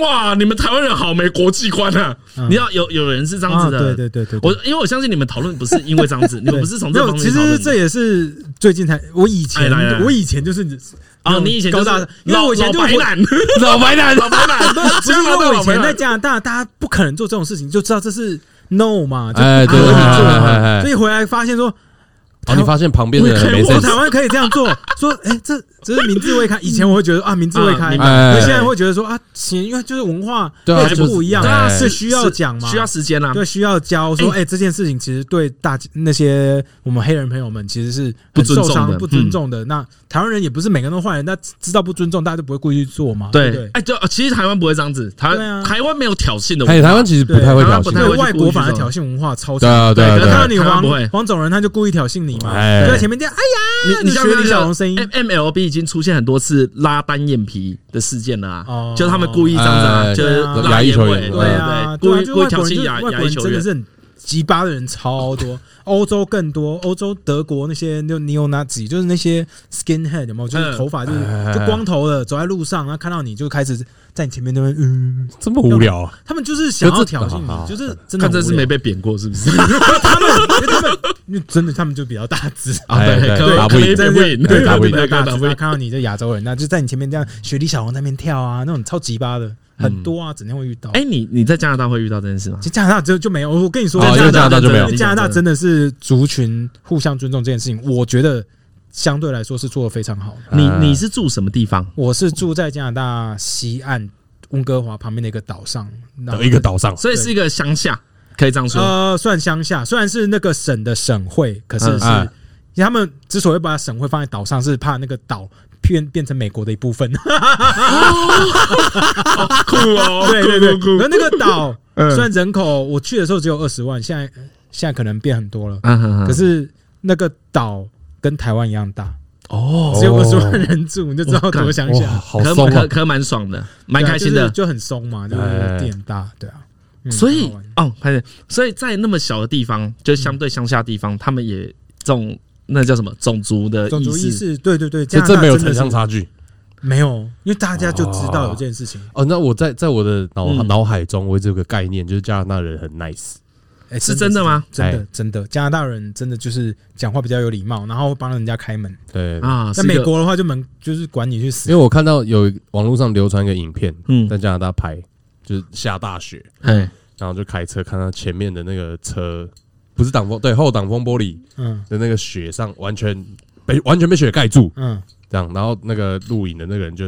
Speaker 4: 哇，你们台湾人好没国际观啊！”你知道有有人是这样
Speaker 2: 嗯啊，
Speaker 4: 子的，
Speaker 2: 对对对对，对
Speaker 4: 我因为我相信你们讨论不是因为这
Speaker 2: *laughs*
Speaker 4: 样子，你
Speaker 2: 对
Speaker 4: 们不是从
Speaker 2: 没
Speaker 4: 这
Speaker 2: 有
Speaker 4: 方面
Speaker 2: 其
Speaker 4: 讨
Speaker 2: 实
Speaker 4: 论
Speaker 2: 这
Speaker 4: 的。
Speaker 2: 也是最近才，我以前
Speaker 4: 哎来来来
Speaker 2: 我以前就是
Speaker 4: 哦，你以前就是
Speaker 2: 高大
Speaker 4: 老
Speaker 2: 因为我以前就
Speaker 4: 老白
Speaker 2: 我 *laughs*
Speaker 4: 男，
Speaker 3: 老白男，
Speaker 4: *laughs* 老白男，
Speaker 2: 不是因为
Speaker 4: *laughs*
Speaker 2: 我以前在
Speaker 4: 在
Speaker 2: 加拿大，大家不可能做这种事情，就知道这是 no 嘛，就
Speaker 3: 哎
Speaker 2: 不可
Speaker 3: 对
Speaker 2: 以做
Speaker 3: 哎哎
Speaker 2: 嘛，
Speaker 3: 哎
Speaker 2: 所以回来发现说，
Speaker 3: 哦，你发现旁边的人没
Speaker 2: 我
Speaker 3: sense，
Speaker 2: 台湾可以这样做，说哎，这这是明智未开。以前我会觉得啊，明智未
Speaker 4: 嗯啊
Speaker 2: 开，
Speaker 4: 明
Speaker 3: 白哎
Speaker 2: 那现在会觉得说啊，行，因为就是文化
Speaker 3: 对啊
Speaker 2: 背景
Speaker 3: 就是
Speaker 2: 不一样，
Speaker 3: 对啊
Speaker 2: 是
Speaker 3: 是
Speaker 2: 需要讲嘛，
Speaker 4: 需要时间啊，
Speaker 2: 对，需要教说，
Speaker 4: 哎
Speaker 2: 哎、这件事情其实对大家那些我们黑人朋友们其实是
Speaker 4: 不
Speaker 2: 很
Speaker 4: 尊
Speaker 2: 受
Speaker 4: 重
Speaker 2: 伤、
Speaker 4: 的嗯
Speaker 2: 不尊重的。那台湾人也不是每个人都坏人，那知道不尊重，大家就不会故意去做嘛。对不
Speaker 4: 对
Speaker 2: 对，，
Speaker 4: 哎，就其实台湾不会这样子，台
Speaker 2: 对啊
Speaker 4: 湾台湾没有挑衅的文化，
Speaker 3: 哎，台湾其实不太会
Speaker 4: 对台
Speaker 3: 挑
Speaker 4: 湾不太
Speaker 2: 对
Speaker 4: 会
Speaker 3: 衅，
Speaker 2: 外国反
Speaker 4: 故意
Speaker 2: 而
Speaker 4: 去
Speaker 2: 挑衅文化超
Speaker 3: 对
Speaker 2: 强。
Speaker 3: 啊对啊
Speaker 2: 可能
Speaker 3: 对
Speaker 2: 看到
Speaker 3: 啊，
Speaker 2: 你
Speaker 4: 台湾不
Speaker 2: 黄
Speaker 4: 会
Speaker 2: 黄种人，他就故意挑衅你嘛，
Speaker 3: 哎
Speaker 2: 就在前面这样，哎呀，
Speaker 4: 你你像
Speaker 2: 学李
Speaker 4: 那
Speaker 2: 小龙
Speaker 4: 个哎
Speaker 2: 声音，
Speaker 4: M L B 已经出现很多次拉单眼皮的事件了啊
Speaker 2: 哦，
Speaker 4: 就他们故意这样子啊，
Speaker 3: 哎
Speaker 4: 就是
Speaker 2: 对啊
Speaker 4: 拉
Speaker 3: 亚裔
Speaker 4: 眼
Speaker 3: 球
Speaker 4: 尾，
Speaker 3: 员
Speaker 2: 对啊，
Speaker 4: 对，故意
Speaker 2: 对啊就
Speaker 4: 故意
Speaker 2: 外
Speaker 4: 挑
Speaker 2: 国人
Speaker 4: 衅
Speaker 2: 就是
Speaker 4: 亚
Speaker 2: 外
Speaker 4: 亚
Speaker 2: 国
Speaker 4: 裔
Speaker 2: 人
Speaker 4: 球
Speaker 2: 真
Speaker 4: 员
Speaker 2: 的是。很鸡巴的人
Speaker 4: *laughs*
Speaker 2: 超多，欧洲更多，欧洲德国那些就 neo Nazi，就是那些 skinhead 有没有？就是
Speaker 4: 嗯
Speaker 2: 头发就是
Speaker 3: 哎
Speaker 2: 就光头的，走在路上，然后看到你就开始在你前面那边，嗯，
Speaker 3: 这么
Speaker 4: *laughs*
Speaker 3: 无聊啊，
Speaker 2: 他们就是想要挑衅
Speaker 3: 好好
Speaker 2: 你，就是真的
Speaker 4: 啊看
Speaker 2: 很无聊，
Speaker 4: 这是没被扁过是不是？
Speaker 2: 他们，因为他们，因为真的他们就比较大只。
Speaker 4: 啊，
Speaker 3: *laughs* 哎
Speaker 4: 对，
Speaker 3: 对
Speaker 4: 可能
Speaker 3: 打不
Speaker 4: 可能
Speaker 3: 赢
Speaker 4: 被不赢，
Speaker 3: 对打不赢
Speaker 2: 比较
Speaker 4: 对，
Speaker 2: 大
Speaker 4: 打
Speaker 2: 只，
Speaker 4: 不
Speaker 2: 然后
Speaker 4: 赢。
Speaker 2: 看到你这亚洲人，那就在你前面这样雪地小龙在那边跳啊，那种超级巴的很多啊，整天会遇到。
Speaker 4: 哎，你你在加拿大会遇到这件事吗
Speaker 2: 其？实加拿大就就没有，我跟你说，
Speaker 3: 哦
Speaker 2: 加
Speaker 3: 因为加
Speaker 2: 拿大
Speaker 3: 拿大就没有啊
Speaker 2: 因为加拿大真的是族群互相尊重这件事情，我觉得相对来说是做的非常好的。
Speaker 4: 你你是住什么地方？
Speaker 2: 我是住在加拿大西岸温哥华旁边的一个岛上，然后
Speaker 3: 一个岛上，
Speaker 4: 所以是一个乡下，可以这样说。
Speaker 2: 呃算乡下，虽然是那个省的省会，可是
Speaker 4: 嗯
Speaker 2: 是、
Speaker 3: 哎
Speaker 2: 他们之所以把省会放在岛上，是怕那个岛。变变成美国的一部分，
Speaker 4: 酷哦 *laughs*
Speaker 2: 对对对。
Speaker 4: 酷
Speaker 2: *laughs* 而那个岛
Speaker 4: 嗯
Speaker 2: 虽然人口我去的时候只有二十万，现在现在可能变很多了。
Speaker 3: 嗯
Speaker 4: 啊哈哈
Speaker 2: 可是那个岛跟台湾一样大，
Speaker 4: 哦，
Speaker 2: 只有二十万人住，你就知道多乡
Speaker 3: 哇，
Speaker 2: 下，
Speaker 3: 好
Speaker 4: 可
Speaker 3: 松啊
Speaker 4: 可，可蛮爽的，蛮
Speaker 2: 对啊
Speaker 4: 开心
Speaker 2: 就
Speaker 4: 的
Speaker 2: 是。就很松嘛，就是
Speaker 3: 哎
Speaker 2: 地很大，对啊。嗯
Speaker 4: 所以
Speaker 2: 很好玩
Speaker 4: 哦，拍的，所以在那么小的地方，就相对乡下地方，他们也这种那叫什么种族的
Speaker 2: 种族
Speaker 4: 意
Speaker 2: 意
Speaker 4: 识。
Speaker 2: 识，对对对，加
Speaker 3: 这
Speaker 2: 拿
Speaker 3: 这
Speaker 2: 大
Speaker 3: 没有
Speaker 2: 真
Speaker 3: 城
Speaker 2: 的
Speaker 3: 乡
Speaker 2: 是
Speaker 3: 差距。
Speaker 2: 没有，因为大家就知道有这件事情。
Speaker 3: 哦，那我在在我的脑
Speaker 4: 嗯
Speaker 3: 脑海中，我一直有个概念，就是加拿大人很 nice。
Speaker 2: 哎，
Speaker 4: 是真的吗？
Speaker 2: 真的
Speaker 3: 哎
Speaker 2: 真的，加拿大人真的就是讲话比较有礼貌，然后会帮人家开门。
Speaker 3: 对，
Speaker 4: 啊，
Speaker 2: 在
Speaker 4: 是一
Speaker 2: 美
Speaker 4: 个
Speaker 2: 国的话，就门就是管你去死
Speaker 3: 因为。我看到有网络上流传一个影片，
Speaker 4: 嗯
Speaker 3: 在加拿大拍，就是下大雪，
Speaker 4: 哎，
Speaker 3: 然后就开车看到前面的那个车，不是挡风，对，后挡风玻璃
Speaker 2: 嗯
Speaker 3: 的那个雪上完全被完全被雪盖住，
Speaker 2: 嗯，
Speaker 3: 这样，然后那个录影的那个人就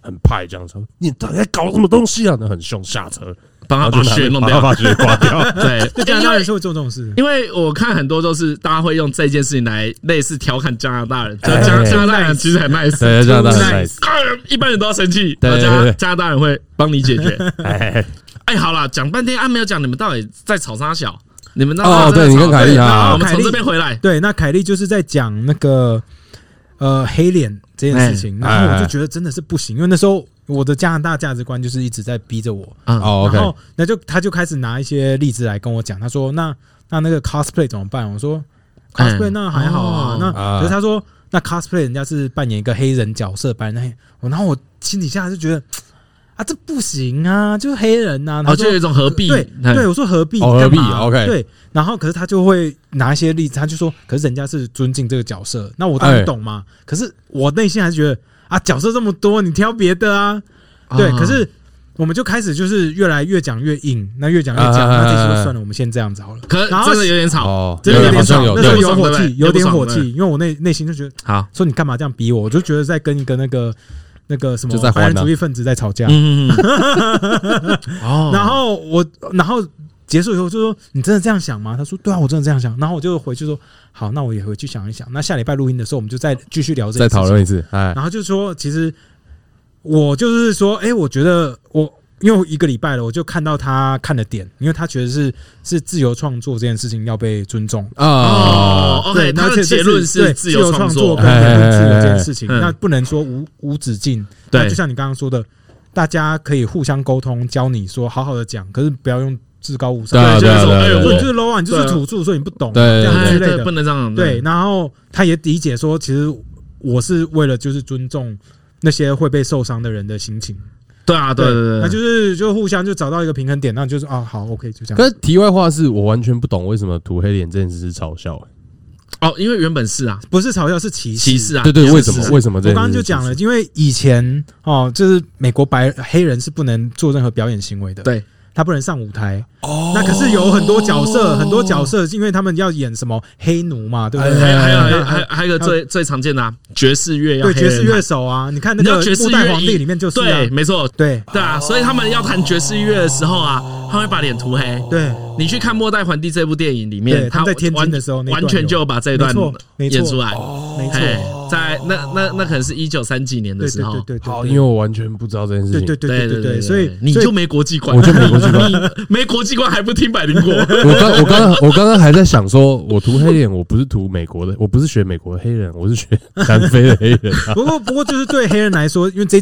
Speaker 3: 很派，这样说：“你到底在搞什么东西啊？”那很凶，下车，
Speaker 4: 帮他
Speaker 3: 然后
Speaker 4: 把
Speaker 3: 就拿
Speaker 4: 血弄
Speaker 3: 把他
Speaker 4: 掉。
Speaker 3: 把雪刮掉。
Speaker 4: 对，
Speaker 2: *laughs* 对，加拿大
Speaker 4: 因
Speaker 2: 人
Speaker 4: 为
Speaker 2: 是会做这种事。
Speaker 4: 因为我看很多都是大家会用这件事情来类似调侃加拿大人，就
Speaker 3: 哎
Speaker 4: 加加拿大人其实很 nice，
Speaker 3: 对，加拿大
Speaker 4: nice
Speaker 3: 很
Speaker 4: *laughs*
Speaker 3: nice。
Speaker 4: 啊一般人都要生气，
Speaker 3: 对
Speaker 4: 然后加
Speaker 3: 对对
Speaker 4: 加拿大人会帮你解决。
Speaker 3: 哎，
Speaker 4: 哎，好啦，讲半天啊，没有讲你们到底在吵啥小？你们到底
Speaker 3: 哦
Speaker 4: 在
Speaker 3: 对你
Speaker 4: 吵
Speaker 3: 跟凯莉啊
Speaker 4: 对我们
Speaker 2: 凯
Speaker 4: 从
Speaker 2: 莉
Speaker 4: 这边回来，
Speaker 2: 对，那凯莉就是在讲那个呃黑脸这件事情，
Speaker 3: 哎
Speaker 2: 然后我就觉得真的是不行，因为那时候我的加拿大价值观就是一直在逼着我，
Speaker 4: 啊，
Speaker 3: 哦
Speaker 2: 然
Speaker 3: ，OK，
Speaker 2: 后那就他就开始拿一些例子来跟我讲，他说那那那个 cosplay 怎么办？我说
Speaker 4: 嗯
Speaker 2: cosplay 那还好啊
Speaker 4: 哦，
Speaker 2: 那
Speaker 3: 啊
Speaker 2: 可是他说那 cosplay 人家是扮演一个黑人角色扮演那，我然后我心底下就觉得。啊，这不行啊！就是黑人呐、啊，然后
Speaker 4: 哦，就有一种何必
Speaker 2: 对
Speaker 4: 哎
Speaker 2: 对，我说何必？
Speaker 3: 哦何必
Speaker 2: 干嘛
Speaker 3: OK
Speaker 2: 对，然后可是他就会拿一些例子，他就说，可是人家是尊敬这个角色，那我当
Speaker 3: 哎
Speaker 2: 然懂嘛。可是我内心还是觉得啊，角色这么多，你挑别的啊。对，
Speaker 4: 啊
Speaker 2: 可是我们就开始就是越来越讲越硬，那越讲越
Speaker 3: 啊
Speaker 2: 僵，
Speaker 3: 啊啊
Speaker 2: 那这
Speaker 3: 啊
Speaker 2: 次
Speaker 3: 啊
Speaker 2: 就算了，我们先这样子好了。
Speaker 4: 可
Speaker 2: 然后
Speaker 4: 真的有点吵。
Speaker 3: 哦，
Speaker 2: 真的有
Speaker 3: 好
Speaker 2: 点
Speaker 3: 像
Speaker 2: 爽，
Speaker 3: 有
Speaker 2: 那时候
Speaker 3: 对
Speaker 2: 有火
Speaker 4: 对不爽
Speaker 2: 气，有点火
Speaker 4: 对
Speaker 2: 气，因为我内内心就觉得，
Speaker 4: 好，
Speaker 2: 说你干嘛这样逼我？我就觉得在跟一个那个那个什么
Speaker 3: 就在还
Speaker 2: 白人
Speaker 3: 啊
Speaker 2: 主义分子在吵架。
Speaker 4: 嗯，
Speaker 2: *laughs*
Speaker 4: 哦
Speaker 2: 然后我，然后结束以后就说：“你真的这样想吗？”他说：“对啊，我真的这样想。”然后我就回去说：“好，那我也回去想一想。那下礼拜录音的时候，我们就再继续聊这
Speaker 3: 再
Speaker 2: 个事
Speaker 3: 讨
Speaker 2: 情。
Speaker 3: 论一次，哎，
Speaker 4: 嗯
Speaker 2: 然后就说，其实我就是说，哎、我觉得我因为我一个礼拜了，我就看到他看的点，因为他觉得是是自由创作这件事情要被尊重。
Speaker 4: 哦
Speaker 3: 啊，
Speaker 4: ，OK，
Speaker 2: 对
Speaker 4: 他
Speaker 2: 而
Speaker 4: 的
Speaker 2: 且
Speaker 4: 结
Speaker 2: 这
Speaker 4: 论
Speaker 2: 对
Speaker 4: 是
Speaker 2: 自
Speaker 4: 自由
Speaker 2: 创
Speaker 4: 创作
Speaker 2: 跟，言论自由这件事情，
Speaker 4: 嗯
Speaker 2: 那不能说无无止境。
Speaker 4: 对
Speaker 2: 那就像你刚刚说的，大家可以互相沟通，教你说好好的讲，可是不要用至高无上
Speaker 3: 对，啊
Speaker 4: 就
Speaker 3: 对
Speaker 4: 那
Speaker 3: 啊
Speaker 4: 种
Speaker 3: 对
Speaker 4: 哎
Speaker 3: 啊
Speaker 4: 呦
Speaker 3: 对
Speaker 2: 所以
Speaker 3: 啊
Speaker 2: 你就是 low 啊，你就是土著，所以你不懂啊
Speaker 3: 对
Speaker 2: 这样
Speaker 4: 哎
Speaker 2: 之类的
Speaker 4: 这不。能这样。
Speaker 2: 对，，然后他也理解说，其实我是为了就是尊重那些会被受伤的人的心情。
Speaker 4: 对啊，对对对，
Speaker 2: 那就是就互相就找到一个平衡点，那就是啊，好，OK，就这
Speaker 3: 可
Speaker 2: 样。
Speaker 3: 是题外话是我完全不懂为什么涂黑脸这件事是嘲笑、欸
Speaker 4: 哦，因为原本是啊，
Speaker 2: 不是嘲笑，是歧视。
Speaker 4: 歧视啊，
Speaker 3: 对对，
Speaker 4: 原
Speaker 3: 为
Speaker 4: 本
Speaker 3: 什
Speaker 4: 是
Speaker 3: 么
Speaker 4: 啊
Speaker 3: 为什么
Speaker 2: 我
Speaker 3: 这件事
Speaker 2: 刚刚就讲了，因为以前哦，就是美国白黑人是不能做任何表演行为的，
Speaker 4: 对，
Speaker 2: 他不能上舞台。哦，那可是有很多角色，很多角色，因为他们要演什么黑奴嘛，对不对？
Speaker 4: 还有还有
Speaker 2: 还
Speaker 4: 还有还有还有一个最最常见的啊，爵士乐哎要
Speaker 2: 哎对
Speaker 4: 黑人
Speaker 2: 爵士乐手啊，你看那
Speaker 4: 你要
Speaker 2: 个
Speaker 4: 爵士
Speaker 2: 《
Speaker 4: 乐
Speaker 2: 末代皇帝》里面就是啊
Speaker 4: 对，，没错，
Speaker 2: 对
Speaker 4: 对啊，所以他们要弹爵士乐的时候啊，他会把脸涂黑。
Speaker 2: 对，
Speaker 4: 你去看《末代皇帝》这部电影里
Speaker 2: 对
Speaker 4: 面，
Speaker 2: 他们在天津的时候
Speaker 4: 完
Speaker 2: 那
Speaker 4: 完
Speaker 2: 段有
Speaker 4: 全就把这一
Speaker 2: 没
Speaker 4: 段
Speaker 2: 错，没
Speaker 4: 演出
Speaker 2: 错，哦
Speaker 4: 来。
Speaker 2: 没错，
Speaker 4: 嘿，在那那那可能是一九三几年的
Speaker 2: 对
Speaker 4: 时
Speaker 2: 对
Speaker 4: 候
Speaker 2: 对，对，
Speaker 3: 好，因为我完全不知道这件事
Speaker 2: 对
Speaker 3: 情。
Speaker 2: 对对对
Speaker 4: 对
Speaker 2: 对对，所以
Speaker 4: 你
Speaker 2: 所以
Speaker 4: 就没国际观，
Speaker 3: 我就美国去
Speaker 4: *laughs*
Speaker 3: 吧。
Speaker 4: 没国际观还不听百
Speaker 2: *laughs*
Speaker 4: 灵果，
Speaker 3: 我刚我刚刚我刚刚还在想说，我涂黑脸，我不是涂美国的，我不是学美国的黑人，我是学南非的黑人啊。
Speaker 2: 不过不过就是对黑人来说，因为这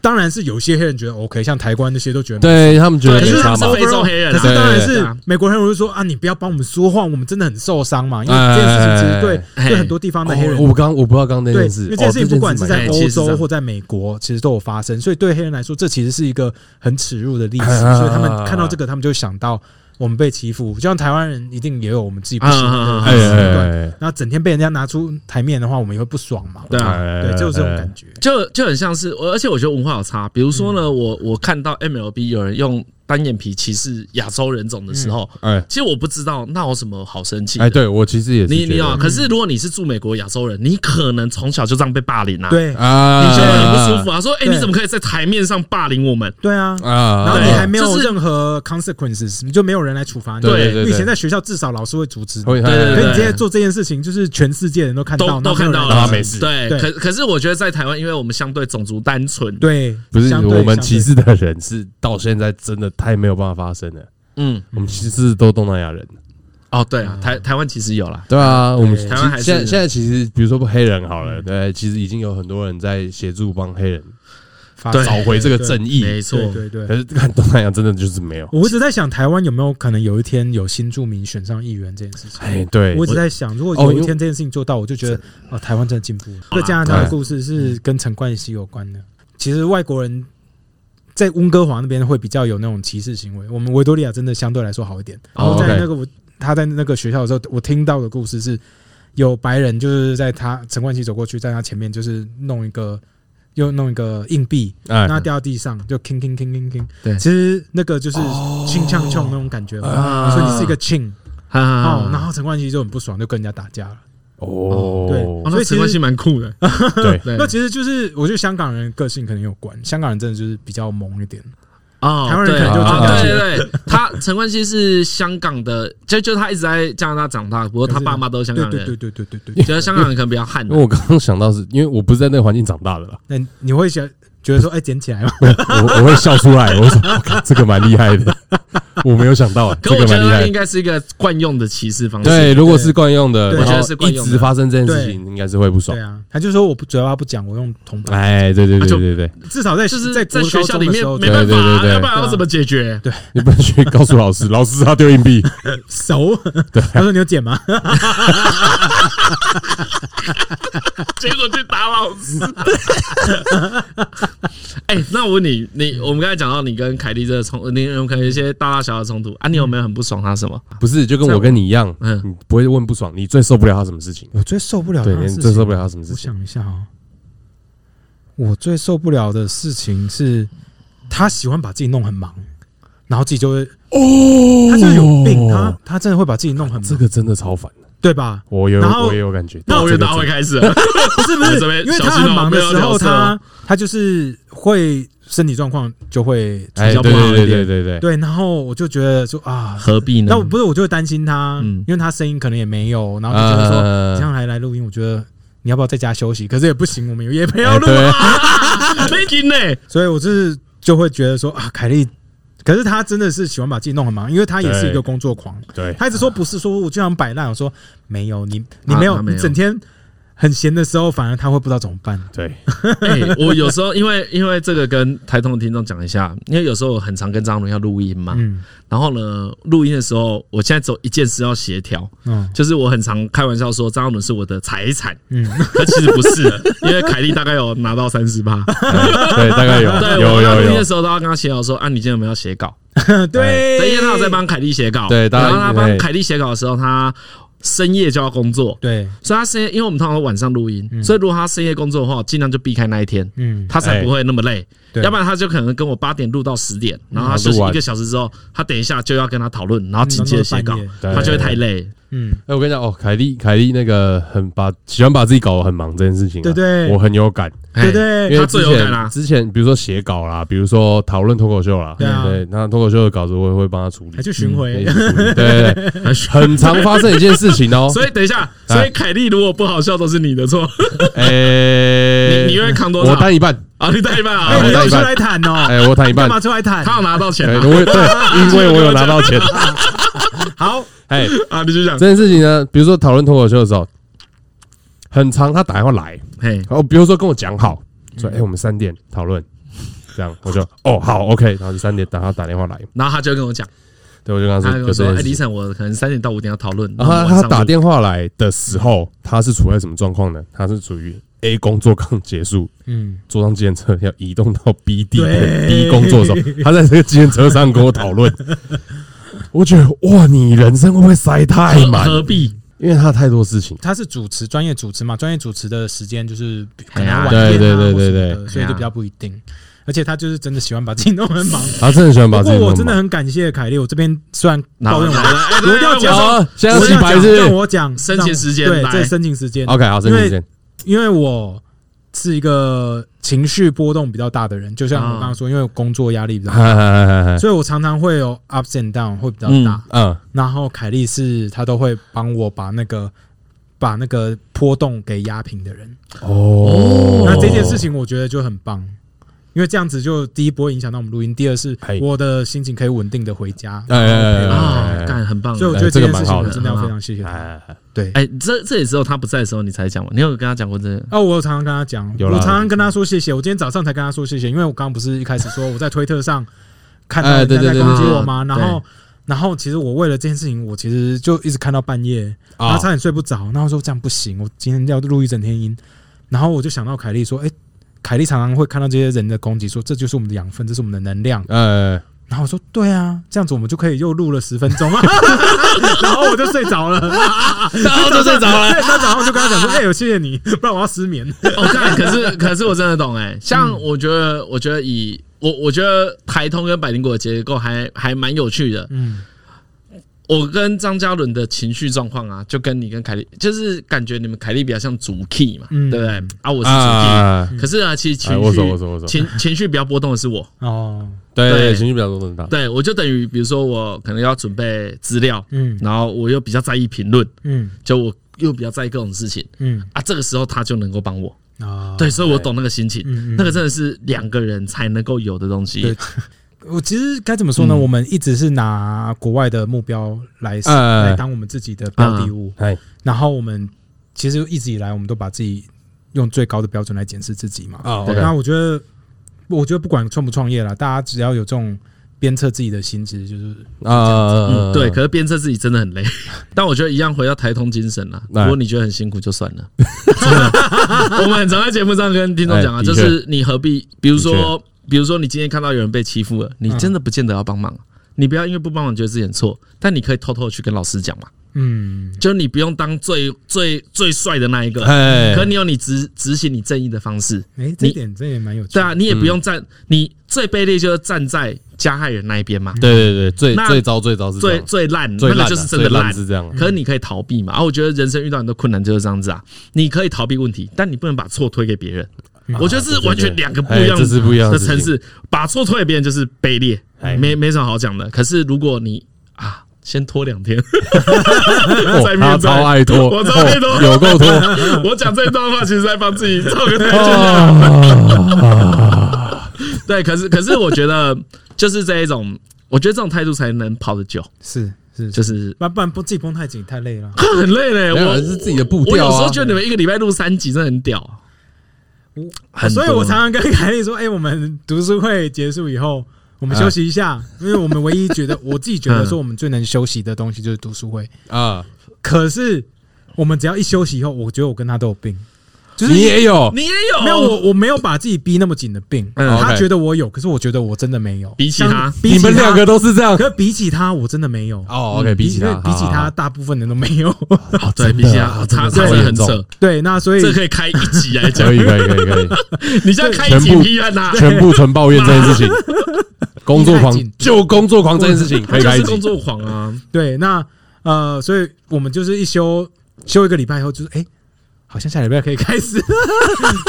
Speaker 2: 当然是有些黑人觉得 OK，像台湾那些都觉得。
Speaker 3: 对他们觉得
Speaker 4: 对，
Speaker 3: 没
Speaker 4: 因为他
Speaker 3: 差
Speaker 4: 们
Speaker 3: 嘛
Speaker 4: 是。非洲黑人
Speaker 2: 可
Speaker 4: 啊
Speaker 2: 是，当然
Speaker 4: 对
Speaker 3: 对
Speaker 2: 是
Speaker 4: 对
Speaker 2: 美国黑人会说啊，你不要帮我们说话，我们真的很受伤嘛。因为这件事情其实对
Speaker 4: 哎
Speaker 2: 对很多地方的黑人
Speaker 3: 哦，我刚我不知道刚刚那
Speaker 2: 对，
Speaker 3: 件事，
Speaker 2: 因为这件事情不管是
Speaker 4: 哦
Speaker 2: 在
Speaker 4: 这件事
Speaker 2: 欧
Speaker 4: 蛮
Speaker 2: 洲或在美国，其实都有发生，所以对黑人来说，这其实是一个很耻辱的历史。
Speaker 3: 啊
Speaker 2: 所以他们看到这个，他们就想到我们被欺负，就像台湾人一定也有我们自己不喜欢
Speaker 4: 啊
Speaker 2: 的
Speaker 3: 哎
Speaker 2: 习
Speaker 3: 哎
Speaker 2: 惯，
Speaker 3: 哎
Speaker 2: 然后整天被人家拿出台面的话，我们也会不爽嘛。
Speaker 4: 对啊，
Speaker 3: 哎，
Speaker 2: 对，就是这种感觉。
Speaker 4: 就就很像是，而且我觉得文化有差。比如说
Speaker 2: 嗯
Speaker 4: 呢，我我看到 MLB 有人用单眼皮歧视亚洲人种的时候，
Speaker 2: 嗯
Speaker 3: 哎
Speaker 4: 其实我不知道那有什么好生气的。
Speaker 3: 哎，对我其实也是
Speaker 4: 你
Speaker 3: 觉
Speaker 4: 你
Speaker 3: 得嗯
Speaker 4: 啊，可是如果你是住美国亚洲人，你可能从小就这样被霸凌啊，，
Speaker 2: 对
Speaker 3: 啊，
Speaker 4: 你觉得很不舒服啊，说哎、
Speaker 2: 对
Speaker 4: 你怎么可以在台面上霸凌我们？
Speaker 2: 对啊。
Speaker 3: 啊？
Speaker 2: 然后你
Speaker 4: 对
Speaker 2: 还没有
Speaker 4: 哎就是
Speaker 2: 任何 consequences，就没有人来处罚你。
Speaker 3: 对对对
Speaker 2: 因为以前
Speaker 3: 对
Speaker 2: 在学校至少老师会阻止你，
Speaker 3: 会
Speaker 2: 可
Speaker 3: 会
Speaker 4: 对
Speaker 2: 是
Speaker 4: 对
Speaker 2: 你
Speaker 4: 对
Speaker 2: 今天做这件事情，就是全世界人都看到，
Speaker 4: 都都
Speaker 2: 然后没有
Speaker 4: 看
Speaker 2: 人
Speaker 4: 到
Speaker 2: 来
Speaker 3: 然
Speaker 4: 了，
Speaker 2: 阻
Speaker 3: 后
Speaker 2: 止
Speaker 3: 没
Speaker 2: 你
Speaker 3: 事
Speaker 4: 对，
Speaker 2: 对
Speaker 4: 可可是我觉得在台湾，因为我们相对种族单纯，，
Speaker 2: 对，
Speaker 3: 不是
Speaker 2: 相对
Speaker 3: 我们
Speaker 2: 相
Speaker 3: 歧
Speaker 2: 对
Speaker 3: 视的人是到现在真的太没有办法发生了。
Speaker 4: 嗯，
Speaker 3: 我们其实都东南亚人，
Speaker 4: 哦，对啊，台台湾其实有啦，
Speaker 3: 对啊，我们
Speaker 2: 对
Speaker 3: 其
Speaker 4: 台湾还是嗯
Speaker 3: 现在现在其实比如说黑人好了，对，其实已经有很多人在协助帮黑人
Speaker 2: 发
Speaker 4: 对
Speaker 2: 生
Speaker 3: 找回这个正义，
Speaker 4: 没错，
Speaker 2: 对对
Speaker 3: 可
Speaker 2: 对。
Speaker 3: 是看东南亚真的就是没有，
Speaker 2: 我一直在想，台湾有没有可能有一天有新住民选上议员这件事情？
Speaker 3: 哎，对，
Speaker 2: 我一直在想，如果
Speaker 3: 哦
Speaker 2: 有
Speaker 3: 因
Speaker 2: 一
Speaker 3: 为
Speaker 2: 天这件事情做到，我就觉得啊，台湾真的进步了。
Speaker 4: 好啦
Speaker 2: 这加拿大
Speaker 3: 对
Speaker 2: 的故事是跟陈冠希有关的。其实外国人在温哥华那边会比较有那种歧视行为，我们维多利亚真的相对来说好一点。然
Speaker 4: 哦
Speaker 2: 后在
Speaker 3: OK
Speaker 2: 那个我他在那个学校的时候，我听到的故事是有白人就是在他陈冠希走过去，在他前面就是弄一个又弄一个硬币，
Speaker 3: 哎
Speaker 2: 那掉到地上就 king king king king king。
Speaker 4: 对
Speaker 2: 其实那个就是
Speaker 4: 哦
Speaker 2: 轻呛呛那种感觉嘛，
Speaker 4: 啊
Speaker 2: 所以你是一个 king
Speaker 4: 哈哈哈
Speaker 2: 哦，然后陈冠希就很不爽，就跟人家打架了。
Speaker 3: 哦，
Speaker 4: 哦那
Speaker 2: 所以其
Speaker 4: 陈
Speaker 2: 实
Speaker 4: 冠希蛮酷的， *laughs*
Speaker 3: 对
Speaker 4: 对
Speaker 2: 那其实就是我觉得香港人个性可能有关，香港人真的就是比较萌一点，
Speaker 4: 哦，
Speaker 2: 台湾人
Speaker 4: 对
Speaker 2: 可能就
Speaker 4: 啊
Speaker 3: 这样
Speaker 4: 对对对， *laughs* 他陈冠希是香港的，就就他一直在加拿大长大，不过他爸妈都是香
Speaker 2: 对
Speaker 4: 港
Speaker 2: 对对
Speaker 4: 人，
Speaker 2: 对对对对。
Speaker 4: 觉得香港人可能比较悍啊
Speaker 3: 因 *laughs* 为我刚刚想到是因为我不是在那个环境长大的啦，
Speaker 2: 那你会想觉得说，哎，捡起来嘛？
Speaker 3: 我我会笑出来，我说我靠这个蛮厉害的，我没有想到，啊
Speaker 4: 可
Speaker 3: 这
Speaker 4: 我
Speaker 3: 个
Speaker 4: 觉
Speaker 3: 蛮厉
Speaker 4: 得
Speaker 3: 害
Speaker 4: 应。该是一个惯用的歧视方式。
Speaker 3: 对，如果是惯用的，
Speaker 2: 对
Speaker 3: 然后
Speaker 4: 我觉得是惯
Speaker 3: 一
Speaker 4: 用的
Speaker 3: 直发生这件事情，应该是会不爽
Speaker 2: 对。啊，他就说我不嘴巴不讲，我用铜
Speaker 4: 啊
Speaker 2: 板，
Speaker 3: 哎，对对对对对， *laughs*
Speaker 2: 至少在
Speaker 4: 就是
Speaker 2: 在
Speaker 4: 在
Speaker 2: 国
Speaker 4: 学
Speaker 2: 高
Speaker 4: 校
Speaker 2: 中
Speaker 4: 里
Speaker 2: 的
Speaker 4: 面
Speaker 2: 时候
Speaker 4: 没办法
Speaker 3: 对对
Speaker 4: 啊，
Speaker 3: 对
Speaker 4: 要不然要怎么解决？
Speaker 3: 你不能去告诉老师，老师他丢硬币，
Speaker 2: 熟。
Speaker 4: *laughs*
Speaker 2: *laughs* 他说你有捡吗？
Speaker 4: *laughs* 结果去打老师。 *laughs* 哎，那我问你，你我们刚才讲到你跟凯莉这个冲，你有可能有一些大大小小的冲突啊，你有没有很不爽他什么？
Speaker 3: 不是就跟我跟你一样，
Speaker 4: 嗯
Speaker 3: 你不会问不爽，你最受不了他什么事情？
Speaker 2: *laughs* 我最受不了
Speaker 3: 对，
Speaker 2: 他的
Speaker 3: 你
Speaker 2: 事
Speaker 3: 最
Speaker 2: 情
Speaker 3: 受不了他什么事
Speaker 2: 啊我
Speaker 3: 情？
Speaker 2: 想一下啊、我最受不了的事情是，他喜欢把自己弄很忙，然后自己就会哦，他就是有病，他他真的会把自己弄很忙，
Speaker 3: 这个真的超烦的，
Speaker 2: 对吧？
Speaker 3: 我有
Speaker 2: 嗯然后
Speaker 3: 我也有感觉。
Speaker 4: 抱
Speaker 3: 这
Speaker 4: 怨
Speaker 3: 个
Speaker 4: 大会
Speaker 3: 真的
Speaker 4: 开始了，
Speaker 2: 不是不是
Speaker 4: 我这，边
Speaker 2: 因为
Speaker 4: 小
Speaker 2: 他
Speaker 4: 心
Speaker 2: 很
Speaker 4: 哦
Speaker 2: 忙的
Speaker 4: 没有
Speaker 2: 时
Speaker 4: 聊
Speaker 2: 候，
Speaker 4: 色哦
Speaker 2: 他他就是会身体状况就会
Speaker 3: 哎，
Speaker 4: 比较
Speaker 3: 对
Speaker 4: 不好一
Speaker 3: 对对对
Speaker 4: 点
Speaker 3: 对对，
Speaker 2: 对，然后我就觉得说
Speaker 4: *laughs*
Speaker 2: 啊，
Speaker 4: 何必呢
Speaker 2: 那我不是我就会担心他，
Speaker 4: 嗯
Speaker 2: 因为他声音可能也没有，然后就觉得说
Speaker 3: 呃
Speaker 2: 你这样还来录音，我觉得你要不要在家休息？可是也不行，我们有夜配要
Speaker 3: 哎
Speaker 2: 录
Speaker 3: 对
Speaker 4: 啊没劲呢？
Speaker 2: 所以我就是就会觉得说啊，凯莉，可是她真的是喜欢把自己弄很忙，因为她也是一个工作狂，
Speaker 3: 对，
Speaker 2: 她一直说不是说我经常摆烂，我说没有你，你
Speaker 4: 啊
Speaker 2: 没有，
Speaker 4: 她没有
Speaker 2: 你整天。很闲的时候，反而他会不知道怎么办。
Speaker 3: 对，
Speaker 4: 哎、我有时候因为因为这个跟台通的听众讲一下，因为有时候我很常跟张伦要录音嘛，
Speaker 2: 嗯
Speaker 4: 然后呢，录音的时候，我现在只有一件事要协调，
Speaker 2: 嗯
Speaker 4: 就是我很常开玩笑说张伦是我的财产，
Speaker 2: 嗯，
Speaker 4: 可其实不是，因为凯莉大概有拿到三十
Speaker 2: *laughs*
Speaker 4: 八，
Speaker 3: 对，大概有
Speaker 4: 对，
Speaker 3: 有
Speaker 4: 我
Speaker 3: 有
Speaker 4: 录音
Speaker 3: 有
Speaker 4: 的，时候都要跟他协调说，啊，你今天有没有要写稿？
Speaker 3: 嗯
Speaker 2: 呃对，
Speaker 4: 对，因为他有在帮凯莉写稿，
Speaker 3: 对大家
Speaker 4: 然后他
Speaker 3: 对
Speaker 4: 帮凯莉写稿的时候，他深夜就要工作，
Speaker 2: 对，
Speaker 4: 所以他深夜，因为我们通常会晚上录音，
Speaker 3: 嗯
Speaker 4: 所以如果他深夜工作的话，我尽量就避开那一天，
Speaker 2: 嗯，
Speaker 4: 他才
Speaker 3: 哎
Speaker 4: 不会那么累。
Speaker 2: 对
Speaker 4: 要不然他就可能跟我八点录到十点，然后他
Speaker 3: 嗯
Speaker 4: 休息
Speaker 3: 录完
Speaker 4: 一个小时之后，他等一下就要跟他讨论，然后紧接着写稿
Speaker 2: 嗯弄到，
Speaker 3: 半夜
Speaker 4: 他就会太累。
Speaker 2: 嗯，
Speaker 3: 哎，我跟你讲哦，凯莉，凯莉那个很把喜欢把自己搞得很忙这件事情啊，
Speaker 2: 对对
Speaker 3: 我很有感，
Speaker 2: 对
Speaker 4: 嘿
Speaker 2: 对
Speaker 3: 因为
Speaker 4: 哎他最
Speaker 3: 之
Speaker 4: 有感啊
Speaker 3: 前
Speaker 4: 啦
Speaker 3: 之前比如说写稿啦，比如说讨论脱口秀啦，
Speaker 2: 对啊
Speaker 3: 对，那脱口秀的稿子我也会帮他处理
Speaker 2: 他，去巡
Speaker 3: 嗯对
Speaker 2: 回， *laughs*
Speaker 3: 对对，对
Speaker 4: 很爽
Speaker 3: 很常发生一件事情哦，
Speaker 4: 所以等一下，
Speaker 3: 哎
Speaker 4: 所以凯莉如果不好笑都是你的错，
Speaker 3: 哎，
Speaker 4: *laughs* 你你愿意扛多
Speaker 3: 我
Speaker 4: 少？
Speaker 3: 担一半，
Speaker 4: 啊，你带一半啊
Speaker 2: 哎，
Speaker 3: 我
Speaker 2: 你
Speaker 3: 带
Speaker 2: 要
Speaker 3: 一
Speaker 2: 出
Speaker 3: 半
Speaker 2: 来谈
Speaker 3: *laughs*
Speaker 2: 哦，
Speaker 3: 哎，我担一
Speaker 2: 干
Speaker 3: 半，
Speaker 2: 嘛出来谈？
Speaker 4: 他有拿到钱
Speaker 3: 哎
Speaker 4: 啊
Speaker 3: 我也对，因为我有拿到钱，
Speaker 2: 好，
Speaker 3: 哎，
Speaker 4: 啊，你就讲，
Speaker 3: 这件事情呢，比如说讨论脱口秀的时候，很常他打电话来，
Speaker 4: 嘿，
Speaker 3: 然后比如说跟我讲好，说哎、我们三点讨论，这样我就哦好 OK，然后就三点等他打电话来，
Speaker 4: 然后他就跟我讲，
Speaker 3: 对我就跟
Speaker 4: 他
Speaker 3: 他
Speaker 4: 跟
Speaker 3: 说就
Speaker 4: 我说，
Speaker 3: 这
Speaker 4: 哎，
Speaker 3: 件
Speaker 4: 李
Speaker 3: 事。
Speaker 4: 晨，我可能三点到五点要讨论，
Speaker 3: 然后
Speaker 4: 然
Speaker 3: 他
Speaker 4: 后晚
Speaker 3: 他
Speaker 4: 上
Speaker 3: 打
Speaker 4: 录
Speaker 3: 电话来的时候，他是处在什么状况呢？他是处于 A 工作刚结束，
Speaker 2: 嗯，
Speaker 3: 坐上计程车要移动到 B 地
Speaker 2: 对
Speaker 3: B 工作的时候，他在这个计程车上跟我
Speaker 4: *laughs*
Speaker 3: 讨论。我觉得哇，你人生会不会塞太
Speaker 4: 何
Speaker 3: 满？
Speaker 4: 何必？
Speaker 3: 因为他太多事情。
Speaker 2: 他是主持，专业主持嘛，专业主持的时间就是可
Speaker 4: 哎
Speaker 2: 能
Speaker 4: 呀
Speaker 2: 晚一
Speaker 3: 对
Speaker 2: 点啊，
Speaker 3: 对对
Speaker 2: 或什么的
Speaker 3: 对
Speaker 2: 所以就比较不一定。而且他就是真的喜欢把自己弄很忙。
Speaker 3: 他真的很喜欢 *laughs* 把
Speaker 2: 不
Speaker 3: 自己
Speaker 2: 过
Speaker 3: 弄
Speaker 2: 我
Speaker 3: 满
Speaker 2: 真的很感谢凯莉，我这边虽然抱怨
Speaker 4: 拿
Speaker 3: *laughs*
Speaker 4: 拿拿哎
Speaker 2: 完，我一定要讲，
Speaker 3: 哦，现在
Speaker 2: 我一
Speaker 3: 洗
Speaker 2: 定啊要
Speaker 3: 白
Speaker 2: 讲
Speaker 3: 是
Speaker 2: 让我讲
Speaker 4: 申
Speaker 2: 让
Speaker 4: 请时间
Speaker 2: 对，
Speaker 4: 来
Speaker 2: 这申请时间
Speaker 3: OK 好，申请时间。
Speaker 2: 因为我是一个情绪波动比较大的人，就
Speaker 4: 啊
Speaker 2: 像我刚刚说，因为我工作压力比较大，
Speaker 3: 嗨嗨嗨嗨嗨
Speaker 2: 所以我常常会有 ups and down 会比较大。
Speaker 3: 嗯，
Speaker 2: 然后凯莉是她都会帮我把那个把那个波动给压平的人。
Speaker 3: 哦
Speaker 2: 那这件事情我觉得就很棒。因为这样子就第一不会影响到我们录音，第二是
Speaker 3: 嘿
Speaker 2: 我的心情可以稳定的回家，
Speaker 3: 哎哎哎哎
Speaker 4: 啊，干很棒
Speaker 2: 所以。我觉得这件事情我真的要非常谢谢他。
Speaker 3: 哎，哎
Speaker 2: 对，
Speaker 4: 哎，这这也只有他不在的时候你才讲嘛，你有跟他讲过这个？
Speaker 2: 哦，我有常常跟他讲，
Speaker 3: 有
Speaker 2: 我
Speaker 3: 啦
Speaker 2: 常常跟他说谢谢。我今天早上才跟他说谢谢，因为我刚刚不是一开始说我在推特上看到
Speaker 3: 哎
Speaker 2: 人家
Speaker 3: 对
Speaker 2: 在
Speaker 3: 对对
Speaker 2: 攻击
Speaker 4: 对
Speaker 2: 我吗？
Speaker 4: 对
Speaker 2: 然后，然后其实我为了这件事情，我其实就一直看到半夜，然
Speaker 3: 啊
Speaker 2: 后差点睡不着。然后我说这样不行，我今天要录一整天音。然后我就想到凯莉说，哎，凯莉常常会看到这些人的攻击，说这就是我们的养分，这是我们的能量。
Speaker 3: 哎，
Speaker 2: 然后我说对啊，这样子我们就可以又录了十分
Speaker 3: *laughs*
Speaker 2: 钟啊。然后我就睡着了，
Speaker 3: 然
Speaker 4: 哦
Speaker 3: 后就啊睡着了。
Speaker 2: 对，他早上就跟他讲说，哎，我谢谢你，不然我要失眠。
Speaker 4: 哦，看，可
Speaker 3: *laughs*
Speaker 4: 是可是我真的懂哎、像
Speaker 3: 嗯
Speaker 4: 我觉得，我觉得以我我觉得台通跟百灵果的结构还还蛮有趣的。
Speaker 2: 嗯，
Speaker 4: 我跟张嘉伦的情绪状况啊，就跟你跟凯莉，就是感觉你们凯莉比较像主 key 嘛，
Speaker 2: 嗯
Speaker 4: 对不对？啊，我是主
Speaker 3: 啊，
Speaker 4: key，可是呢，其实情
Speaker 3: 哎
Speaker 4: 绪、
Speaker 3: 我手我手我手
Speaker 4: 情情绪比较波动的是我，
Speaker 2: 哦，
Speaker 3: 对
Speaker 4: 对
Speaker 3: 啊对，情绪比较多很大。
Speaker 4: 对我就等于比如说我可能要准备资料，
Speaker 2: 嗯
Speaker 4: 然后我又比较在意评论，
Speaker 2: 嗯
Speaker 4: 就我又比较在意各种事情
Speaker 2: 嗯。
Speaker 4: 啊，这个时候他就能够帮我，
Speaker 2: 啊，
Speaker 4: 对，所以我懂那个心情，
Speaker 2: 嗯嗯
Speaker 4: 那个真的是两个人才能够有的东西
Speaker 2: 对。我其实该怎么说呢？我们一直是拿国外的目标来
Speaker 3: 哎
Speaker 2: 来当我们自己的标的物，
Speaker 3: 哎，
Speaker 2: 然后我们其实一直以来我们都把自己用最高的标准来检视自己嘛。
Speaker 3: 啊
Speaker 2: 对
Speaker 3: OK
Speaker 2: 那我觉得，我觉得不管创不创业啦，大家只要有这种鞭策自己的心，其实就是
Speaker 3: 啊
Speaker 4: 嗯，，
Speaker 3: 呃
Speaker 4: 对，可是鞭策自己真的很累， *laughs* 但我觉得一样回到台通精神啦。啊
Speaker 3: 哎
Speaker 4: 如果你觉得很辛苦，就算了。 *laughs* 真的，我们很常在节目上跟听众讲啊，
Speaker 3: 哎
Speaker 4: 就
Speaker 3: 的确
Speaker 4: 是你何必，比如说，比如说你今天看到有人被欺负了，你真的不见得要帮忙，你不要因为不帮忙觉得自己很错，但你可以偷偷地去跟老师讲嘛，
Speaker 2: 嗯，
Speaker 4: 就是你不用当最最最帅的那一个，
Speaker 3: 哎，
Speaker 4: 可你有你执执行你正义的方式，
Speaker 2: 哎，这一点这也蛮有趣
Speaker 4: 对
Speaker 2: 的。
Speaker 4: 啊，你也不用
Speaker 3: 嗯
Speaker 4: 站，你最卑劣就是站在加害人那一边嘛，
Speaker 3: 对对对，最
Speaker 4: 那
Speaker 3: 最糟最糟是这
Speaker 4: 最
Speaker 3: 样
Speaker 4: 最烂
Speaker 3: 最
Speaker 4: 那
Speaker 3: 烂
Speaker 4: 个
Speaker 3: 的
Speaker 4: 就是真的
Speaker 3: 最
Speaker 4: 烂
Speaker 3: 烂。是这样。
Speaker 4: 可是你可以逃避嘛。啊，我觉得人生遇到很多困难就是这样子啊，你可以逃避问题，但你不能把错推给别人。
Speaker 3: 啊
Speaker 4: 我觉得是完全两个不一
Speaker 3: 哎
Speaker 4: 样
Speaker 3: 这是不一样
Speaker 4: 的
Speaker 3: 的哎
Speaker 4: 层次，把错推给别人就是卑劣，没没什么好讲的。可是如果你啊，先拖两天，
Speaker 3: 哦
Speaker 4: 在面
Speaker 3: 他
Speaker 4: 对
Speaker 3: 超爱拖，
Speaker 4: 我超爱拖
Speaker 3: 哦有够拖。
Speaker 4: 我讲这段话其实在帮自己造个台 *laughs* 阶下。
Speaker 3: 哦
Speaker 4: 对，可是可是我觉得就是这一种，我觉得这种态度才能跑得久。
Speaker 2: 是，是，
Speaker 4: 就是是
Speaker 2: 那不然不自己绷太紧太累了。
Speaker 4: 很累嘞。
Speaker 3: 没有
Speaker 4: 我
Speaker 3: 是自己的步调啊
Speaker 4: 我有时候觉得你们一个礼拜录三集真的很屌啊
Speaker 2: 我，啊
Speaker 4: 很
Speaker 2: 所以
Speaker 4: 多
Speaker 2: 我常常跟凯莉说：“哎、我们读书会结束以后，我
Speaker 3: 啊
Speaker 2: 们休息一下，因为我们唯一觉得我自己觉得说我们最能休息的东西就是读书会。
Speaker 3: 啊，
Speaker 2: 可是我们只要一休息以后，我觉得我跟他都有病，就是
Speaker 3: 你也有
Speaker 4: 你也有
Speaker 2: 没有我我没有把自己逼那么紧的病，
Speaker 4: 嗯
Speaker 2: 他
Speaker 3: 哦 OK
Speaker 2: 觉得我有，可是我觉得我真的没有。
Speaker 4: 比起他
Speaker 2: 像比
Speaker 3: 你
Speaker 2: 起他
Speaker 3: 们两个，都是这样
Speaker 2: 可是比起他，我真的没有。
Speaker 3: 哦。OK，比起
Speaker 2: 因
Speaker 3: 他，
Speaker 2: 为比起
Speaker 3: 好
Speaker 2: 他，，大部分人都没有。 *laughs*
Speaker 4: 哦，对，比起他差差
Speaker 3: 真的
Speaker 4: 真的很
Speaker 3: 超严
Speaker 4: 扯，
Speaker 2: 对，那所以
Speaker 4: 这可以开一集来
Speaker 3: 好
Speaker 4: 讲
Speaker 3: 可。以可以可以可以，
Speaker 4: 你现在开一
Speaker 3: 全
Speaker 4: 集
Speaker 3: 部
Speaker 4: 批判他，
Speaker 3: 全部纯抱怨这件事情，工作狂
Speaker 2: 太紧
Speaker 3: 就工作狂这件事情可
Speaker 4: 他
Speaker 3: 以
Speaker 4: 就
Speaker 3: 开一
Speaker 4: 是工
Speaker 3: 集。
Speaker 4: 作狂啊。
Speaker 2: 对，那呃，所以我们就是一休休一个礼拜以后，就是哎、诶好像下礼拜可以开始。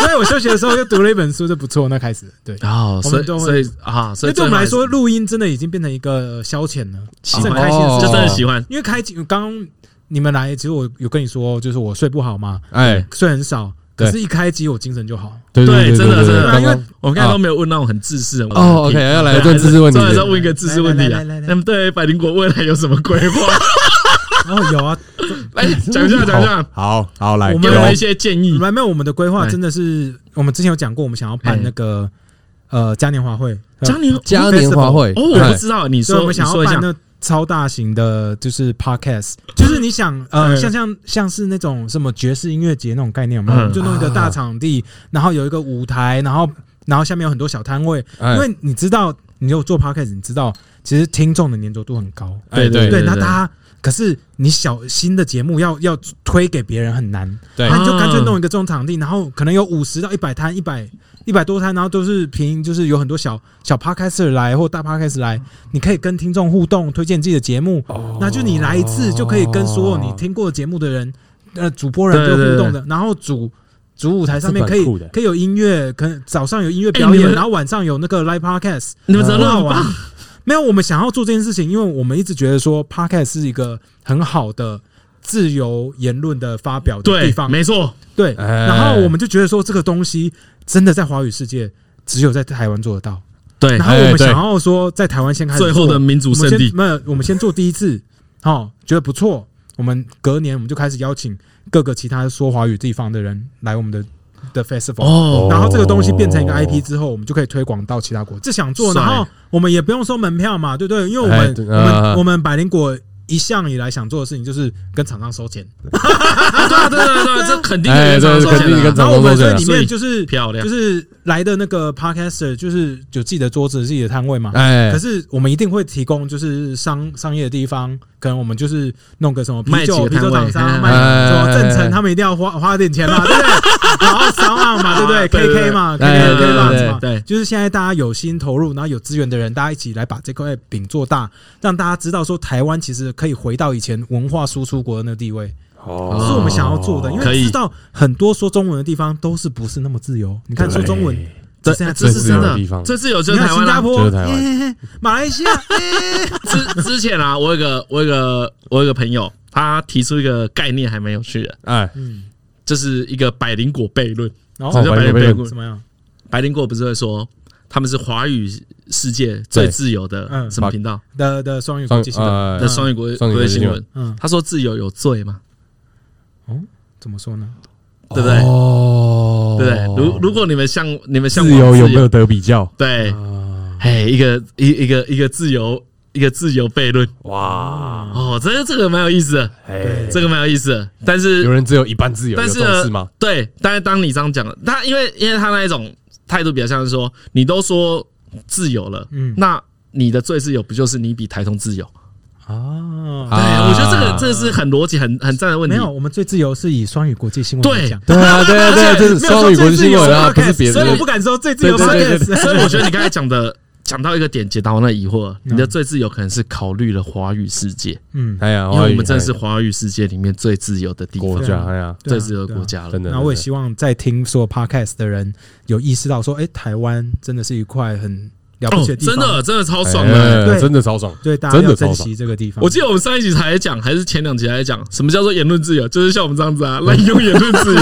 Speaker 2: 所以我休息的时候又读了一本书，就不错，那开始对。
Speaker 4: 然
Speaker 3: 哦
Speaker 4: 后，
Speaker 2: 我
Speaker 4: 所以
Speaker 2: 们都会
Speaker 4: 所以啊，所
Speaker 2: 所
Speaker 4: 以
Speaker 2: 以对我们来说，
Speaker 4: 最后
Speaker 2: 录音真的已经变成一个消遣了，是
Speaker 4: 喜欢
Speaker 2: 很开心的
Speaker 3: 哦
Speaker 4: 还是
Speaker 2: 事情。
Speaker 4: 就真的喜欢
Speaker 2: 因为开机刚刚你们来，其实我有跟你说，就是我睡不好嘛，
Speaker 3: 哎，
Speaker 2: 睡很少，
Speaker 3: 对
Speaker 2: 可是一开机我精神就好。
Speaker 3: 对
Speaker 4: 对
Speaker 3: 对
Speaker 4: 真的
Speaker 3: 对
Speaker 4: 真的
Speaker 3: 对
Speaker 2: 因为
Speaker 3: 刚刚
Speaker 4: 我们刚才都没有问那种很自私的问题。
Speaker 3: 哦，OK，要来
Speaker 4: 对
Speaker 3: 问知识问题
Speaker 4: 还是再来问一个知识问题啊
Speaker 2: 来来来来。来
Speaker 4: 那么对百灵果未来有什么规划？
Speaker 2: 然后有啊， *laughs*
Speaker 4: 来哎讲一下，讲一下，
Speaker 3: 好好好来，
Speaker 2: 我
Speaker 4: 给
Speaker 2: 们
Speaker 4: 我们
Speaker 3: 有
Speaker 4: 一些建
Speaker 2: 你
Speaker 4: 议。
Speaker 2: 们没有我们的规划
Speaker 4: 哎
Speaker 2: 真的是，我们之前有讲过，我们想要办那个呃嘉年华会，
Speaker 4: 嘉年华
Speaker 3: 嘉年华会
Speaker 4: 哦，我
Speaker 3: 哎
Speaker 4: 不知道，你
Speaker 2: 所
Speaker 4: 说
Speaker 2: 以呃啊我们想
Speaker 4: 你
Speaker 2: 要
Speaker 4: 说一嗯
Speaker 2: 办
Speaker 4: 下
Speaker 2: 那超大型的，就是 podcast，就是你想呃，
Speaker 4: 嗯
Speaker 2: 像像像是那种什么爵士音乐节那种概念嘛，
Speaker 4: 嗯啊
Speaker 2: 我们就弄一个大场地，然后有一个舞台，然后然后下面有很多小摊位，
Speaker 3: 哎
Speaker 2: 因为你知道，你有做 podcast，你知道其实听众的粘着度很高，
Speaker 3: 哎
Speaker 4: 对
Speaker 3: 对
Speaker 2: 对，那大家。可是你小新的节目要要推给别人很难，
Speaker 3: 对
Speaker 2: 那你就干脆弄一个这种场地，然后可能有五十到一百摊，一百一百多摊，然后都是平，就是有很多小小 podcaster 来或大 podcaster 来，你可以跟听众互动，推荐自己的节目，
Speaker 4: 哦
Speaker 2: 那就你来一次就可以跟所有你听过的节目的人，呃，主播人
Speaker 4: 对
Speaker 2: 就
Speaker 4: 对
Speaker 2: 互动
Speaker 4: 对
Speaker 2: 的，然后主。主舞台上面
Speaker 3: 这蛮
Speaker 2: 可以
Speaker 3: 酷的
Speaker 2: 可以有音乐，可能早上有音乐
Speaker 4: 哎
Speaker 2: 表
Speaker 4: 你
Speaker 2: 演，
Speaker 4: 们
Speaker 2: 然后晚上有那个 live podcast，
Speaker 4: 你们真
Speaker 2: 很
Speaker 4: 的
Speaker 2: 好
Speaker 4: 很
Speaker 2: 玩
Speaker 4: 棒。
Speaker 2: 没呃有，我们想要做这件事情，因为我们一直觉得说 podcast 是一个很好的自由言论的发表的地
Speaker 4: 对，
Speaker 2: 方，
Speaker 4: 没错，
Speaker 2: 对，
Speaker 3: 哎
Speaker 2: 然后我们就觉得说这个东西真的在华语世界只有在台湾做得到，
Speaker 4: 对
Speaker 2: 然后我
Speaker 3: 哎
Speaker 2: 们
Speaker 3: 对
Speaker 2: 想要说在台湾先开始做
Speaker 4: 哎最后的民族圣
Speaker 2: 我们
Speaker 4: 地
Speaker 2: 先，没有，我们先做第一次，哦，觉得不错，我们隔年我们就开始邀请各个其他说华语地方的人来我们的的 festival，、
Speaker 4: 哦
Speaker 2: 然后这个东西变成一个 IP 之后，我们就可以推广到其他国，这想做，
Speaker 4: 帅
Speaker 2: 然后我们也不用收门票嘛，对不对？因为我
Speaker 3: 哎
Speaker 2: 们
Speaker 3: 对
Speaker 2: 我们
Speaker 3: 呃
Speaker 2: 我们百灵果一向以来想做的事情就是跟厂商收钱，
Speaker 4: 啊对啊对啊对啊对啊，这肯定
Speaker 3: 哎
Speaker 4: 跟
Speaker 3: 这
Speaker 4: 长寿
Speaker 3: 肯定
Speaker 4: 险
Speaker 3: 跟
Speaker 4: 啊
Speaker 3: 长
Speaker 2: 然后我们这
Speaker 3: 中间啊
Speaker 2: 里面就是
Speaker 4: 漂亮
Speaker 2: 就是来的那个 podcaster 就是有自己的桌子、自己的摊位嘛。
Speaker 3: 哎
Speaker 4: 嗯
Speaker 2: 可，是我们一定会提供就是商商业的地方，可能我们就是弄个什么啤
Speaker 4: 卖几
Speaker 2: 酒
Speaker 4: 个
Speaker 2: 啤
Speaker 4: 摊
Speaker 2: 酒厂
Speaker 4: 位
Speaker 2: 商
Speaker 4: 哎
Speaker 2: 卖什么
Speaker 3: 哎
Speaker 2: 正成，他们一定要花花点钱
Speaker 4: *laughs*
Speaker 2: 嘛，对不对？然后商岸嘛，对不对
Speaker 4: 对对对
Speaker 2: ？KK 嘛
Speaker 3: 哎
Speaker 2: ，KK
Speaker 3: 对对
Speaker 2: KK
Speaker 3: 对
Speaker 2: box 嘛，
Speaker 4: 对
Speaker 2: 就是现在大家有心投入，然后有资源的人，大家一起来把这块饼做大，让大家知道说台湾其实可以回到以前文化输出国的那个地位。
Speaker 3: 哦
Speaker 2: 是我们想要做的，因
Speaker 4: 可以
Speaker 2: 为知道很多说中文的地方都是不是那么自由。你看说中文，
Speaker 4: 这
Speaker 2: 现在
Speaker 4: 这是
Speaker 3: 自由
Speaker 4: 真
Speaker 3: 的
Speaker 4: 的
Speaker 3: 地方，
Speaker 4: 这自由就
Speaker 2: 你
Speaker 4: 是
Speaker 2: 看
Speaker 4: 台湾啊
Speaker 2: 新加
Speaker 4: 啦。
Speaker 2: 坡
Speaker 3: 就是台、湾
Speaker 2: 耶马来
Speaker 4: *laughs*
Speaker 2: 西亚，哎耶
Speaker 4: 之之前啊，我有个我有个我有个朋友，他提出一个概念还蛮有趣的，
Speaker 3: 哎，
Speaker 2: 嗯，
Speaker 4: 就是一个百灵果悖论。
Speaker 2: 然
Speaker 4: 什
Speaker 2: 后
Speaker 4: 么
Speaker 3: 哦
Speaker 4: 叫百
Speaker 3: 百
Speaker 4: 灵
Speaker 3: 灵
Speaker 4: 悖
Speaker 3: 果悖论
Speaker 4: 论
Speaker 2: 怎？么样？
Speaker 4: 白灵果不是会说他们是华语世界最自由的
Speaker 2: 嗯
Speaker 4: 什么频道
Speaker 2: 的的双语国
Speaker 3: 双
Speaker 2: 际新闻，
Speaker 3: 呃
Speaker 4: 的双语国
Speaker 3: 双语
Speaker 4: 国
Speaker 3: 国
Speaker 4: 际
Speaker 3: 际
Speaker 4: 新
Speaker 3: 新
Speaker 4: 闻？
Speaker 2: 嗯，
Speaker 4: 他说自由有罪嘛，
Speaker 2: 怎么说呢？
Speaker 4: 对不对
Speaker 3: 哦，
Speaker 4: 对不对？如如果你们向你们向
Speaker 3: 自由有没有啊得比较？
Speaker 4: 对？哎，一个一一个一个自由一个自由悖论
Speaker 3: 哇，
Speaker 4: 哦，这个这个蛮有意思的，
Speaker 3: 哎，
Speaker 4: 这个蛮有意思的。但是
Speaker 3: 有人只有一半自由，
Speaker 4: 但是
Speaker 3: 有这种
Speaker 4: 呢
Speaker 3: 事吗？
Speaker 4: 对，但是当你这样讲，他因为因为他那一种态度比较像是说，你都说自由了，
Speaker 2: 嗯
Speaker 4: 那你的最自由不就是你比台通自由？
Speaker 2: 啊，
Speaker 4: 对，
Speaker 3: 啊
Speaker 4: 我觉得这个这个是很逻辑、很很赞的问
Speaker 2: 没
Speaker 4: 题。
Speaker 2: 有，我们最自由是以双语国际新闻来
Speaker 4: 对
Speaker 2: 讲，
Speaker 3: 对啊，对啊，
Speaker 4: *laughs*
Speaker 3: 对啊，这是
Speaker 2: 没有
Speaker 3: 双
Speaker 2: 说
Speaker 3: 语国
Speaker 2: 最
Speaker 3: 际
Speaker 2: 自
Speaker 3: 新
Speaker 2: 由
Speaker 3: 闻啊，
Speaker 2: podcast，
Speaker 3: 不是别的
Speaker 2: 所以我。不敢说最自由
Speaker 3: 对对对
Speaker 2: podcast
Speaker 4: 所以我觉得你刚才讲的讲到一个点，解答我那疑惑，你
Speaker 3: 嗯
Speaker 4: 的最自由可能是考虑了华语世界，
Speaker 2: 嗯，
Speaker 3: 哎呀，
Speaker 4: 因为我
Speaker 3: 华语
Speaker 4: 们真的是华语世界里面最自由的地
Speaker 3: 国
Speaker 4: 方，
Speaker 3: 家，哎呀，
Speaker 2: 对啊
Speaker 4: 最自由的国家了
Speaker 3: 真。的。
Speaker 2: 那我也
Speaker 3: 真的
Speaker 2: 希望在听说 podcast 的人有意识到说，哎，台湾真的是一块很了不
Speaker 4: 哦
Speaker 2: 起的，地
Speaker 4: 真
Speaker 2: 方，
Speaker 4: 的，真的超爽
Speaker 3: 哎
Speaker 4: 的。
Speaker 2: 对
Speaker 3: 真的超爽。
Speaker 2: 对大家
Speaker 3: 真的
Speaker 2: 要
Speaker 3: 超
Speaker 2: 珍
Speaker 3: 爽
Speaker 2: 惜这个地方。
Speaker 4: 我记得我们上一集才讲，还是前
Speaker 3: *laughs*
Speaker 4: 两集才讲，什么叫做言论自由？就是像我们这样子啊，滥用言论自由。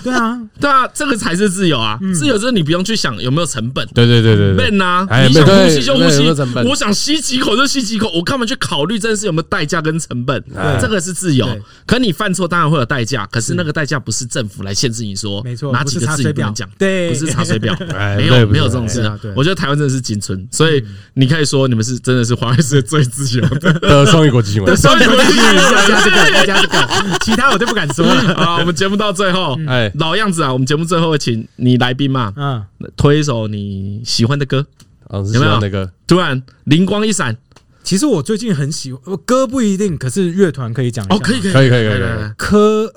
Speaker 2: 对啊，
Speaker 4: 对啊，这个才是自由
Speaker 3: 嗯
Speaker 4: 啊！自由就是你不用去想有没有成本。
Speaker 3: 对对对对对，
Speaker 4: 笨啊！
Speaker 3: 哎
Speaker 4: 你想
Speaker 3: 对
Speaker 4: 呼吸就呼
Speaker 3: 对有
Speaker 4: 吸
Speaker 3: 没有成本，
Speaker 4: 我想吸几口就吸几口，我干嘛去考虑这件事有没有代价跟成本？
Speaker 3: 哎
Speaker 4: 这个是自由
Speaker 2: 对。
Speaker 4: 可你犯错当然会有代价，可是那个代价不是政府来限制你说，
Speaker 2: 没错
Speaker 4: 哪几个
Speaker 2: 不是查
Speaker 4: 字
Speaker 2: 水
Speaker 4: 你不能
Speaker 2: 表
Speaker 4: 讲，
Speaker 2: 对
Speaker 4: 不是查水表，
Speaker 3: 哎
Speaker 4: 没
Speaker 3: 对
Speaker 4: 有
Speaker 3: 不是
Speaker 4: 没有这种事
Speaker 2: 对
Speaker 4: 啊
Speaker 2: 啊对！
Speaker 4: 我觉得台湾真的是青春，所以你可以说你们是真的是华为是最自由的。
Speaker 3: 的哎双语国际新闻，
Speaker 4: 所以你们是
Speaker 2: 要加这个，要加这个，其他我就不敢说了。
Speaker 4: 啊，我们节目到最后，
Speaker 3: 哎，
Speaker 4: 老样子啊，我们节目最后会请你来宾嘛，
Speaker 2: 嗯，
Speaker 4: 推一首你喜欢的歌。
Speaker 3: 我是喜欢那个
Speaker 4: 突然灵光一闪，
Speaker 2: 其实我最近很喜欢，我歌不一定，可是乐团可以讲一下
Speaker 4: 哦，
Speaker 2: 吗。
Speaker 4: 可以可以
Speaker 3: 可以可以可以可以
Speaker 4: 来
Speaker 2: 科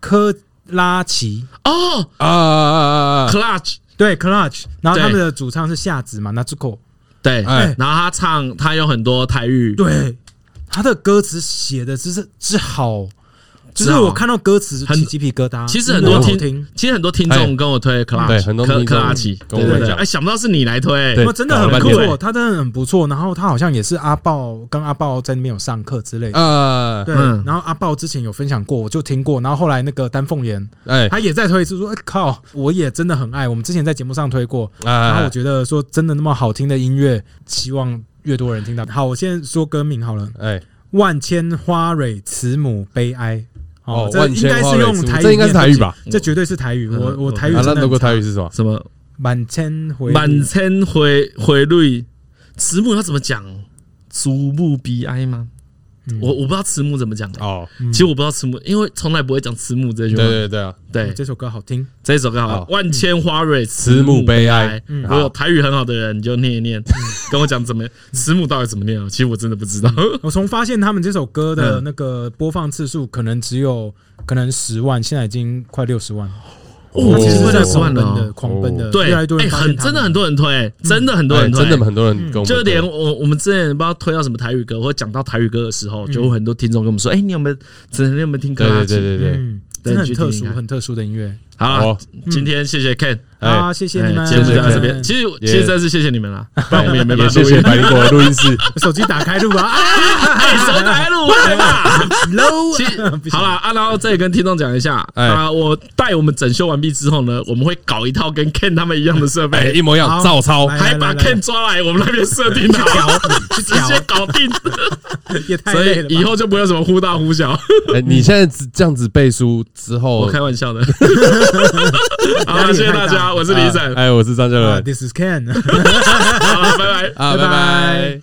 Speaker 2: 科拉奇，
Speaker 4: 哦
Speaker 3: 啊啊啊！
Speaker 4: ，Clutch，
Speaker 2: 对 Clutch，然后
Speaker 4: 对
Speaker 2: 他们的主唱是夏子嘛 n a z u k o
Speaker 4: 对，
Speaker 3: 哎
Speaker 4: 然后他唱，他有很多台语，
Speaker 2: 对，他的歌词写的真是之好，就是
Speaker 4: 之好
Speaker 2: 我看到歌词
Speaker 4: 很
Speaker 2: 起鸡皮疙瘩。
Speaker 4: 其实很多
Speaker 2: 真的好
Speaker 4: 听，其实很多听众跟我推 Clutch，
Speaker 3: 哎对很多
Speaker 4: 克
Speaker 3: 听
Speaker 4: 克
Speaker 3: 众
Speaker 4: 拉奇，
Speaker 3: 跟
Speaker 4: 对
Speaker 3: 我
Speaker 4: 对对，
Speaker 3: 讲
Speaker 4: 哎，想不到是你来推，
Speaker 3: 对
Speaker 2: 哇，真的
Speaker 3: 搞
Speaker 2: 很
Speaker 3: 了半
Speaker 2: 不
Speaker 3: 天
Speaker 2: 错，他真的很不错。然后他好像也是阿豹，跟阿豹在那边有上课之类的。
Speaker 3: 啊，
Speaker 2: 对
Speaker 4: 嗯，
Speaker 2: 然后阿豹之前有分享过，我就听过。然后后来那个丹凤眼，
Speaker 3: 哎
Speaker 2: 他也在推一次说：“哎靠，我也真的很爱。”我们之前在节目上推过，然后我
Speaker 3: 啊，
Speaker 2: 觉得说真的那么好听的音乐，希望越多人听到。好，我现在说歌名好了，《
Speaker 3: 哎，
Speaker 2: 万千花蕊慈母悲哀》。
Speaker 3: 哦
Speaker 2: 哦，这
Speaker 3: 万
Speaker 2: 应
Speaker 3: 千
Speaker 2: 该
Speaker 3: 花
Speaker 2: 是
Speaker 3: 蕊
Speaker 2: 用
Speaker 3: 慈母
Speaker 2: 台语念，
Speaker 3: 这应该是台语吧
Speaker 2: 这绝对是台语。
Speaker 4: 嗯
Speaker 2: 我我
Speaker 4: 嗯
Speaker 2: 台语
Speaker 3: 啊，
Speaker 2: 真的很
Speaker 3: 那德国台语
Speaker 2: 差
Speaker 3: 是什么？
Speaker 4: 什么
Speaker 2: 满千回
Speaker 4: 满天回回绿，慈母要怎么讲？祖母悲哀吗？
Speaker 2: 嗯
Speaker 4: 我我不知道慈母怎么讲，
Speaker 3: 哦，
Speaker 4: 其实我不知道慈母，因为从来不会讲慈母这句
Speaker 3: 对
Speaker 4: 话。
Speaker 3: 对对啊，
Speaker 4: 对，
Speaker 2: 这首歌好听。
Speaker 4: 这一首歌好
Speaker 3: 好，
Speaker 4: 《万千花蕊慈
Speaker 3: 慈母
Speaker 4: 母
Speaker 3: 悲
Speaker 4: 悲
Speaker 3: 哀
Speaker 4: 哀》。嗯如果有台语很好的人，你就念一念，跟我讲怎么 *laughs* 慈母到底怎么念啊？其实我真的不知道。
Speaker 2: 我从发现他们这首歌的
Speaker 4: 嗯
Speaker 2: 那个播放次数，可能只有可能十万，现在已经快六十万。
Speaker 4: *laughs*
Speaker 3: 哦
Speaker 2: 它其实
Speaker 3: 真
Speaker 2: 是
Speaker 3: 的
Speaker 2: 在
Speaker 3: 有
Speaker 2: 狂奔
Speaker 4: 哦
Speaker 2: 的，狂奔的，嗯
Speaker 4: 对，
Speaker 2: 越来越多
Speaker 4: 哎，
Speaker 2: 人发
Speaker 4: 很
Speaker 2: 现他
Speaker 4: 真
Speaker 2: 们
Speaker 4: 的很多人推，真的很多
Speaker 3: 哎
Speaker 4: 人推，
Speaker 3: 真的很多人跟我们
Speaker 4: 就连
Speaker 3: 说
Speaker 4: 我我们之前不知道推到什么台语歌，或讲到台语歌的时候，就有很多听众跟我们说：“哎，你有没有真的有没有听歌
Speaker 3: 对
Speaker 4: 啊
Speaker 3: 对？”对对对，
Speaker 2: 嗯，真的
Speaker 4: 对
Speaker 2: 很
Speaker 4: 去
Speaker 2: 特
Speaker 4: 听
Speaker 2: 殊，
Speaker 4: 啊
Speaker 2: 很特殊的音乐。
Speaker 4: 好
Speaker 3: 好
Speaker 4: 了，今天谢谢 Ken，
Speaker 2: 好，
Speaker 3: 哎，
Speaker 2: 谢谢
Speaker 4: 哎
Speaker 2: 你们，
Speaker 4: 节目就到这边。
Speaker 2: 嗯
Speaker 4: 其实其
Speaker 3: 也
Speaker 4: 实真的是谢谢你们啦，不然我们也没办
Speaker 3: 也
Speaker 4: 法
Speaker 3: 谢
Speaker 4: 录
Speaker 3: 谢
Speaker 4: 音。
Speaker 3: 百灵果的录音室，
Speaker 2: 手机打开啊录吧。
Speaker 4: 哎，手打路来吧。
Speaker 2: Low，
Speaker 4: 其
Speaker 2: *laughs*
Speaker 4: 实好啦，啊，然后这里跟听众讲一下
Speaker 3: 哎
Speaker 4: 啊，我带我们整修完毕之后呢，我们会搞一套跟 Ken 他们一样的设
Speaker 3: 哎，
Speaker 4: 备，
Speaker 3: 一模一样，
Speaker 2: 好
Speaker 3: 照抄，
Speaker 2: 来
Speaker 4: 还把 Ken 抓来我们那边设
Speaker 2: *laughs*
Speaker 4: 定好，直接
Speaker 2: 啊
Speaker 4: 搞定，
Speaker 2: 也太
Speaker 4: 所
Speaker 2: 累
Speaker 4: 以
Speaker 2: 了吧。
Speaker 4: 以后就不会有什么忽大忽小。
Speaker 3: 哎，你现在只这样子背书之后
Speaker 4: 我，
Speaker 3: 啊
Speaker 4: 开玩
Speaker 2: *laughs*
Speaker 4: 笑的。好啦，
Speaker 2: 压力
Speaker 4: 谢谢
Speaker 2: 太
Speaker 4: 大
Speaker 2: 大哎
Speaker 4: 家，我是
Speaker 3: 啊
Speaker 4: 李晨，
Speaker 3: 哎，我是张嘉
Speaker 2: 啊
Speaker 3: 伦，
Speaker 2: ，This is Ken。
Speaker 4: 好了，拜拜。
Speaker 3: 啊，拜
Speaker 2: 拜拜
Speaker 3: 拜。